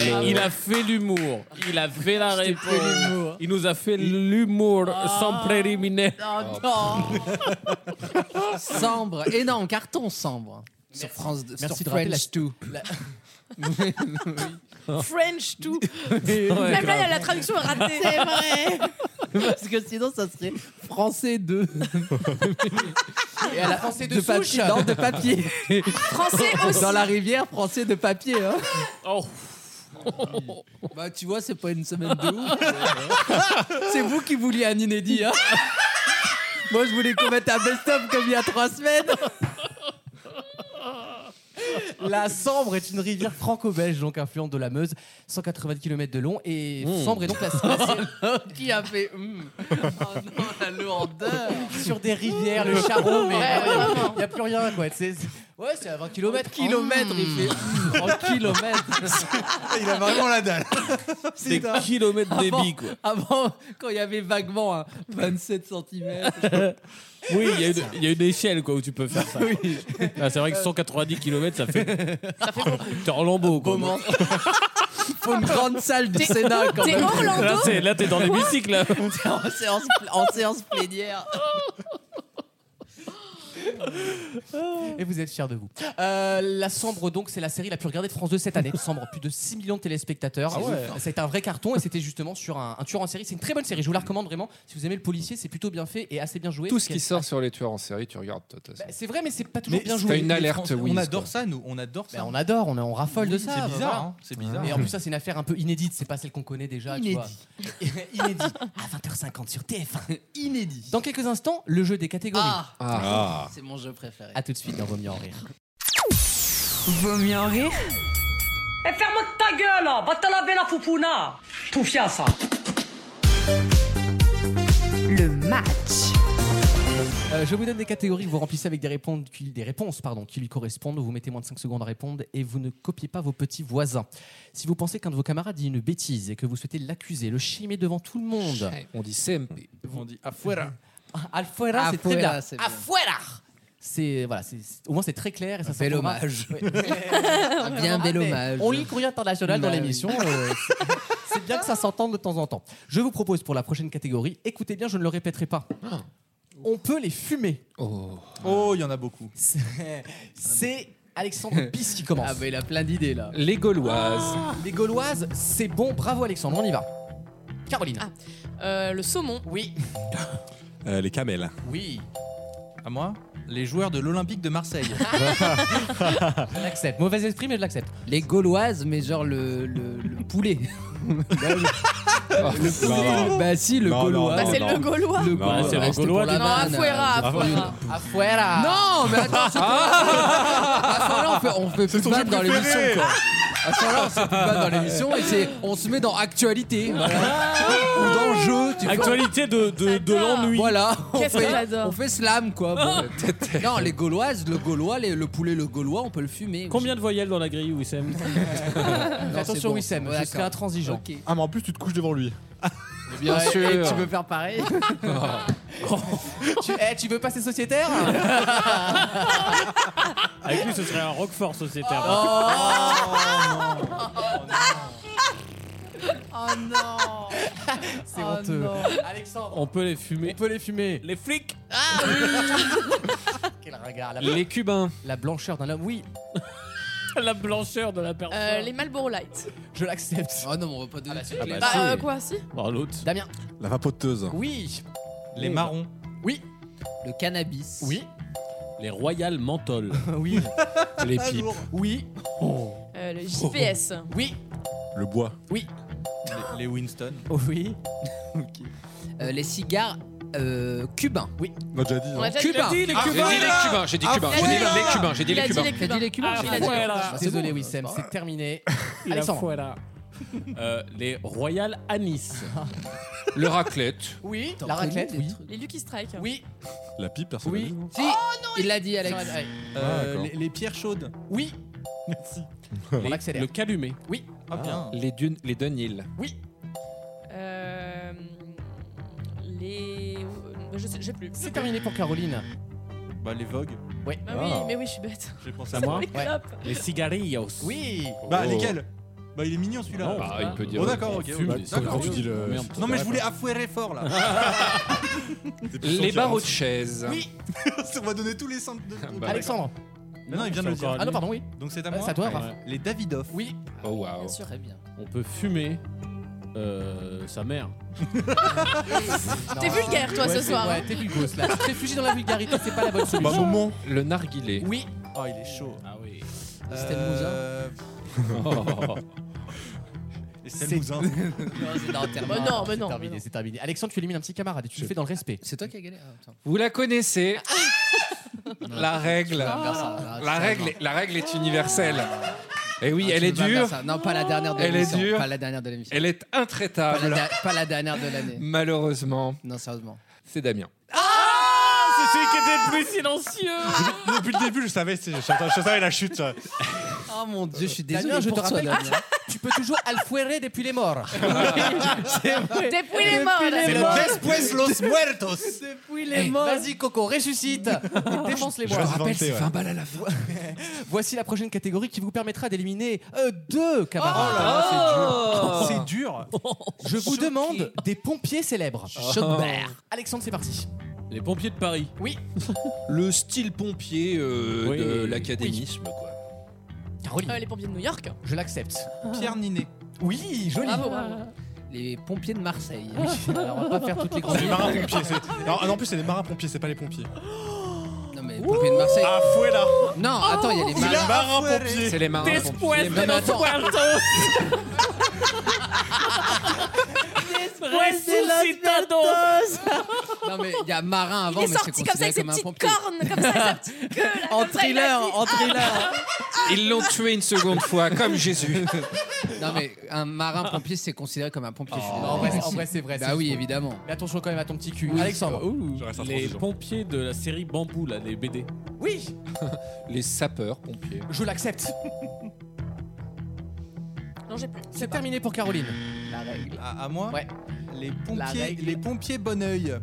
S3: Et
S5: Bravo.
S3: il a fait l'humour. Il a fait la
S5: Je t'ai
S3: réponse.
S5: fait l'humour.
S3: Il nous a fait l'humour sans préliminaire.
S5: Oh non Sambre Énorme carton, Sambre. Sur France 2.
S2: Merci
S5: sur
S2: de rappeler la-
S5: French 2.
S2: la-
S7: French tout.
S5: Ouais,
S7: Même là,
S5: grave.
S7: la traduction est ratée.
S5: C'est vrai. Parce que sinon, ça serait <laughs> français 2.
S2: Et
S5: <laughs>
S2: à la français de,
S5: de
S2: souche.
S5: papier. Non, de papier.
S7: Français aussi.
S5: Dans la rivière, français de papier. Hein.
S3: Oh.
S5: <laughs> Bah, tu vois, c'est pas une semaine de ouf. <laughs> c'est vous qui vouliez un <laughs> inédit. Hein. Moi, je voulais qu'on mette un best-of comme il y a trois semaines.
S2: <laughs> La Sambre est une rivière franco-belge, donc influente de la Meuse, 180 km de long. Et
S5: Mmh.
S2: Sambre est donc la, la <laughs> série-
S5: <laughs> qui a fait. hum Oh non, la lourdeur.
S2: sur des rivières, le charron, mais il n'y a plus rien. quoi. C'est- c'est- Ouais, c'est à Hmm. 20 km.
S5: Kilomètres, il fait. En kilomètres.
S6: Ah,
S2: Il a vraiment la dalle.
S3: Des
S5: Putain. Ah.
S3: kilomètres
S5: Avant-
S3: d'ébis, quoi.
S5: Avant, quand il y avait vaguement un 27 cm.
S3: Oui, il y, a une- il y a une échelle quoi, où tu peux faire ça. Ah, c'est vrai que 190 km, ça fait. Ça fait beaucoup. T'es Orlambeau, quoi.
S5: Faut une grande salle de Sénat quand même.
S3: Là, <laughs> c'est- Là, t'es dans l'hémicycle, là.
S5: T'es en séance, en séance plénière.
S2: Et vous êtes fiers de vous. Euh, la Sambre, donc, c'est la série la plus regardée de France 2 cette année. Sambre, plus de 6 millions de téléspectateurs.
S3: Ah ouais.
S2: Ça a été un vrai carton et c'était justement sur un, un tueur en série. C'est une très bonne série, je vous la recommande vraiment. Si vous aimez le policier, c'est plutôt bien fait et assez bien joué.
S4: Tout ce qui sort sur les tueurs en série, tu regardes. toi, de toute façon.
S2: Bah, c'est vrai, mais c'est pas toujours
S4: Mais
S2: bien
S4: c'est
S2: joué.
S4: une
S2: Les
S4: alerte,
S2: Français-
S4: oui,
S2: on
S4: c'est
S2: adore
S4: quoi.
S2: ça, nous. On adore
S6: ça.
S2: on adore, on, on raffole de ça.
S6: C'est bizarre,
S2: voilà.
S6: hein, c'est bizarre.
S2: Et en plus, ça, c'est une affaire un peu inédite. C'est pas celle qu'on connaît déjà. tu vois. <laughs> Inédit. À 20h50 sur TF1. Inédit. Dans quelques instants, le jeu des catégories.
S5: Ah.
S2: Ah.
S5: C'est mon jeu préféré.
S2: À tout de suite dans Vaut mieux en rire.
S1: Vaut mieux en rire
S10: Et ferme ta gueule, va te laver la foufouna. Tout fier ça.
S1: Le match.
S2: Euh, je vous donne des catégories, vous remplissez avec des réponses, qui, des réponses pardon, qui lui correspondent, vous mettez moins de 5 secondes à répondre et vous ne copiez pas vos petits voisins. Si vous pensez qu'un de vos camarades dit une bêtise et que vous souhaitez l'accuser, le chimer devant tout le monde. <laughs>
S4: On dit CMP.
S2: On dit
S4: afuera.
S2: Alfuera, c'est très
S4: Afuera,
S2: bien.
S4: c'est bien.
S2: Afuera c'est voilà, c'est- c'est- au moins c'est très clair et ça
S5: bel
S2: s'entendra.
S5: hommage. <laughs>
S2: Ouais.
S5: Un bien bel
S2: Ah, mais
S5: hommage.
S2: On lit le courrier international dans
S5: Bah oui.
S2: l'émission. euh, c'est- c'est bien que ça s'entende de temps en temps. Je vous propose pour la prochaine catégorie, écoutez bien, je ne le répéterai pas.
S5: Ah.
S2: On peut les fumer.
S4: Oh,
S6: il y en a beaucoup.
S2: C'est Alexandre Bis qui commence. Ah,
S5: Ah, bah il a plein d'idées là.
S4: Les Gauloises.
S2: Les Gauloises, c'est bon. Bravo Alexandre, on y va. Caroline.
S7: le saumon.
S2: Oui.
S16: Euh, les camels.
S6: Oui. À moi Les joueurs de l'Olympique de Marseille.
S2: Je l'accepte. Mauvais esprit, mais je l'accepte.
S5: Les Gauloises, mais genre le, le, le poulet.
S16: Le
S5: poulet. Bah si, le Gaulois.
S7: Bah, c'est le Gaulois.
S5: Le
S7: Non,
S5: Gaulois.
S7: c'est le
S5: Ah, c'était
S7: Gaulois
S5: pour
S7: du-
S5: la
S7: Non,
S5: vanne.
S7: Afuera,
S5: Ah,
S7: Afuera.
S5: oui.
S2: Afuera.
S5: Non, mais attends, c'est pour... À ce moment-là, ah, on fait, on fait plus de
S2: son
S5: vanne
S2: jeu
S5: dans l'émission.
S2: préféré.
S5: quoi. À ce moment-là, on se fait plus de vanne dans l'émission et c'est, on se met dans actualité. voilà. Ou dans jeu.
S3: Ah
S5: Tu vois.
S3: Actualité de, de, de l'ennui.
S5: Voilà, on
S7: Qu'est-ce que
S5: fait,
S7: j'adore.
S5: on fait slam quoi. Bon. non, les Gauloises, le Gaulois, les- le poulet, le Gaulois, on peut le fumer.
S3: Combien de voyelles dans la grille, Wissem
S5: Non, c'est
S2: Attention
S5: bon,
S2: Wissem,
S5: c'est bon,
S2: je
S5: d'accord.
S2: serai intransigeant.
S5: Ok.
S16: Ah, mais en plus, tu te couches devant lui.
S5: Ouais,
S4: sûr.
S5: et tu peux faire pareil
S2: <laughs> tu, eh, tu veux passer sociétaire
S3: Avec lui, ce serait un Roquefort sociétaire.
S7: Oh non
S2: C'est
S7: Oh
S2: honteux. Ah,
S7: non.
S2: Alexandre,
S3: On peut les fumer.
S2: on peut les fumer.
S3: Les flics
S2: Quel regard. La,
S3: Ah,
S4: Les Cubains.
S2: la blancheur d'un homme, oui,
S3: <laughs> La blancheur de la personne.
S7: Euh, les Marlboro Light.
S2: je l'accepte.
S5: Oh non, mais on va pas donner toutes les-
S7: Bah, euh, quoi, si
S3: Bon, l'autre.
S2: Damien,
S16: La vapoteuse.
S2: oui.
S6: Les marrons.
S2: Oui,
S5: Le cannabis.
S2: oui,
S3: Les Royal Menthol.
S2: oui,
S4: Les pipes.
S2: oui,
S7: Euh, Le GPS.
S2: oui,
S16: Le bois.
S2: oui,
S6: Les, les Winston.
S2: oui.
S5: Euh, les cigares euh, cubains.
S6: Ah,
S16: On l'a déjà dit.
S7: On a
S16: hein.
S7: déjà
S5: Cubain.
S4: Ah,
S7: dit-
S4: J'ai dit les Cubains, j'ai dit Cubains, j'ai dit les Cubains, j'ai dit
S7: Il
S4: les
S7: a dit
S4: Cubains.
S7: les
S5: T'as dit
S7: Cubains.
S5: les cubains
S7: Ah,
S5: j'ai
S7: voilà.
S5: dit- Bah, c'est
S2: Désolé
S5: bon,
S2: Wissem,
S5: c'est
S2: c'est terminé.
S3: La
S2: Alexandre,
S3: voilà. Euh, les Royal Anis.
S4: Le raclette.
S2: oui,
S5: pas-
S2: ah, la
S5: T'as connu
S2: raclette,
S5: des
S2: oui,
S5: trucs.
S7: Les Lucky Strike.
S2: oui,
S16: La pipe, personne
S2: Oui.
S16: l'a dit, non
S5: Si, il l'a dit, Alex.
S2: Ouais,
S6: Euh,
S16: d'accord.
S6: les, les pierres chaudes.
S2: oui,
S3: Les-
S2: on accélère.
S3: Le calumet.
S2: Oui,
S6: Ah, bien.
S4: Les, dunes, les Dunhill.
S2: oui,
S7: Euh, Les. euh, Je sais, j'ai plus.
S2: c'est terminé pour Caroline.
S6: Bah, les vogues.
S7: Bah oui, mais oui, je suis bête.
S6: J'ai pensé à
S3: C'est
S6: moi.
S3: moi
S7: Les
S2: Ouais.
S7: clopes.
S3: Les cigarillos.
S2: Oui,
S6: Bah,
S16: Oh.
S6: lesquels Bah, il est mignon celui-là.
S3: Non, bah,
S4: il peut dire-
S6: Oh, d'accord, ok.
S3: Fume
S6: ouais.
S3: des
S6: D'accord.
S16: Quand tu dis le.
S3: bah, Merde.
S6: Non, mais je voulais affouer fort là.
S4: Les barreaux de chaise.
S2: oui,
S6: Ça m'a donné tous les centres de.
S4: bah,
S2: Alexandre.
S6: Mais non, il vient de
S3: c'est
S6: le dire.
S3: encore
S2: Ah non, pardon, oui.
S6: Donc, c'est à
S2: Ouais,
S6: moi.
S2: c'est à toi,
S3: Ouais.
S2: Raph.
S6: Les Davidoff.
S2: Oui,
S4: Oh waouh.
S7: Bien sûr.
S5: Très bien.
S3: On peut fumer euh, sa mère.
S7: T'es vulgaire, toi, ce
S2: Ouais,
S7: soir. hein.
S2: Ouais, t'es vulgose là. Tu te réfugies dans la vulgarité, c'est pas la bonne
S4: Bah,
S2: solution.
S4: moment. Le narguilé.
S2: Oui,
S6: Oh, il est chaud.
S3: Ah oui.
S5: Estelle
S6: Euh, Estelle
S2: C'est-
S6: Mouzin.
S5: Non, c'est dans le terme.
S7: Bah non, mais
S2: c'est
S7: non.
S2: terminé, c'est terminé. Alexandre, tu élimines un petit camarade et tu le fais dans le respect.
S5: C'est toi qui as gagné Ah, attends.
S4: Vous la connaissez. La règle.
S5: Ah, personne.
S4: La règle, est- la règle est universelle. Et oui,
S5: Ah,
S4: elle
S5: tu
S4: est
S5: me bats
S4: dure,
S5: vers ça. Non, pas la dernière de
S4: Elle est
S5: l'émission.
S4: dure.
S5: Pas la dernière de l'émission.
S4: elle est
S5: Pas, la
S4: intraitable.
S5: der- pas la dernière de l'année.
S4: Malheureusement,
S5: Non, sérieusement.
S4: c'est Damien.
S2: Ah,
S3: celui qui était le plus silencieux.
S17: Depuis le début, je savais, c'est- je, je savais la chute.
S5: Oh mon dieu, je suis
S2: Damien,
S5: désolé.
S2: je te
S5: pour toi,
S2: rappelle
S5: Damien.
S2: que <laughs> tu peux toujours alfouerer depuis les morts.
S7: Depuis les morts.
S2: les morts. Después los muertos.
S7: Depuis
S2: Eh, Vas-y Coco, ressuscite et défonce les
S7: Je
S2: bois.
S7: le rappelle, c'est 20
S2: balles à la fin. <laughs> Voici la prochaine catégorie qui vous permettra d'éliminer euh, deux camarades.
S8: Oh là
S5: Oh.
S8: là, c'est
S2: dur. Je vous demande des pompiers célèbres.
S3: Schoenberg.
S2: Alexandre, c'est parti.
S3: Les pompiers de Paris.
S2: Oui.
S4: Le style pompier euh,
S3: Oui.
S4: de l'académisme, quoi.
S7: Euh, les pompiers de New York.
S2: Je l'accepte.
S16: Ah.
S7: Pierre
S2: Ninet. Oui, joli.
S7: Bravo, bravo.
S5: Les pompiers de Marseille.
S2: Oui, <laughs> alors on va pas faire toutes les
S6: <laughs>
S2: grandes
S16: Ah. Les
S2: villes.
S16: marins-pompiers. c'est- Non, en plus, c'est les marins-pompiers, c'est pas les pompiers.
S5: Non, mais les pompiers de Marseille.
S16: Ah, fouet là
S5: Non, attends, il y a les
S16: C'est les marins-pompiers.
S5: C'est les marins-pompiers.
S16: Después de
S5: Mais
S16: los
S5: attends.
S16: muertos.
S5: Non mais il y a marin
S7: Il
S5: avant
S7: est
S5: mais c'est
S7: sorti comme ça
S5: considéré
S7: avec ses
S5: comme un
S7: petites
S5: pompier.
S7: cornes, comme ça, avec sa
S5: <laughs>
S7: petite gueule. là,
S5: En
S7: comme ça, il a
S5: thriller,
S7: dit,
S5: en
S7: ah.
S5: thriller.
S4: Ils l'ont tué une seconde fois, comme Jésus.
S5: Non mais un marin pompier c'est considéré comme un pompier. je suis
S2: Non, en
S5: désolé.
S2: vrai, en vrai, c'est vrai.
S5: Bah
S2: c'est
S5: oui
S2: faux.
S5: évidemment.
S2: Mais attention quand même à ton petit cul.
S5: Oui.
S2: Alexandre.
S3: Oh. Les pompiers de la série Bambou, là, les BD.
S2: <laughs> Oui,
S4: Les sapeurs pompiers.
S2: je l'accepte.
S7: Non, j'ai plus.
S2: C'est terminé pour Caroline.
S5: La règle.
S6: Ah, À, à moi
S2: Ouais.
S6: Les
S2: La
S6: pompiers,
S2: règle.
S6: les pompiers bon oeil.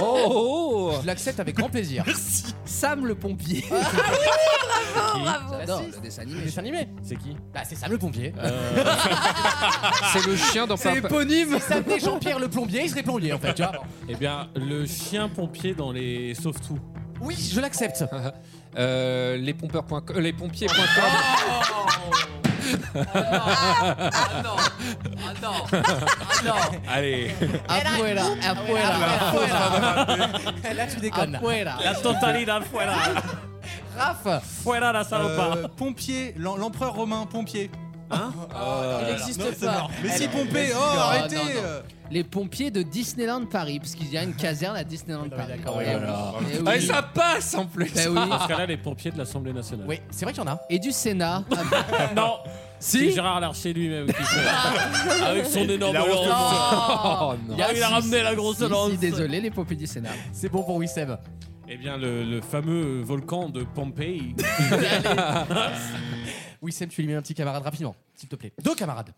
S2: Oh Je l'accepte avec grand plaisir. Merci.
S5: Sam le pompier.
S2: <laughs>
S7: Bravo, bravo.
S5: Non, le dessin animé.
S2: Dessin animé.
S3: C'est qui
S2: Bah c'est Sam le pompier.
S4: C'est le chien dans
S2: C'est
S4: Papa-
S2: éponyme. Ça venait Jean-Pierre le plombier, il serait plombier en fait, tu vois.
S3: Eh bien, le chien pompier dans les
S5: <laughs>
S3: sauve-tout.
S2: Oui, je l'accepte.
S4: Euh, les pompeurs point com- euh, les pompiers.com.
S17: Allez.
S5: Afuera,
S16: Ah,
S3: afuera.
S2: Là, tu déconnes.
S5: Afuera.
S3: La totalité afuera.
S2: Raph.
S3: Fuera la salopa.
S6: Euh, pompier, l'em- l'empereur romain, pompier. Ah,
S3: Hein
S16: Oh,
S5: Il n'existe pas.
S6: Mais
S5: Elle-
S6: si, pompier,
S5: elle-
S6: oh,
S5: non,
S6: arrêtez
S5: non,
S16: Ah,
S5: non. Les pompiers de Disneyland Paris, parce qu'il y a une caserne à Disneyland Paris.
S2: d'accord, oui,
S5: Eh
S2: alors.
S5: Eh
S4: Ah, et ça passe en plus.
S5: Eh oui.
S3: Dans ce cas-là, les pompiers de l'Assemblée nationale.
S2: Oui, c'est vrai qu'il y en a.
S5: Et du Sénat.
S3: Non
S5: Si
S3: C'est Gérard Larcher lui-même qui
S5: <laughs>
S3: fait. Avec son énorme
S5: Il a honte de
S3: lance.
S5: Oh, non.
S3: Il a- il a ramené la grosse
S5: Ah, Si, si,
S3: lance.
S5: Désolé, les pompiers du Sénat.
S2: C'est bon pour Wissem.
S3: Eh bien, le, le fameux volcan de Pompéi.
S2: Wissem, tu lui mets un petit camarade rapidement, s'il te plaît. Deux camarades.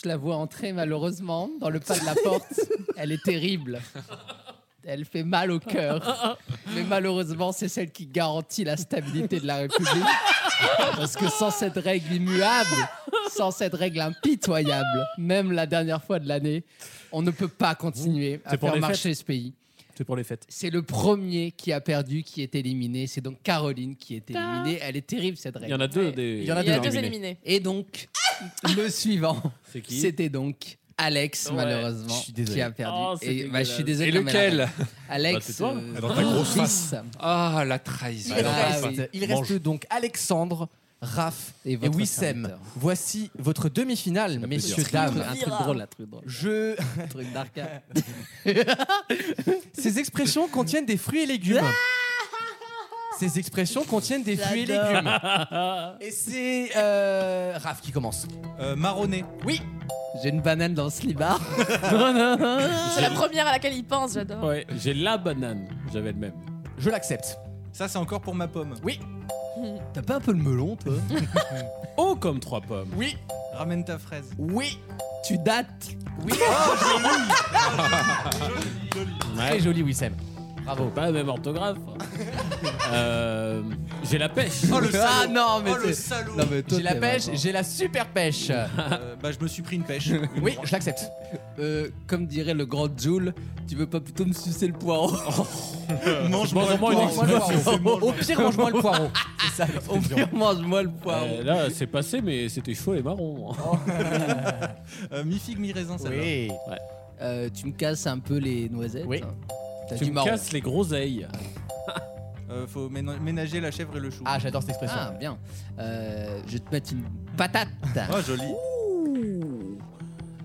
S5: Je la vois entrer malheureusement dans le pas de la porte. Elle est terrible. Elle fait mal au cœur. Mais malheureusement, c'est celle qui garantit la stabilité de la République. Parce que sans cette règle immuable, sans cette règle impitoyable, même la dernière fois de l'année, on ne peut pas continuer à
S3: C'est pour
S5: faire
S3: les
S5: marcher
S3: fêtes.
S5: ce pays.
S3: C'est pour les fêtes.
S5: C'est le premier qui a perdu qui est éliminé. C'est donc Caroline qui est éliminée. Elle est terrible cette règle.
S3: Il y en a deux des-
S5: Il y en a
S7: Il y a
S5: deux
S7: deux
S5: éliminés.
S7: éliminés.
S5: Et donc, le suivant,
S3: qui
S5: c'était donc Alex,
S3: Ouais.
S5: malheureusement,
S3: Je suis désolé.
S5: qui a perdu.
S3: Oh, c'est
S5: et, bah, je suis
S3: dégueulasse.
S5: désolé.
S4: Et
S5: non, mais
S4: lequel
S5: la- Alex.
S4: Bah, c'est toi.
S5: euh,
S4: Dans ta grosse
S5: Chris.
S4: face. Ah, la trahison.
S2: Il,
S4: Ah,
S2: reste,
S4: oui.
S2: il reste
S4: Mange.
S2: donc Alexandre, Raph
S5: Et
S2: et,
S5: votre
S2: Wissem.
S5: serviteur.
S2: Voici votre demi-finale, messieurs,
S5: Truc-
S2: dames.
S5: Un truc drôle, un truc drôle.
S2: Je...
S5: Un truc hein. d'arcade.
S2: <laughs> Ces expressions contiennent des fruits et légumes. Ces expressions contiennent des fruits et légumes. Et c'est euh, Raph qui commence.
S6: Euh, marronné.
S2: Oui.
S5: J'ai une banane dans le slibard.
S7: C'est la première à laquelle il pense, j'adore.
S3: Ouais, j'ai la banane. J'avais le même.
S2: Je l'accepte.
S6: Ça, c'est encore pour ma pomme.
S2: Oui.
S5: T'as pas un peu le melon, <laughs> toi
S3: Oh, comme trois pommes.
S2: Oui.
S6: Ramène ta fraise.
S2: Oui.
S5: Tu dates.
S2: Oui.
S3: Très
S2: joli, Wissem. Bravo.
S3: Ah Pas la même
S5: <laughs>
S3: orthographe. Euh, j'ai la pêche.
S16: Oh,
S6: <laughs>
S5: ah non, mais c'est- Non, mais toi,
S2: J'ai la
S5: t'es
S2: pêche,
S5: vraiment-
S2: j'ai la super pêche.
S6: bah, je me suis pris une
S16: <laughs>
S6: pêche.
S2: Oui, je l'accepte.
S5: Euh, comme dirait le grand Joule, tu veux pas plutôt me sucer le poiron
S3: Mange-moi le
S5: Mange-moi
S3: poireau.
S5: le
S6: <laughs>
S3: Mange-moi le poireau.
S2: Au pire, mange-moi le poireau.
S5: poiron.
S2: C'est ça.
S5: Ah, Au pire, mange-moi le
S3: Euh,
S5: poiron.
S3: là, c'est passé, mais c'était chaud et marron.
S5: Oh,
S6: Euh, mi-figue, mi-raisin, ça
S2: Oui.
S3: Ouais.
S5: Euh, tu me casses un peu les noisettes.
S3: Oui.
S5: hein. T'as
S3: Tu
S5: du
S3: me
S5: marron.
S3: casses les groseilles.
S6: Euh, faut ména- ménager la chèvre et le chou.
S2: Ah, j'adore cette expression.
S5: Ah, bien. Euh, je vais te mettre une patate.
S3: Ah.
S6: Oh, joli.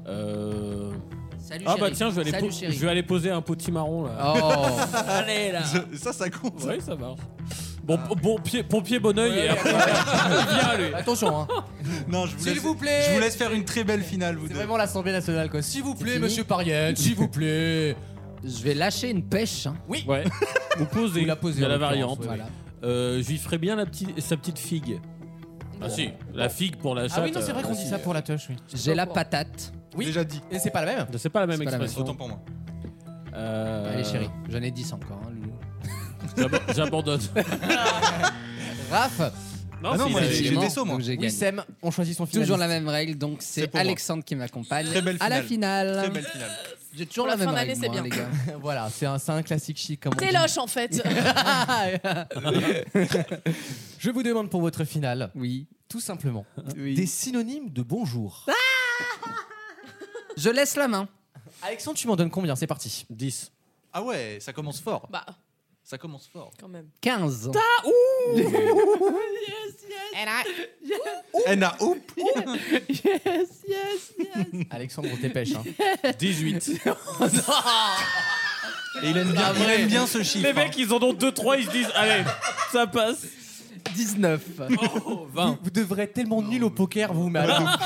S3: Euh...
S5: Salut,
S3: Ah bah
S5: chérie.
S3: tiens, je vais, aller
S5: Salut,
S3: po-
S5: chérie.
S3: je vais aller poser un petit marron là.
S5: Oh.
S3: <laughs> Allez là.
S6: <laughs> Ça, ça compte.
S3: Oui, ça marche. Bon, bon pied, pompier, bon oeil. et après- Bien, lui.
S2: Attention, hein.
S6: Non, je vous
S2: S'il
S6: laisse-
S2: vous plaît.
S6: Je vous laisse faire une très belle finale, vous
S2: C'est
S6: deux.
S2: vraiment l'Assemblée nationale, quoi. S'il vous plaît,
S5: fini
S2: monsieur Pariette, s'il vous plaît.
S5: <laughs> Je vais lâcher une pêche. hein.
S2: Oui.
S3: <laughs> Ouais. Vous posez.
S5: Vous la posez,
S3: Il y a
S5: en
S3: la
S5: l'occurrence,
S3: variante.
S5: oui, voilà.
S3: Euh, je lui ferai bien la petite, sa petite figue. Ah si, la figue pour la chatte. euh,
S2: Ah oui, non, c'est vrai qu'on dit ça pour la touche, oui.
S5: J'ai la patate.
S2: Oui. Déjà dit. Et c'est pas la même
S3: C'est pas la même
S5: C'est pas la
S3: expression. Euh,
S5: même. Autant
S6: pour moi.
S5: Allez, chérie, Euh, j'en ai 10 encore. hein, Loulou.
S3: J'ab-
S5: <laughs>
S3: J'abandonne.
S5: Raph
S3: Non, Ah non, si, moi, il a- j'ai- j'ai des sauts, moi.
S5: Oui,
S3: Oui,
S5: Sam,
S3: Sam,
S2: on choisit son
S5: Toujours
S2: finaliste.
S5: la même règle, donc
S2: C'est
S5: c'est
S2: pour moi.
S5: Alexandre qui m'accompagne
S2: Très belle
S5: à la
S2: finale.
S5: finale.
S2: Très belle finale.
S5: J'ai toujours
S7: Pour la
S5: la, même
S7: fin d'année,
S5: règle,
S7: c'est
S5: moi,
S7: bien.
S5: les gars.
S2: voilà, c'est un, c'est un classique chic comme on
S7: T'es
S2: dit.
S7: loche en fait.
S5: <laughs>
S2: Je vous demande pour votre finale.
S5: Oui.
S2: Tout simplement. Des synonymes de bonjour.
S5: Je laisse la main.
S2: Alexandre, tu m'en donnes combien C'est
S3: <laughs>
S2: parti.
S3: 10.
S6: Ah ouais, ça commence fort.
S7: Bah.
S6: Ça commence fort.
S7: Quand même.
S5: 15.
S7: ouh
S15: Elle a.
S6: N.A.
S7: Yes, yes, yes.
S2: Alexandre, on dépêche. <laughs> hein.
S3: 18.
S6: Et il aime bien, il aime bien ce chiffre. hein.
S3: Les mecs, ils en ont 2-3, ils se disent Allez, ça passe.
S5: 19.
S2: <laughs> Vous, vous devrez être tellement nul au poker, vous, mais alors-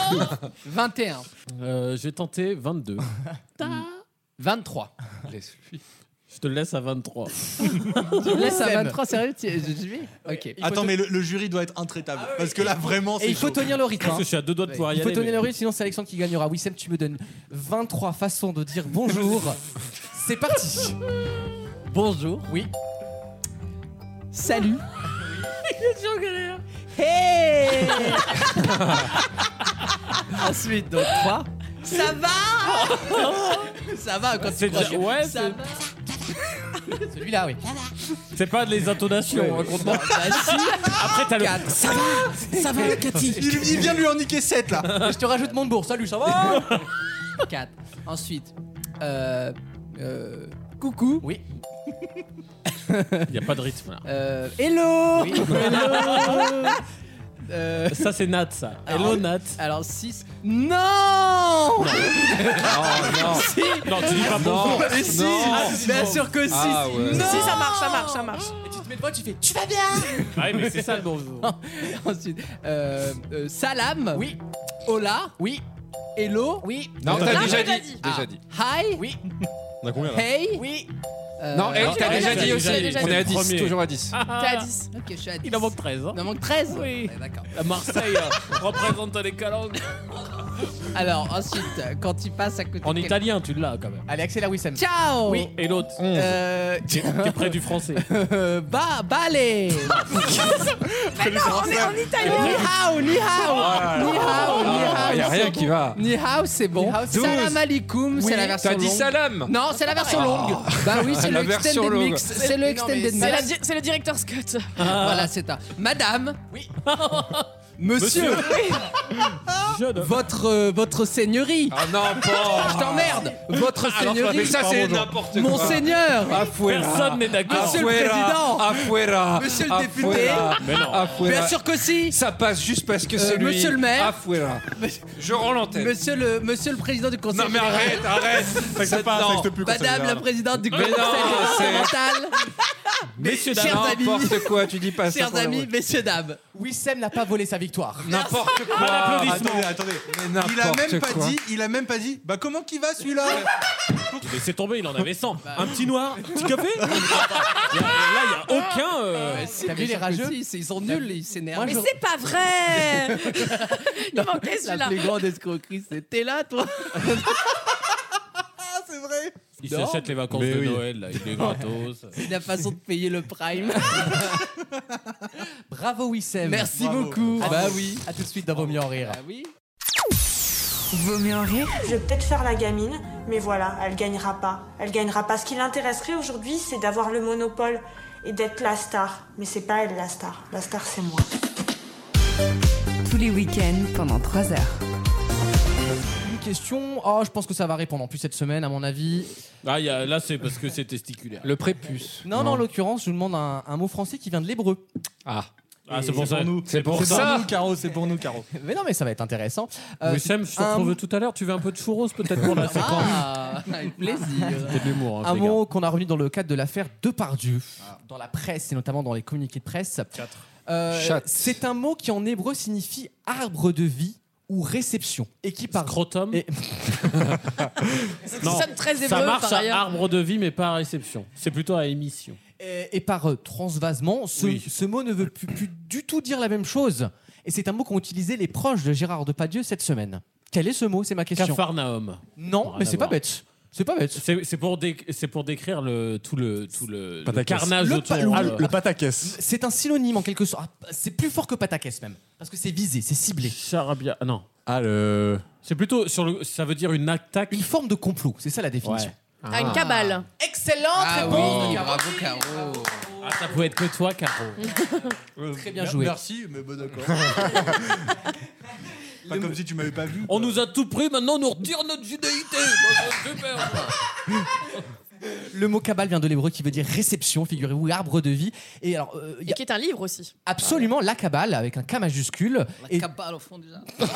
S5: 21.
S3: Euh, je vais tenter 22.
S5: 23.
S3: Laisse-lui. Je te laisse à 23.
S5: Je laisse à
S6: Sam.
S5: 23, sérieux tu- J'y vais Ok.
S6: Attends, mais le, le jury doit être intraitable. Parce que là, vraiment,
S2: Et
S6: c'est.
S2: il faut
S6: chaud.
S2: tenir le rythme. hein.
S3: Parce que je suis à deux doigts de pouvoir y
S2: Il faut
S3: aller,
S2: tenir
S3: mais-
S2: le rythme, sinon c'est Alexandre qui gagnera. Wissem, tu me donnes 23 façons de dire bonjour. c'est parti.
S5: Bonjour.
S2: Oui.
S5: Salut.
S8: Hey
S2: <laughs>
S5: Ensuite, donc 3.
S8: Ça
S2: <laughs>
S8: va
S5: Ça va quand
S3: Ah, C'est
S5: tu crois
S3: déjà- ouais,
S5: ça
S3: c'est-
S5: va.
S2: Celui-là, oui.
S3: C'est pas les intonations, hein, contre-moi. Après, t'as le. Ça va
S5: Ça va, Cathy
S6: Il, il vient de lui en niquer 7 là.
S2: Je te rajoute mon bourse. Salut, ça va
S5: 4. Ensuite, euh, euh, coucou.
S2: Oui.
S3: Il n'y a pas de rythme là.
S5: Euh, hello Hello Euh,
S3: Ça, c'est Nat, ça.
S5: alors-
S3: Hello, Nat.
S5: Alors 6. Non
S3: non.
S4: Ah,
S5: Si.
S3: Non, tu dis pas bonjour.
S5: Mais si
S3: Non.
S5: Bien sûr que si
S3: Ah ouais.
S5: Non.
S7: Si ça marche, ça marche, ça marche.
S2: Et tu te mets devant, tu fais Tu vas bien
S3: Ouais, Ah mais c'est ça le bonjour.
S5: Ensuite, euh, euh, salam.
S2: Oui.
S5: Hola.
S2: Oui.
S5: Hello.
S2: Oui.
S4: Non, t'as déjà dit.
S5: Ah.
S4: Déjà dit.
S5: Hi.
S2: Oui.
S16: On a combien là
S5: Hey. Euh,
S2: Oui.
S4: Non, hey, Ah. t'as déjà dit Ah, aussi.
S5: déjà
S4: On
S5: dit.
S4: est à 10,
S3: premier.
S4: toujours à 10.
S5: Ah.
S7: T'es à 10.
S5: Ok, je suis à 10.
S3: Il en manque 13. Hein.
S5: Il en manque 13
S3: Oui.
S5: Ouais, D'accord.
S3: À Marseille, hein, représente les calanques.
S5: Alors ensuite, euh, quand il passe à côté.
S3: En
S5: de quelqu'un-
S3: italien, tu l'as quand même.
S2: Allez, accélère, Wissem.
S5: Ciao.
S2: Oui.
S3: Et l'autre
S5: Euh,
S3: T'es t'es près du français.
S5: euh, bah, balai. Ah,
S7: on est en
S5: Ni
S7: italien.
S5: hao, ni hao, ni hao, ni hao.
S4: Ah, Il y a rien qui va.
S5: Ni hao, c'est bon.
S2: c'est
S5: Salam alaikum, c'est la version
S4: T'as
S5: longue.
S4: dit salam
S5: Non, c'est la version longue. Bah oui, c'est
S4: La
S5: le
S4: version
S5: extended
S4: longue.
S5: mix. C'est le extended
S7: C'est la
S5: mix.
S7: di- C'est le directeur Scott.
S4: Ah.
S5: Voilà, c'est un. Madame.
S2: Oui.
S5: <laughs> Monsieur.
S3: Jeune.
S5: Votre euh, votre seigneurie.
S4: Ah non, pas.
S5: Je t'emmerde. Votre
S4: Alors,
S5: seigneurie.
S4: mais ça, c'est n'importe quoi.
S5: Mon seigneur.
S4: Afuera.
S3: Personne n'est d'accord.
S5: Monsieur le président.
S4: Afuera.
S5: Monsieur le
S4: Afuera.
S5: député.
S3: Mais non.
S4: Afuera.
S5: Bien sûr que si.
S4: Ça passe juste parce que c'est
S5: Euh,
S4: lui.
S5: monsieur le maire.
S4: Afuera. Je rends l'antenne.
S5: Monsieur le monsieur le président du conseil.
S4: Non mais
S5: général.
S4: arrête, arrête.
S17: T'acceptes pas,
S4: Non.
S17: t'acceptes plus qu'on
S5: Madame
S17: s'énerve.
S5: la présidente du
S4: Mais
S5: conseil
S4: non, c'est-
S5: départemental.
S3: Messieurs,
S5: Chers
S3: dames.
S5: amis.
S4: N'importe quoi, tu dis pas ça.
S5: Chers
S4: pour le
S5: amis,
S4: bruit.
S5: messieurs dames.
S2: Wissem n'a pas volé sa victoire.
S4: n'importe quoi.
S3: Bon applaudissement.
S6: Attendez, attendez.
S4: Mais
S6: Il a
S4: n'importe
S6: même pas
S4: quoi.
S6: dit, il a même pas dit. Bah comment qu'il va celui-là
S2: <laughs>
S3: Mais c'est tombé, il en avait 100. Un petit noir, un petit <laughs> café Il y a- Là, il n'y a aucun. euh,
S2: T'as vu les rageux
S5: Si, Ils sont nuls, ils s'énervent.
S7: Mais c'est pas
S5: <laughs>
S7: vrai Il manquait
S5: La
S7: celui-là.
S5: plus grande escroquerie, c'était là, toi.
S3: Il
S5: Non,
S3: s'achète les vacances
S16: mais
S3: de
S16: oui.
S3: Noël, là, il est gratos.
S5: C'est la façon de payer le prime.
S2: Bravo, Wissem.
S5: Merci
S6: Bravo.
S5: beaucoup.
S2: Ah
S5: bah
S2: bah oui. À tout de suite dans Vaut mieux en rire.
S4: Ah
S5: Bah oui.
S1: Vaut mieux en rire
S18: Je vais peut-être faire la gamine, mais voilà, elle gagnera pas. Elle gagnera pas. Ce qui l'intéresserait aujourd'hui, c'est d'avoir le monopole et d'être la star. Mais c'est pas elle la star. La star, c'est moi.
S1: tous les week-ends pendant 3 heures.
S2: Une question. Oh, je pense que ça va répondre en plus cette semaine, à mon avis.
S3: <laughs> Ah, il y a- là, c'est parce que c'est testiculaire.
S4: Le prépuce.
S2: Non, non, en l'occurrence, je vous demande un, un mot français qui vient de l'hébreu.
S4: Ah.
S3: Ah, c'est pour ça.
S4: C'est pour
S2: C'est pour
S4: ça.
S6: Caro, c'est pour nous, Caro.
S2: <laughs> Mais non, mais ça va être intéressant. Euh,
S3: Wissem, je te
S2: un-
S3: retrouve tout à l'heure. Tu veux un peu de churros peut-être <laughs> pour la séquence
S5: Ah, avec plaisir.
S3: C'est de l'humour, hein,
S2: un
S3: les gars.
S2: mot qu'on a revenu dans le cadre de l'affaire Depardieu, dans la presse et notamment dans les communiqués de presse.
S3: Quatre.
S2: Euh,
S4: Chat.
S2: c'est un mot qui en hébreu signifie arbre de vie ou réception. Et qui parle Scrotum
S3: Non, ça marche à arbre de vie, mais pas à réception. C'est plutôt à émission.
S2: et, et par euh, transvasement, ce, ce mot ne veut plus, plus du tout dire la même chose. Et c'est un mot qu'ont utilisé les proches de Gérard Depardieu cette semaine. Quel est ce mot C'est ma question.
S3: Capharnaüm.
S2: Non,
S7: Ah,
S2: mais c'est pas bête. C'est pas bête.
S3: C'est pour, dé- c'est pour décrire le, tout le, tout le, le
S16: Pataquès.
S3: carnage
S16: Le
S3: autour.
S16: pa- le- le
S2: pataquès. C'est un synonyme en quelque sorte. Ah, C'est plus fort que pataquès même. Parce que c'est visé, c'est ciblé.
S3: Charabia. Non.
S16: Ah, le.
S3: C'est plutôt sur le. Ça veut dire une attaque.
S2: Une forme de complot. C'est ça la définition.
S7: Ah, une cabale.
S2: Excellente
S7: ah,
S2: réponse.
S5: bravo Caro.
S3: Ah, ça pouvait être que toi, Caro.
S2: Très bien joué.
S6: Merci, mais bon
S2: <laughs>
S6: d'accord.
S17: Pas comme si tu m'avais pas vu.
S3: On nous a tout pris, maintenant on nous retire notre judaïté. Super.
S2: Le mot cabale vient de l'hébreu qui veut dire réception, figurez-vous, arbre de vie. Et alors, euh, il y
S7: Et
S2: a
S7: qui est un livre aussi.
S2: absolument la cabale avec un K majuscule. et
S7: cabale au fond du jardin.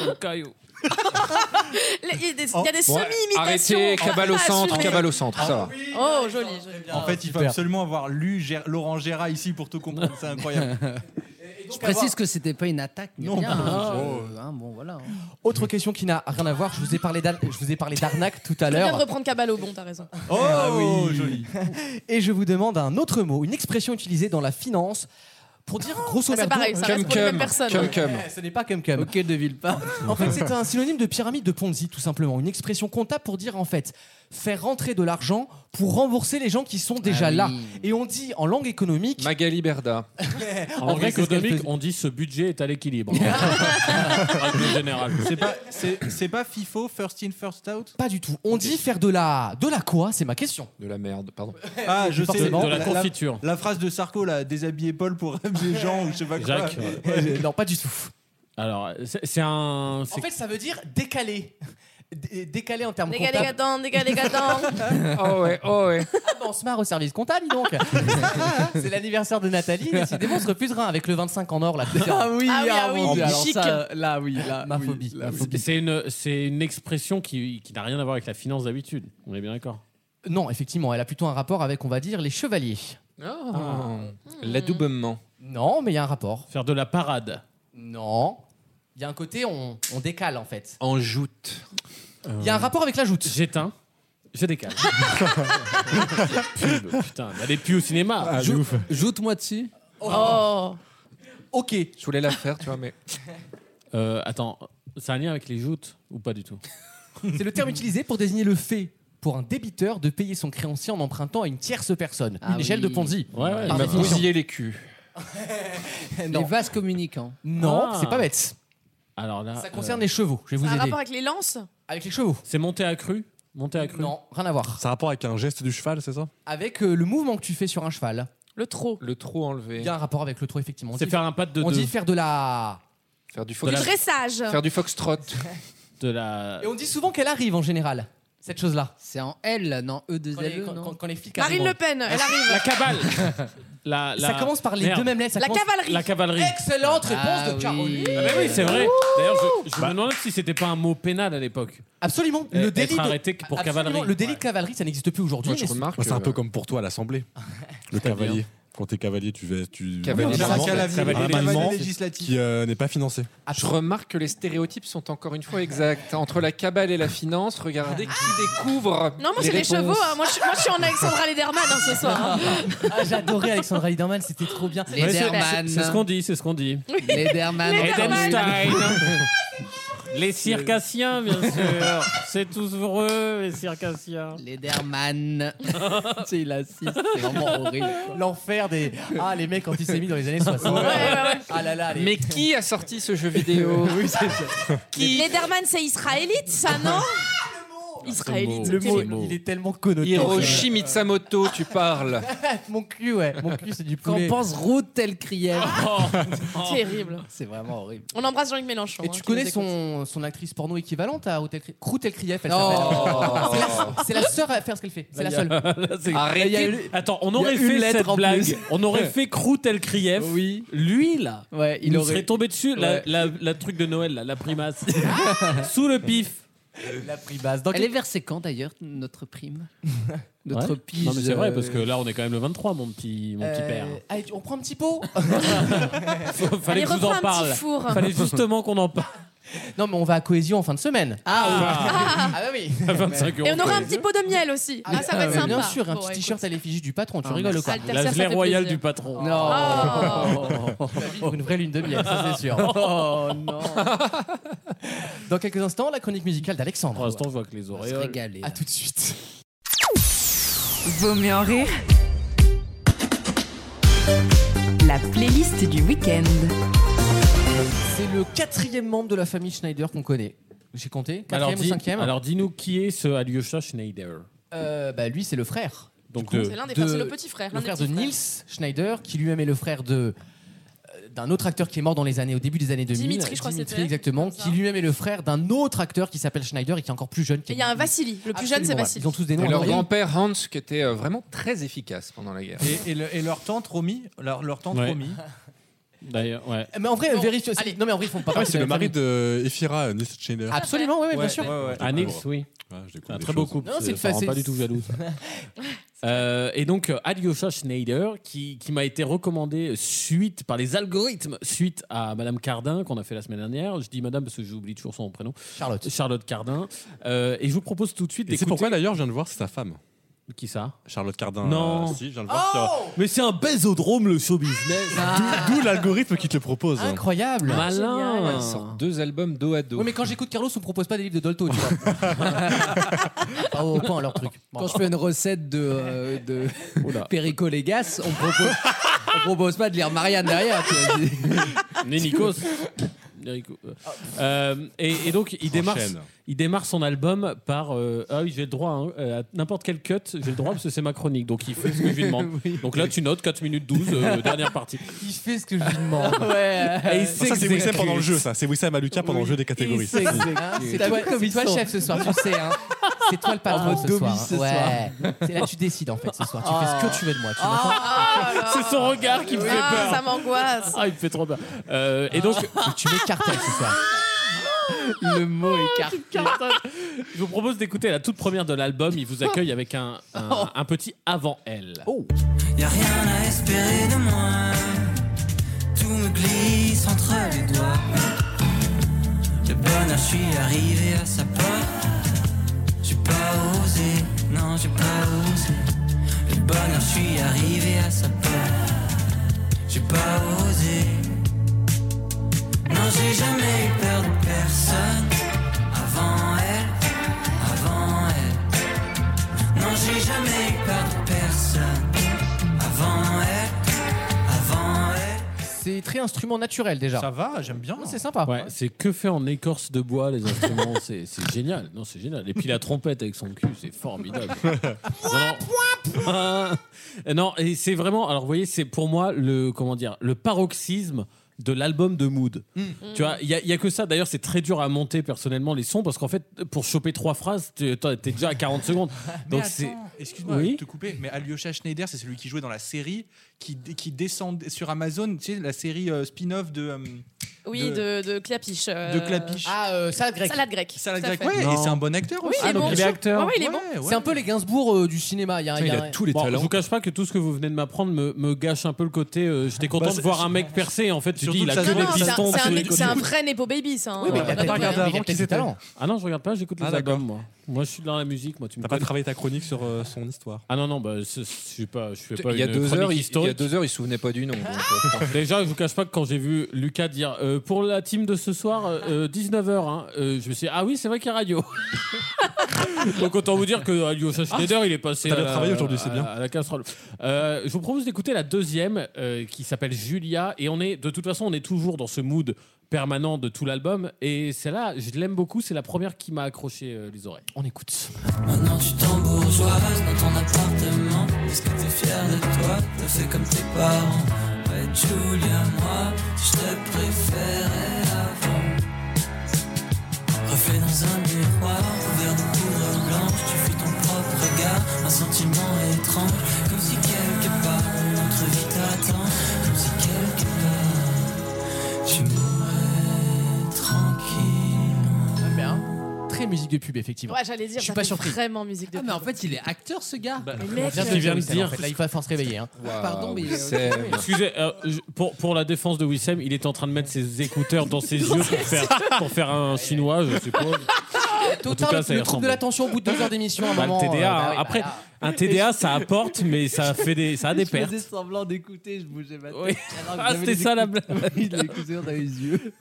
S3: le caillou.
S7: Il y a des, il y a des semi-imitations.
S4: Arrêtez, cabale au
S7: Ah,
S4: centre,
S7: assumez.
S4: cabale au centre, ça va.
S7: Oh, joli. joli.
S6: En fait, il faut absolument avoir lu Gér- Laurent Gérard ici pour tout comprendre. C'est incroyable.
S5: Je précise que c'était pas une attaque. ni
S2: Non,
S5: rien,
S2: non,
S5: hein,
S2: non.
S5: je- hein, bon, voilà.
S2: Autre question qui n'a rien à voir, je vous ai parlé d'ar- je vous ai parlé d'arnaque tout à
S7: Je viens de
S2: l'heure.
S7: reprendre cabale au bon, t'as raison. Ah,
S2: Oh,
S6: oui,
S2: joli. Et je vous demande un autre mot, une expression utilisée dans la finance pour dire grosso
S7: Ah, c'est
S2: merdo.
S7: pareil, ça reste pour les Cum-cum, mêmes personnes. cum-cum.
S2: Ouais, Ce n'est pas cum cum.
S5: Ok, de Villepin.
S2: En fait, c'est un synonyme de pyramide de Ponzi, tout simplement. Une expression comptable pour dire en fait faire rentrer de l'argent pour rembourser les gens qui sont déjà
S4: Ah oui.
S2: là. Et on dit en langue économique.
S4: Magali Berda.
S3: En,
S2: En vrai,
S3: vrai,
S2: c'est ce qu'elle
S3: économique,
S2: faisait.
S3: on dit ce budget est
S2: <laughs>
S3: à l'équilibre. En règle générale.
S6: C'est pas, c'est, c'est pas FIFO, first in, first out
S2: Pas du tout. On dit faire de la. De la quoi C'est ma question.
S4: De la merde, pardon.
S6: Ah, je sais.
S2: Forcément. Eh De la confiture.
S6: La, phrase de Sarko, là, déshabiller Paul pour <laughs> habiller Jean ou je sais pas quoi.
S3: Jacques,
S2: ouais. Euh, non, pas du tout.
S3: Alors, c'est c'est un.
S2: En
S3: c'est-
S2: fait, ça veut dire décaler. Dé- Décaler en termes
S7: Dégâts,
S2: comptables.
S7: dégâts, dents, dégâts, dégâts, dents.
S4: Oh ouais, oh ouais.
S2: Ah bah, on se marre au service comptable, dis donc. <laughs> C'est l'anniversaire de Nathalie. Décidément, on se refusera avec le 25 en or là.
S5: Ah oui,
S2: Ah oui,
S5: ah
S2: ah
S5: mon
S2: oui,
S5: Dieu, alors
S2: chic.
S5: ça, là Ah oui, là.
S2: Ma
S5: oui,
S2: phobie.
S5: là, oui.
S3: C'est une, c'est une expression qui, qui n'a rien à voir avec la finance d'habitude. On est bien d'accord.
S2: Non, effectivement, elle a plutôt un rapport avec, on va dire, les chevaliers.
S4: Ah. L'adoubement.
S2: Non, mais il y a un rapport.
S3: Faire de la parade.
S2: Non. Il y a un côté, on, on décale en fait.
S4: En joute.
S2: Il y a un rapport avec la joute.
S3: J'éteins. Je
S2: <laughs>
S3: décale. Pub, putain, elle est plus au cinéma.
S2: Ah,
S5: Jou- Joute-moi dessus.
S7: Oh.
S2: Ok.
S4: Je voulais la faire, tu vois, mais.
S3: Euh, attends, ça a un lien avec les joutes ou pas du tout
S2: C'est le terme utilisé pour désigner le fait pour un débiteur de payer son créancier en empruntant à une tierce personne.
S5: Ah
S2: une échelle de
S5: oui.
S2: Ponzi.
S3: Ouais, ouais,
S2: Par
S4: il m'a
S2: définition.
S4: bousillé les culs.
S2: Eh
S5: Les vases communicants.
S2: Non,
S3: Ah.
S2: c'est pas bête.
S3: Alors là,
S2: Ça concerne les chevaux. Je vais vous
S7: Un
S2: aider.
S7: rapport avec les lances
S2: Avec les chevaux.
S3: C'est monter à cru Monter à cru
S2: Non, rien à voir.
S16: Ça a rapport avec un geste du cheval, c'est ça
S2: Avec euh, le mouvement que tu fais sur un cheval.
S7: Le trot.
S4: Le trou enlevé.
S2: Il y a un rapport avec le trot, effectivement. On
S3: C'est
S2: dit-
S3: faire un pas de
S2: On
S3: deux.
S2: dit faire de la.
S4: Faire du
S7: Le
S4: fox.
S7: dressage.
S4: Faire du foxtrot.
S3: De la.
S2: Et on dit souvent qu'elle arrive en général, cette chose-là.
S5: C'est en L, non E de
S2: Quand les,
S5: L,
S2: quand-
S5: non
S2: quand- quand les flics
S7: Marine
S2: arrivent.
S7: Le Pen, elle arrive.
S2: <laughs>
S3: La cabale La- la-
S2: Ça commence par les
S3: Merde.
S2: deux mêmes lettres. ça
S7: La
S2: commence-
S7: cavalerie.
S3: La cavalerie.
S2: Excellente réponse
S5: Ah
S2: de Caroline.
S3: Ah bah oui, c'est vrai. D'ailleurs, je,
S16: Bah.
S3: je me demande si c'était pas un mot pénal à l'époque.
S2: Absolument.
S3: Euh,
S2: Le
S3: être
S2: délit,
S3: arrêté que
S2: de...
S3: pour
S2: absolument,
S3: cavalerie.
S2: le délit de cavalerie, ça n'existe plus aujourd'hui. Ah,
S4: Moi,
S2: <laughs>
S4: je
S2: mais-
S4: remarque.
S16: Bah, C'est un
S4: que-
S16: peu comme pour toi à l'Assemblée. Le cavalier. Quand t'es cavalier, tu vas. Tu... Un
S4: Cavalier.
S16: amendement-
S6: Cavalier.
S16: un
S6: Cavalier
S16: amendement
S6: législatif.
S16: Qui euh, n'est pas financé.
S4: Je remarque que les stéréotypes sont encore une fois exacts. Entre la cabale et la finance, regardez qui découvre.
S7: Non, moi, c'est les
S4: réponses.
S7: chevaux. hein. Moi, je, suis- moi, je suis en Alexandra Lederman hein, ce soir. hein.
S2: Ah, J'adorais Alexandra Liderman, c'était trop bien.
S5: Les Derman.
S3: C'est ce qu'on dit, c'est ce qu'on dit.
S5: Lederman.
S3: Edenstein <laughs> Les circassiens, bien sûr. C'est tous pour eux, les circassiens.
S5: Lederman. tu sais, il assiste. <laughs> C'est vraiment horrible.
S2: L'enfer des. Ah, les mecs antisémites dans les années 60.
S7: Ouais, ouais, ouais.
S2: Ah là là, les-
S4: Mais qui a sorti ce jeu vidéo <laughs>
S5: Oui, c'est ça.
S7: Lederman, c'est israélite, ça, non Israélite.
S2: le mot,
S7: terrible.
S2: il est tellement connoté.
S4: Hiroshi Mitsamoto, tu parles.
S2: Mon cul, ouais. Mon cul, c'est du
S5: Qu'en
S2: poulet.
S5: pense Ruth Elkriel
S7: Oh. Terrible.
S5: C'est vraiment Ah, horrible.
S7: On embrasse Jean-Luc Mélenchon.
S2: Et
S7: hein,
S2: tu
S7: qui
S2: connais
S7: nous écoute.
S2: son, son actrice porno équivalente à Hôtel Cri- Ruth Elkrief, elle
S4: Oh.
S2: s'appelle. C'est la sœur à faire ce qu'elle fait. C'est la seule.
S4: Arrêtez.
S5: Bah, Il y a eu-
S3: Attends, on
S5: y a
S3: aurait
S5: une
S3: fait
S5: lettre
S3: cette
S5: en
S3: blague.
S5: plus.
S3: On aurait fait Croutel Krief.
S5: Oui.
S3: Lui, là,
S5: Ouais,
S3: il
S5: il
S3: nous
S5: aurait.
S3: serait tombé dessus.
S5: Ouais.
S3: La, la- la truc de Noël, là, la primace. Sous le pif.
S2: La prime basse. Dans
S5: Elle
S2: quel-
S5: est versée quand d'ailleurs, notre prime Notre
S3: Ouais.
S5: pige
S3: Non, mais c'est vrai,
S5: euh,
S3: parce que là, on est quand même le 23, mon petit, mon petit
S2: Euh,
S3: père.
S2: allez, on prend un petit pot <laughs>
S3: Faut- <laughs> fallait Allez, que je vous reprends en un petit parle. four. Fallait justement qu'on en parle.
S2: Non, mais on va à Cohésion en fin de semaine.
S7: Ah.
S2: bah oui.
S3: <laughs> À 25
S7: Et on aura un petit pot de miel aussi. Ah, ça va être
S2: Euh,
S7: sympa.
S2: Bien sûr, un
S7: Bon,
S2: petit
S7: ouais.
S2: t-shirt à l'effigie du patron, tu
S3: Ah,
S2: rigoles
S3: merci.
S2: ou quoi
S3: Alter, La ça gelée fait royale plaisir. du patron.
S2: Non.
S3: Oh.
S2: Pour une vraie lune de miel, ça c'est sûr.
S3: Oh, non.
S2: <laughs> Dans quelques instants, la chronique musicale d'Alexandre. Pour
S3: l'instant, je vois que les
S2: oreilles.
S3: auréoles.
S2: À tout de suite.
S1: Vaut mieux en rire. La playlist du week-end.
S2: C'est le quatrième membre de la famille Schneider qu'on connaît. J'ai compté
S3: Alors,
S2: Quatrième ou
S3: dis-
S2: cinquième
S3: alors, dis-nous qui est ce Alyosha Schneider
S2: Euh, bah, lui, c'est le frère.
S3: Donc,
S2: Du coup,
S3: de-
S7: C'est l'un des frères, c'est le petit frère,
S2: Le
S7: l'un des
S2: frère de
S7: petits frères.
S2: Nils Schneider, qui lui-même est le frère de euh, d'un autre acteur qui est mort dans les années au début des années 2000
S7: Dimitri, je crois que c'était,
S2: exactement qui lui-même est le frère d'un autre acteur qui s'appelle Schneider et qui est encore plus jeune
S7: Et
S2: qui
S7: il y a un Vassili. Le plus jeune, c'est
S2: Absolument,
S7: Vassili.
S2: ils ont tous des noms
S4: Et leur
S2: horribles.
S4: grand-père Hans, qui était euh, vraiment très efficace pendant la guerre.
S6: Et, et le- et leur tante Romy, leur, leur tante
S4: Ouais.
S6: Romy.
S3: D'ailleurs, ouais.
S2: Euh, mais en vrai vérifie aussi non mais en vrai ils font pas
S16: Ah ouais,
S2: partie
S16: c'est
S2: de
S16: le
S2: la
S16: mari
S2: famille.
S16: de
S2: Ah.
S16: Ephira, Nils Schneider.
S2: absolument oui, oui, bien
S3: Ouais,
S2: sûr
S3: ouais, ouais. Ah, Nils, oui.
S16: Ah, je découvre
S3: Un
S16: des
S3: très beau
S16: choses.
S3: couple.
S2: Non, c'est
S3: ça-
S2: une
S3: ça rend
S2: facette.
S3: pas du tout jaloux.
S2: <laughs>
S3: ça. Euh, et donc euh, Alyosha Schneider qui, qui m'a été recommandé suite par les algorithmes suite à Madame Cardin qu'on a fait la semaine dernière je dis Madame parce que j'oublie toujours son prénom
S2: Charlotte
S3: Charlotte Cardin Euh, et je vous propose tout de suite
S16: Et c'est pourquoi d'ailleurs je viens de voir, c'est sa femme.
S3: Qui ça
S16: Charlotte Cardin.
S3: Non.
S16: euh, si, je viens de voir sur-
S3: mais c'est un baisodrome le show business
S16: D'où- D'où l'algorithme qui te le propose.
S2: Incroyable.
S3: Ah. Malin.
S4: Ils sortent deux albums dos à dos.
S2: oui mais quand j'écoute Carlos on me propose pas des livres de Dolto tu
S5: <laughs>
S2: vois pas au point leur truc Bon.
S5: Quand je fais une recette de, euh, de Perico Légas, on propose, on propose pas de lire Marianne derrière. tu vois.
S3: Né Nikos. Nico. Euh, et, et donc il démarre,
S16: Enchaîne.
S3: il démarre son album par euh, ah oui j'ai le droit hein, euh, à n'importe quel cut j'ai le droit parce que c'est ma chronique donc il fait ce que je lui demande donc là tu notes 4 minutes 12 euh, dernière partie
S2: il fait ce que je lui demande <laughs>
S3: et il
S16: Ah,
S2: Eh,
S16: ça, c'est Wissem pendant le jeu, ça. C'est Wissem à Lucas pendant le jeu des catégories.
S2: Hein, c'est toi, c'est toi le chef ce soir, tu sais. Hein. C'est toi le patron
S16: En
S2: ce
S16: demi
S2: soir. hein.
S16: ce
S2: ouais.
S16: soir.
S2: C'est là que tu décides en fait ce soir. Tu
S3: Ah.
S2: fais ce que tu veux de moi. tu
S3: Ah.
S2: m'entends
S3: C'est son regard qui me fait
S7: Ah,
S3: peur.
S7: ça m'angoisse.
S3: Ah, il me fait trop peur. Euh, et donc,
S2: tu m'écartes ce soir.
S3: Le mot écarté. Je vous propose d'écouter la toute première de l'album. Il vous accueille avec un, un, un petit avant elle.
S8: Y'a rien à espérer de moi. Tout me glisse entre les doigts. Le bonheur, je suis arrivé à sa porte. J'ai pas osé, non, j'ai pas osé. Le bonheur, je suis arrivé à sa porte. J'ai pas osé. Non, j'ai jamais eu peur de personne. Avant elle, avant elle. Non, j'ai jamais eu peur de personne. Avant elle, avant elle.
S2: C'est très instrument naturel déjà. Ça
S6: va, j'aime bien.
S2: C'est sympa.
S3: Ouais, c'est que fait en écorce de bois les instruments, c'est c'est génial. Non, c'est génial. Et puis la trompette avec son cul, c'est
S6: <laughs>
S3: formidable. non, <laughs> non, et c'est vraiment. Alors, vous voyez, c'est pour moi le comment dire, le paroxysme de l'album de Mood.
S6: Hmm.
S3: Tu vois, il y, a- il y a que ça. D'ailleurs, c'est très dur à monter personnellement les sons parce qu'en fait, pour choper trois phrases, tu- t'as- t'es déjà à 40 secondes.
S6: <laughs> Mais
S3: Donc
S6: attends,
S3: c'est.
S6: Excuse-moi
S3: Oui
S6: de te couper, mais Alyosha Schneider, c'est celui qui jouait dans la série qui, qui descend sur Amazon, tu sais, la série euh, spin-off de. euh,
S7: Oui,
S6: de-
S7: de, de clapiche. euh,
S6: De clapiche.
S2: Ah, euh, salade grecque.
S7: Salade grecque.
S6: Salade
S7: tout à
S6: grecque,
S7: fait.
S6: ouais, et c'est un bon acteur
S7: Oui,
S6: aussi.
S7: il est
S6: Ah, donc
S7: bon.
S6: il est acteur.
S7: Ouais, ouais, il est bon.
S5: Eh
S2: C'est un peu les Gainsbourg euh, du cinéma. Il y a, il y a-
S3: Bon, Je vous cache pas que tout ce que vous venez de m'apprendre me, me gâche un peu le côté. euh, J'étais content
S6: Bah,
S3: de
S6: c'est-
S3: voir un mec percer. En fait, tu
S6: Surtout
S3: dis, il a
S6: que ça
S3: que
S6: se
S3: des
S6: voit.
S7: C'est
S3: pistons.
S7: un-
S3: sur
S7: c'est un,
S3: les
S7: mec- c'est un
S3: côtés.
S7: vrai Nepo Baby, ça. hein.
S3: Oui, mais il a
S7: Voilà.
S3: pas
S7: Voilà.
S3: regardé
S7: Ouais.
S3: avant
S7: Il a
S3: qui
S7: peut-être-
S3: talents. Ah non, je regarde pas, j'écoute
S16: Ah,
S3: les
S16: d'accord.
S3: albums, moi. Moi, je suis dans la musique, moi. Tu me
S16: T'as pas
S3: connais.
S16: travaillé ta chronique sur euh, son histoire.
S3: Ah non, non, bah, c'est- je suis pas, je fais pas
S4: Il y, a
S3: une
S4: deux
S3: chronique
S4: heures, il, il y a
S3: historique.
S4: deux heures, il se souvenait pas du nom. donc, <laughs> euh, franchement.
S3: Déjà, je vous cache pas que quand j'ai vu Lucas dire euh, pour la team de ce soir, euh, 19h, je me suis dit, ah oui, c'est vrai qu'il y a radio. <laughs> Donc autant vous dire que euh, Alyosha Schneider, il est passé
S16: T'as
S3: à
S16: bien
S3: la,
S16: travaillé aujourd'hui, c'est
S3: à-
S16: bien.
S3: à la casserole. Euh, je vous propose d'écouter la deuxième euh, qui s'appelle Julia. Et on est, de toute façon, on est toujours dans ce mood permanent de tout l'album. Et celle-là, je l'aime beaucoup. C'est la première qui m'a accroché euh, les oreilles.
S2: On écoute.
S8: Maintenant tu t'embourgeoises dans ton appartement Parce que t'es fier de toi, t'as fait comme tes parents Ouais Julia, moi, je te préférais avant Reflet dans un miroir, couvert de poudre blanche Tu fis ton propre regard, un sentiment étrange Comme si quelque part on entre vite attend Comme si quelque part tu mourrais tranquille
S2: Très musique de pub, effectivement.
S7: Ouais, j'allais dire,
S2: Je suis
S7: ça
S2: pas
S7: fait
S2: surpris.
S7: vraiment musique de
S5: Ah, mais en fait, il est acteur ce gars.
S3: Bah,
S2: mec, euh, Viens, tu viens de dire. Là, il va falloir se réveiller. hein.
S5: Pardon, mais.
S3: Wissem. <laughs> Excusez, euh, je- pour, pour la défense de Wissem, il est en train de mettre ses écouteurs
S2: <laughs>
S3: dans ses
S2: Dans
S3: yeux
S2: ses
S3: pour faire,
S2: yeux.
S3: pour faire un chinois, je suppose.
S2: <laughs>
S3: En tout
S2: Enfin,
S3: cas,
S2: le-
S3: ça y
S2: le trouble
S3: ressemble.
S2: de l'attention au bout de deux heures d'émission, à un
S3: Bah, le
S2: moment.
S3: TDA,
S2: euh, bah
S3: hein.
S2: oui, bah
S3: après,
S2: là.
S3: un TDA, ça apporte, mais ça, fait des, ça
S2: <laughs>
S3: a des
S5: je
S3: pertes.
S5: Ah, faisais semblant d'écouter, je bougeais ma tête.
S3: Oui.
S5: Alors que
S3: Ah,
S5: j'avais
S3: c'était
S5: les
S3: ça, la
S5: écouteurs.
S3: blague.
S5: <laughs> Il a écouté dans les yeux.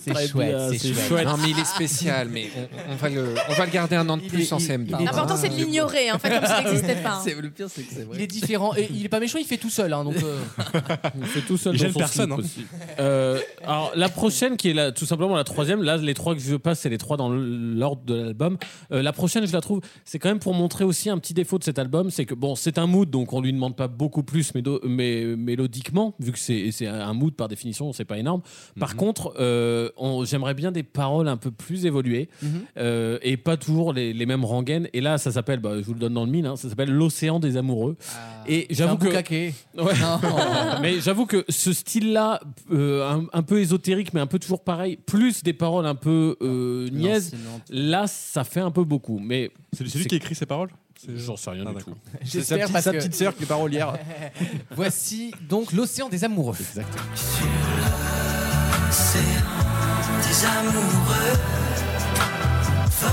S2: C'est
S4: Très
S2: chouette,
S4: bien,
S2: c'est chouette.
S4: Non, mais il
S7: Ah.
S4: est spécial, mais on, on va, le, on va le garder un an de plus en CM2.
S7: L'important, c'est de l'ignorer, en fait, comme ça n'existait pas. hein.
S5: C'est- Le pire, c'est que c'est vrai.
S2: Il est différent. Et il est pas méchant, il fait tout seul. hein, donc, euh,
S3: Il fait tout seul
S2: Il
S3: dans
S2: gêne
S3: son
S2: personne,
S3: slip
S2: hein.
S3: aussi. Euh, alors la prochaine qui est la- tout simplement la troisième. Là les trois que je passe c'est les trois dans l'ordre de l'album. Euh, la prochaine je la trouve c'est quand même pour montrer aussi un petit défaut de cet album c'est que bon c'est un mood donc on lui demande pas beaucoup plus mais, mais mélodiquement vu que c'est c'est un mood par définition c'est pas énorme.
S2: Mhm.
S3: Par contre euh, on- j'aimerais bien des paroles un peu plus évoluées
S2: Mhm.
S3: euh, et pas toujours les, les mêmes rengaines. Et là ça s'appelle bah, je vous le donne dans le mille hein, ça s'appelle l'océan des amoureux.
S2: Ah.
S3: et j'avoue que
S2: boucaquet.
S3: Ouais.
S2: Non.
S3: <laughs> mais j'avoue que ce style-là, euh, un, un peu ésotérique, mais un peu toujours pareil, plus des paroles un peu euh, niaises, là, ça fait un peu beaucoup. Mais
S16: C'est lui qui a écrit ces paroles Ah,
S3: J'en sais rien du tout.
S2: J'espère parce que-
S16: parolière.
S2: <laughs> Voici donc l'océan des amoureux.
S8: L'océan des amoureux, va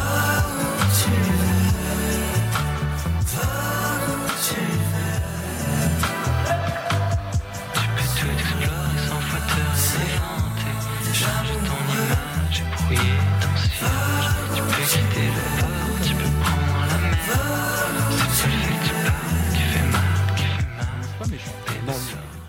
S8: où tu veux, va où tu veux. Tu peux tout explorer sans fauteur, c'est hanté. Charge ton image, brouillée dans ce village. Tu peux quitter le port, tu peux prendre la mer. Si tu le fais, tu pars, tu fais mal, tu fais mal.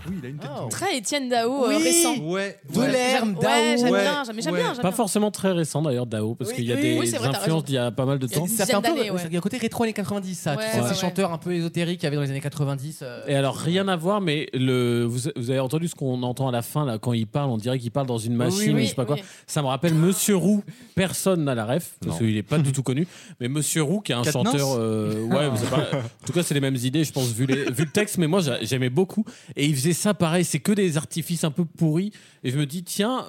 S8: Oui, il a une tête.
S7: Très Étienne Dao euh,
S8: Oui.
S7: récent.
S8: Ouais.
S7: De l'herbe, Ouais, Dao. j'aime bien, j'aime- mais j'aime bien, j'aime
S3: Pas
S7: bien.
S3: forcément très récent d'ailleurs, Dao, parce
S7: Oui,
S3: qu'il y a
S7: oui,
S3: des
S7: oui, c'est vrai, t'as raison.
S3: influences d'il y a pas mal de temps.
S2: Ça fait un peu il y a un côté rétro années 90, ça.
S7: Ouais,
S2: tu sais,
S7: ouais,
S2: ces
S7: ouais.
S2: chanteurs un peu ésotériques qu'il y avait dans les années 90. euh,
S3: Et alors rien à voir, mais le vous, vous avez entendu ce qu'on entend à la fin là quand il parle, on dirait qu'il parle dans une machine,
S2: oui,
S3: je sais pas quoi.
S2: oui.
S3: Ça me rappelle Monsieur Roux. Personne n'a la ref parce qu'il est pas du tout connu. Mais Monsieur Roux qui est un
S2: Quatennens
S3: chanteur, euh, ouais,
S2: Ah.
S3: c'est pas- en tout cas c'est les mêmes idées, je pense vu, les- vu le texte. Mais moi j'a- j'aimais beaucoup et il faisait ça pareil. C'est que des artifices un peu pourris et je me dis tiens.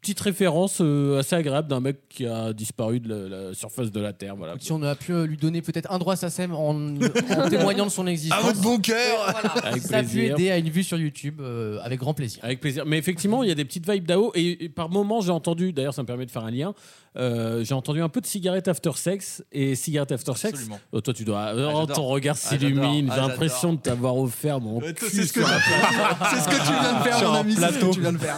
S3: Petite référence euh, assez agréable d'un mec qui a disparu de la, la surface de la Terre. Voilà.
S2: Si on a pu euh, lui donner peut-être un droit à SACEM en, en
S7: <laughs>
S2: témoignant de son existence.
S3: À votre
S2: bon cœur
S3: Avec
S2: Ça a pu
S3: plaisir.
S2: aider à une vue sur YouTube, euh, avec grand plaisir.
S3: Avec plaisir. Mais effectivement, il y a des petites vibes d'AO. Et, et par moments, j'ai entendu, d'ailleurs, ça me permet de faire un lien, euh, j'ai entendu un peu de cigarette after sex. Et cigarette after sex.
S6: Absolument.
S3: Oh, toi, tu dois. oh,
S6: j'adore.
S3: ton regard
S6: Ah, j'adore.
S3: s'illumine.
S6: Ah,
S3: j'ai
S6: j'adore.
S3: l'impression de t'avoir offert mon.
S6: toi,
S3: cul
S6: Euh, c'est ce que
S3: sur
S6: t'as
S3: un
S6: fait.
S3: plateau.
S6: C'est ce que tu viens de faire, mon ami, c'est ce que
S3: Plateau.
S6: tu viens de faire.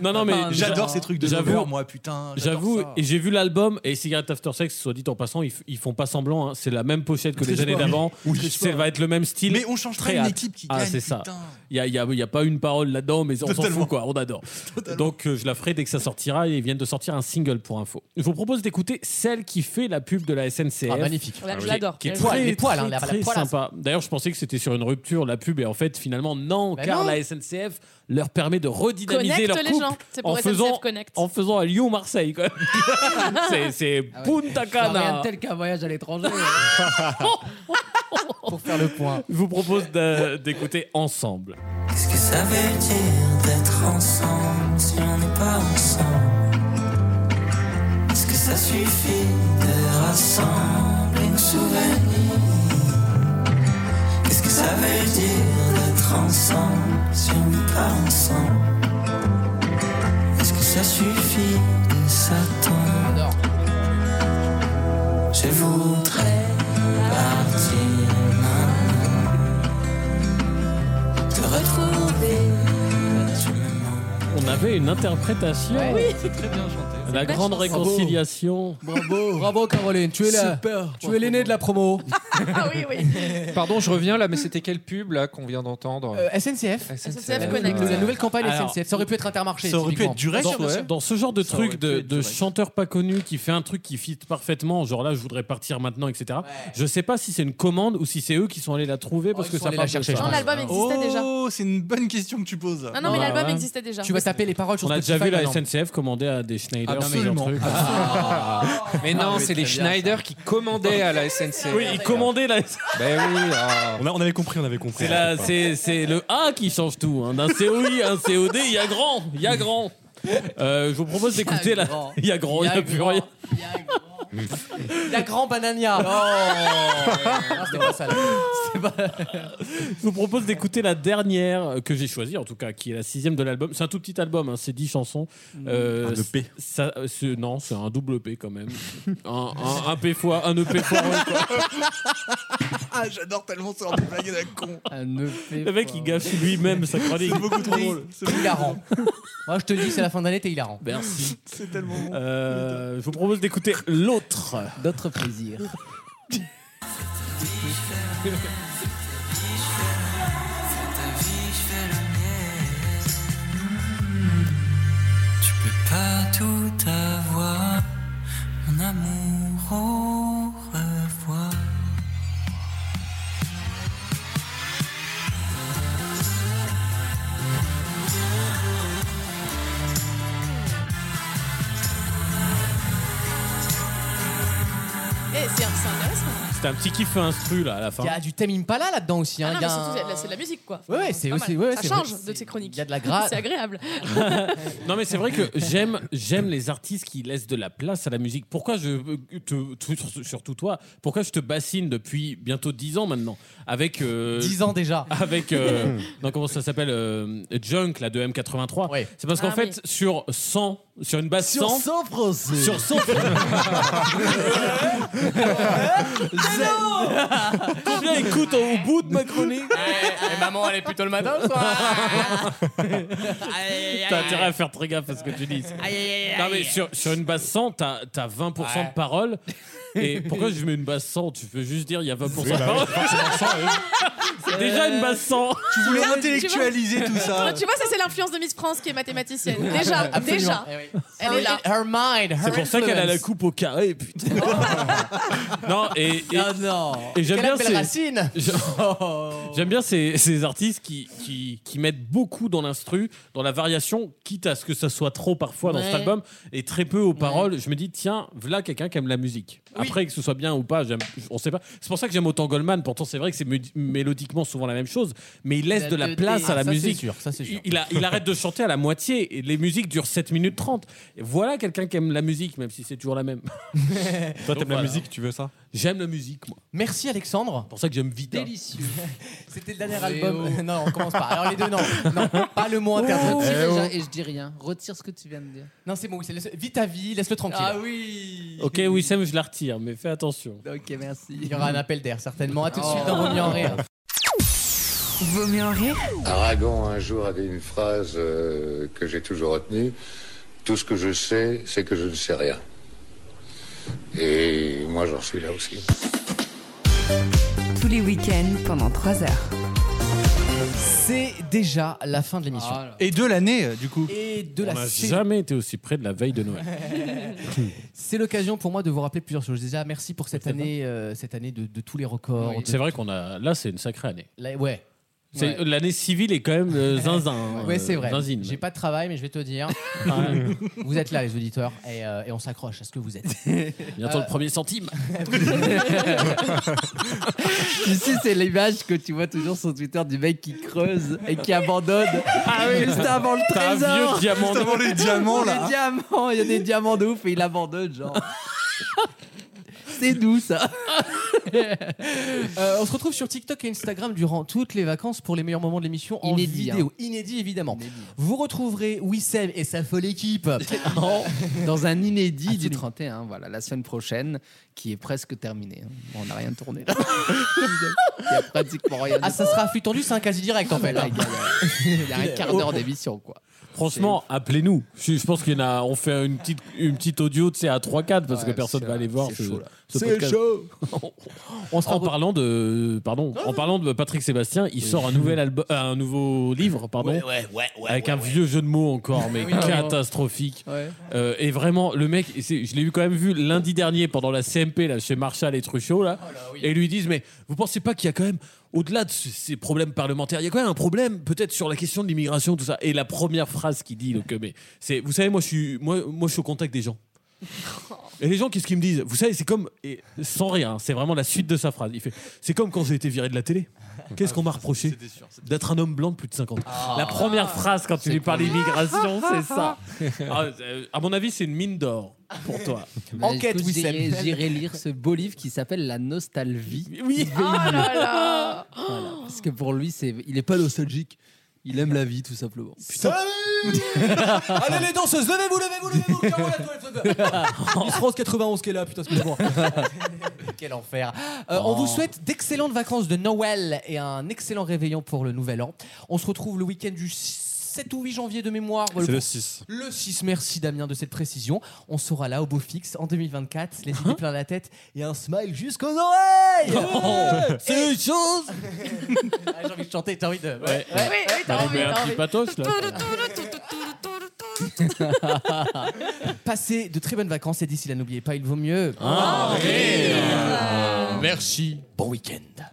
S3: Non, non, mais.
S6: Enfin, j'adore
S3: j'a-
S6: ces trucs de
S3: j'avoue-
S6: lover, moi, putain, j'adore
S3: J'avoue,
S6: ça.
S3: et j'ai vu l'album et Cigarette After Sex, soit dit en passant, ils, f- ils font pas semblant. hein. C'est la même pochette que
S6: Triche
S3: les années
S6: pas.
S3: d'avant.
S6: Oui, triche
S3: Ça
S6: pas.
S3: va être le même style.
S6: Mais on change pas
S3: Très
S6: une
S3: hâte.
S6: équipe qui
S3: Ah,
S6: gagne,
S3: c'est ça.
S6: putain.
S3: Il n'y a, il y a- il y a pas une parole là-dedans, mais on s'en
S6: Totalement.
S3: fout, quoi. On adore. Donc, euh, je la ferai dès que ça sortira. Et ils viennent de sortir un single pour info. Je vous propose d'écouter celle qui fait la pub de la SNCF.
S2: Ah, magnifique. Ah, je
S3: Qui-
S2: l'adore.
S3: Qui est
S2: Les poils,
S3: très,
S2: les poils, hein,
S3: très,
S2: la- la
S3: très
S2: poilasse.
S3: sympa. D'ailleurs, je pensais que c'était sur une rupture, la pub. Et en fait, finalement, non,
S2: Bah
S3: car
S2: non.
S3: la SNCF leur permet de redynamiser
S7: Connecte
S3: leur
S7: les
S3: couple
S7: gens. C'est pour
S3: en
S7: SNCF
S3: faisant
S7: Connect.
S3: en faisant à Lyon Marseille quand même. c'est c'est Punta
S5: Enfin, Rien
S3: Cana.
S5: de Ah, tel qu'un voyage à l'étranger.
S2: Pour faire le point.
S3: Je vous propose d'a- d'écouter ensemble.
S8: Qu'est-ce que ça veut dire d'être ensemble si on n'est pas ensemble Est-ce que ça suffit de rassembler nos souvenirs Qu'est-ce que ça veut dire d'être ensemble si on n'est pas ensemble Est-ce que ça suffit de s'attendre Je voudrais partir maintenant, te retrouver.
S3: On avait une interprétation.
S6: C'est très bien chanté.
S3: La grande réconciliation. Oh.
S2: Bravo. Bravo, Caroline. Tu es
S3: Ah.
S2: là.
S6: Super.
S2: Tu es l'aîné de la promo.
S7: oui, oui.
S4: Pardon, je reviens là, mais c'était quelle pub là qu'on vient d'entendre
S2: Euh, SNCF.
S4: SNCF
S2: Connect.
S3: Ah
S2: Euh, La nouvelle campagne
S3: Alors,
S2: SNCF. Ça aurait pu être intermarché.
S3: Ça aurait pu être Durex.
S2: typiquement.
S3: Dans, dans ce genre de
S2: Ça aurait
S3: truc
S2: pu
S3: de,
S2: être
S3: de
S2: Durex.
S3: chanteur pas connu qui fait un truc qui fit parfaitement, genre là je voudrais partir maintenant, etc. Je sais pas si c'est une commande ou si c'est eux qui sont allés la trouver parce
S2: Oh, ils
S3: que
S2: sont
S3: ça
S2: allés
S3: parle
S2: la chercher,
S3: de ça.
S7: Non, l'album existait déjà.
S6: Oh, c'est une bonne question que tu poses.
S7: Non, non,
S3: Ouais,
S7: mais l'album
S3: ouais.
S7: existait déjà.
S2: Tu vas taper les paroles sur
S3: On a déjà
S2: Spotify
S3: vu la
S2: maintenant.
S3: SNCF commander à des Schneider.
S2: Absolument.
S3: ce genre de truc.
S4: Mais
S3: Ah,
S4: non, c'est les Schneider qui commandaient à la SNCF.
S3: Oui, ils commandaient la
S4: Ben oui, ah.
S16: On, a- on avait compris, on avait compris.
S3: C'est la- c'est- c'est le A qui change tout. hein. D'un COI à un COD, il y a grand. Il y a grand. Euh, je vous propose d'écouter la. Il y a grand, il y a plus rien.
S2: La Grand Banania.
S3: Oh.
S2: Non, c'était pas ça. là.
S3: Je vous propose d'écouter la dernière euh, que j'ai choisie, en tout cas, qui est la sixième de l'album. C'est un tout petit album, hein, c'est 10 chansons.
S2: Mmh.
S3: Euh,
S16: Un EP.
S3: ça- euh, c'est- non, c'est un double EP quand même. <laughs> un, un, un P fois, un EP fois. ouais, quoi.
S17: Ah, j'adore tellement ce genre de blague d'un con.
S3: <laughs> Le mec, il gâche lui-même sa chronique.
S2: C'est beaucoup trop drôle. C'est hilarant. Moi, je te dis, c'est la fin d'année, t'es hilarant.
S3: Merci.
S17: C'est tellement bon.
S3: Euh, je vous propose d'écouter l'autre.
S5: D'autres plaisirs.
S8: Tu peux pas tout avoir, mon amour, au revoir.
S7: Eh, c'est c'est intéressant.
S3: C'était un petit kiff instru là à la fin.
S2: Il y a du Thème Impala là-dedans aussi. hein.
S7: Ah non,
S2: Il y
S7: mais
S2: a
S7: surtout,
S2: un-
S7: c'est de la- c'est de la musique, quoi.
S2: Ouais, ouais,
S7: Pas
S2: c'est
S7: mal.
S2: aussi- ouais, ouais,
S7: Ça
S2: c'est
S7: change
S2: vrai.
S7: de tes chroniques.
S2: Il y a de la gratte.
S7: <laughs> C'est agréable.
S3: non mais c'est vrai que j'aime j'aime les artistes qui laissent de la place à la musique. Pourquoi je euh, te, te- surtout toi, pourquoi je te bassine depuis bientôt 10 ans maintenant avec euh,
S2: 10 ans déjà.
S3: avec <laughs> euh, non, comment ça s'appelle euh, Junk là de M83. C'est parce qu'en
S2: Ah,
S3: fait
S2: oui.
S3: sur 100 sur une base
S2: Sur
S3: 100
S2: 100
S3: français
S2: <laughs>
S3: sur 100 Combien écoute au bout de ma chronique eh,
S2: Et maman, elle est plutôt le matin ou soir
S3: T'as intérêt à faire très gaffe à ce que tu dis.
S2: Aïe, aïe, aïe,
S3: Non,
S2: aïe.
S3: mais sur, sur une base 100, t'as as 20%
S2: Ouais. <laughs>
S3: de paroles. Et pourquoi je mets une base 100 Tu peux juste dire il y a 20%
S17: Oui,
S3: de
S17: bah,
S3: paroles.
S17: forcément 100, oui.
S3: <laughs> C'est déjà une base 100.
S17: Tu voulais
S3: Ah,
S7: Tu vois-
S17: intellectualiser tout ça.
S7: Non, tu vois, ça, c'est l'influence de Miss France qui est mathématicienne. Déjà,
S2: Absolument.
S7: déjà.
S2: Eh
S7: Elle est là.
S2: Her mind, her
S3: C'est pour ça qu'elle a la
S2: influence.
S3: coupe au carré, putain. non, et. et Et j'aime
S2: Ah, Quelle
S3: bien
S2: belle
S3: ces-
S2: racine
S3: J'a- <laughs> J'aime bien ces, ces artistes qui, qui, qui mettent beaucoup dans l'instru, dans la variation, quitte à ce que ça soit trop parfois dans
S2: Ouais.
S3: cet album, et très peu aux paroles. Je me dis, tiens, voilà quelqu'un qui aime la musique. Après, que ce soit bien ou pas, j'aime- on sait pas. C'est pour ça que j'aime autant Goldman. Pourtant, c'est vrai que c'est mu- mélodiquement souvent la même chose, mais il laisse
S2: Il a
S3: de la
S2: deux-
S3: place
S2: Ah,
S3: à la
S2: ça, c'est
S3: musique.
S2: sûr, ça, c'est sûr.
S3: Il, il a- il arrête de chanter à la moitié, et les musiques durent 7 minutes 30. Et voilà quelqu'un qui aime la musique, même si c'est toujours
S2: <laughs>
S3: la même.
S16: Toi, t'aimes
S3: Donc
S16: la
S3: voilà.
S16: musique, tu veux ça
S3: J'aime la musique, moi.
S2: Merci Alexandre.
S3: pour ça que j'aime Vita.
S5: Délicieux.
S2: C'était le dernier
S5: Eh
S2: album. <laughs>
S5: oh.
S2: Non, on commence pas. Alors les deux, non. Non, pas le
S3: Oh.
S2: mot
S3: Eh
S2: interdit.
S5: Retire les gens et je dis rien. Retire ce que tu viens de dire.
S2: Non, c'est bon, oui, c'est le- vite ta vie, laisse-le tranquille.
S5: Ah oui
S3: Ok, Wissem, je la retire, mais fais attention.
S5: Ok, merci.
S2: Il y aura un appel d'air certainement. À tout de suite dans Vaut mieux en rire.
S1: Vaut mieux en rire
S19: Aragon un jour avait une phrase euh, que j'ai toujours retenue. Tout ce que je sais, c'est que je ne sais rien. Et moi, j'en suis là aussi.
S1: Tous les week-ends pendant 3 heures.
S2: C'est déjà la fin de l'émission.
S6: Et de l'année, euh, du coup.
S2: Et de la
S3: On n'a
S2: saison.
S3: jamais été aussi près de la veille de
S2: <laughs>
S3: Noël.
S2: C'est l'occasion pour moi de vous rappeler plusieurs choses. Déjà, merci pour cette année, euh, cette année de, de tous les records.
S3: C'est vrai qu'on a. Là, c'est une sacrée année.
S2: Là, ouais.
S3: C'est-
S2: Ouais.
S3: L'année civile est quand
S2: <laughs>
S3: même euh, zinzin.
S2: Ouais,
S3: euh,
S2: c'est vrai.
S3: Zinzine.
S2: J'ai pas de travail, mais je vais te dire.
S3: Ouais.
S2: <laughs> vous êtes là, les auditeurs, et, euh, et on s'accroche à ce que vous êtes.
S3: Bientôt
S2: Euh,
S3: le
S2: <laughs>
S3: premier centime.
S5: Ici, c'est l'image que tu vois toujours sur Twitter du mec qui creuse et qui abandonne
S3: Ah oui.
S5: juste avant le
S3: T'as un
S5: trésor.
S3: vieux diamant Juste avant de- les diamants, là. hein.
S5: Les diamants, il y a des diamants de ouf et il abandonne, genre.
S3: <laughs>
S5: c'est doux, ça.
S2: Euh, on se retrouve sur TikTok et Instagram durant toutes les vacances pour les meilleurs moments de l'émission en
S5: Inédit,
S2: vidéo.
S5: hein.
S2: Inédit, évidemment. Vous retrouverez Wissem et sa folle équipe en-
S5: Dans un inédit du 31, voilà, la semaine prochaine, qui est presque terminée. hein. Bon, on n'a rien tourné
S2: <laughs>
S5: là. Il y a pratiquement rien.
S2: Ah, ça sera flux tendu, c'est un quasi direct en fait. hein.
S5: Il y a un quart d'heure d'émission, quoi.
S3: Franchement, appelez-nous. Je, je pense qu'il y en a. On fait une petite, une petite audio, tu sais, à 3-4 parce que personne va aller voir. ce- ce podcast. <laughs>
S2: On
S3: en parlant de pardon, en parlant de Patrick Sébastien, il sort un nouvel album, euh, un nouveau livre, pardon,
S2: Ouais, ouais, ouais, ouais,
S3: avec
S2: ouais,
S3: un
S2: ouais.
S3: vieux jeu de mots encore,
S2: <laughs>
S3: mais
S2: Oui,
S3: catastrophique. Euh, et vraiment, le mec, et c'est- je l'ai eu quand même vu lundi dernier pendant la CMP là chez Marshall et Truchot là,
S2: Oh,
S3: et ils lui disent mais vous pensez pas qu'il y a quand même au-delà de ce- ces problèmes parlementaires, il y a quand même un problème peut-être sur la question de l'immigration tout ça. Et la première phrase qu'il dit donc euh, mais c'est vous savez moi je suis moi moi je suis au
S2: <laughs>
S3: contact des gens. Et les gens, qu'est-ce qu'ils me disent Vous savez, c'est comme. Et sans rien, c'est vraiment la suite de sa phrase. Il fait C'est comme quand j'ai été viré de la télé. Qu'est-ce qu'on m'a reproché D'être un homme blanc de plus de 50 ans. La première phrase quand tu lui parles immigration, c'est ça. Ah, euh, à mon avis, c'est une mine d'or. pour toi.
S5: Bah,
S2: Enquête,
S5: écoute,
S2: Wissem.
S5: j'irai- J'irai lire ce beau livre qui s'appelle La Nostalgie.
S2: Oui.
S5: Véhicule.
S2: Oh là là.
S5: Voilà, Parce que pour lui, c'est, il est pas nostalgique. Il aime la vie, tout simplement.
S2: <laughs> <laughs> Allez les danseuses, levez-vous, levez-vous, levez-vous Caro, la <laughs> toile, Miss France 91 qui est là, putain, c'est bon. <laughs> Quel enfer. Euh, On
S5: Oh.
S2: vous souhaite d'excellentes vacances de Noël et un excellent réveillon pour le nouvel an. On se retrouve le week-end du 7 ou 8 janvier de mémoire.
S16: C'est le 6.
S2: Le 6, merci Damien de cette précision. On sera là au beau fixe en 2024, les idées plein la tête et un smile jusqu'aux oreilles.
S3: Oh,
S2: <laughs> c'est une chose J'ai envie de chanter, t'as envie de...
S3: Ouais. T'as envie, t'as envie.
S2: Passez de très bonnes vacances et d'ici là, n'oubliez pas, il vaut mieux.
S3: Ah, rire.
S2: Merci. Hein Bon week-end.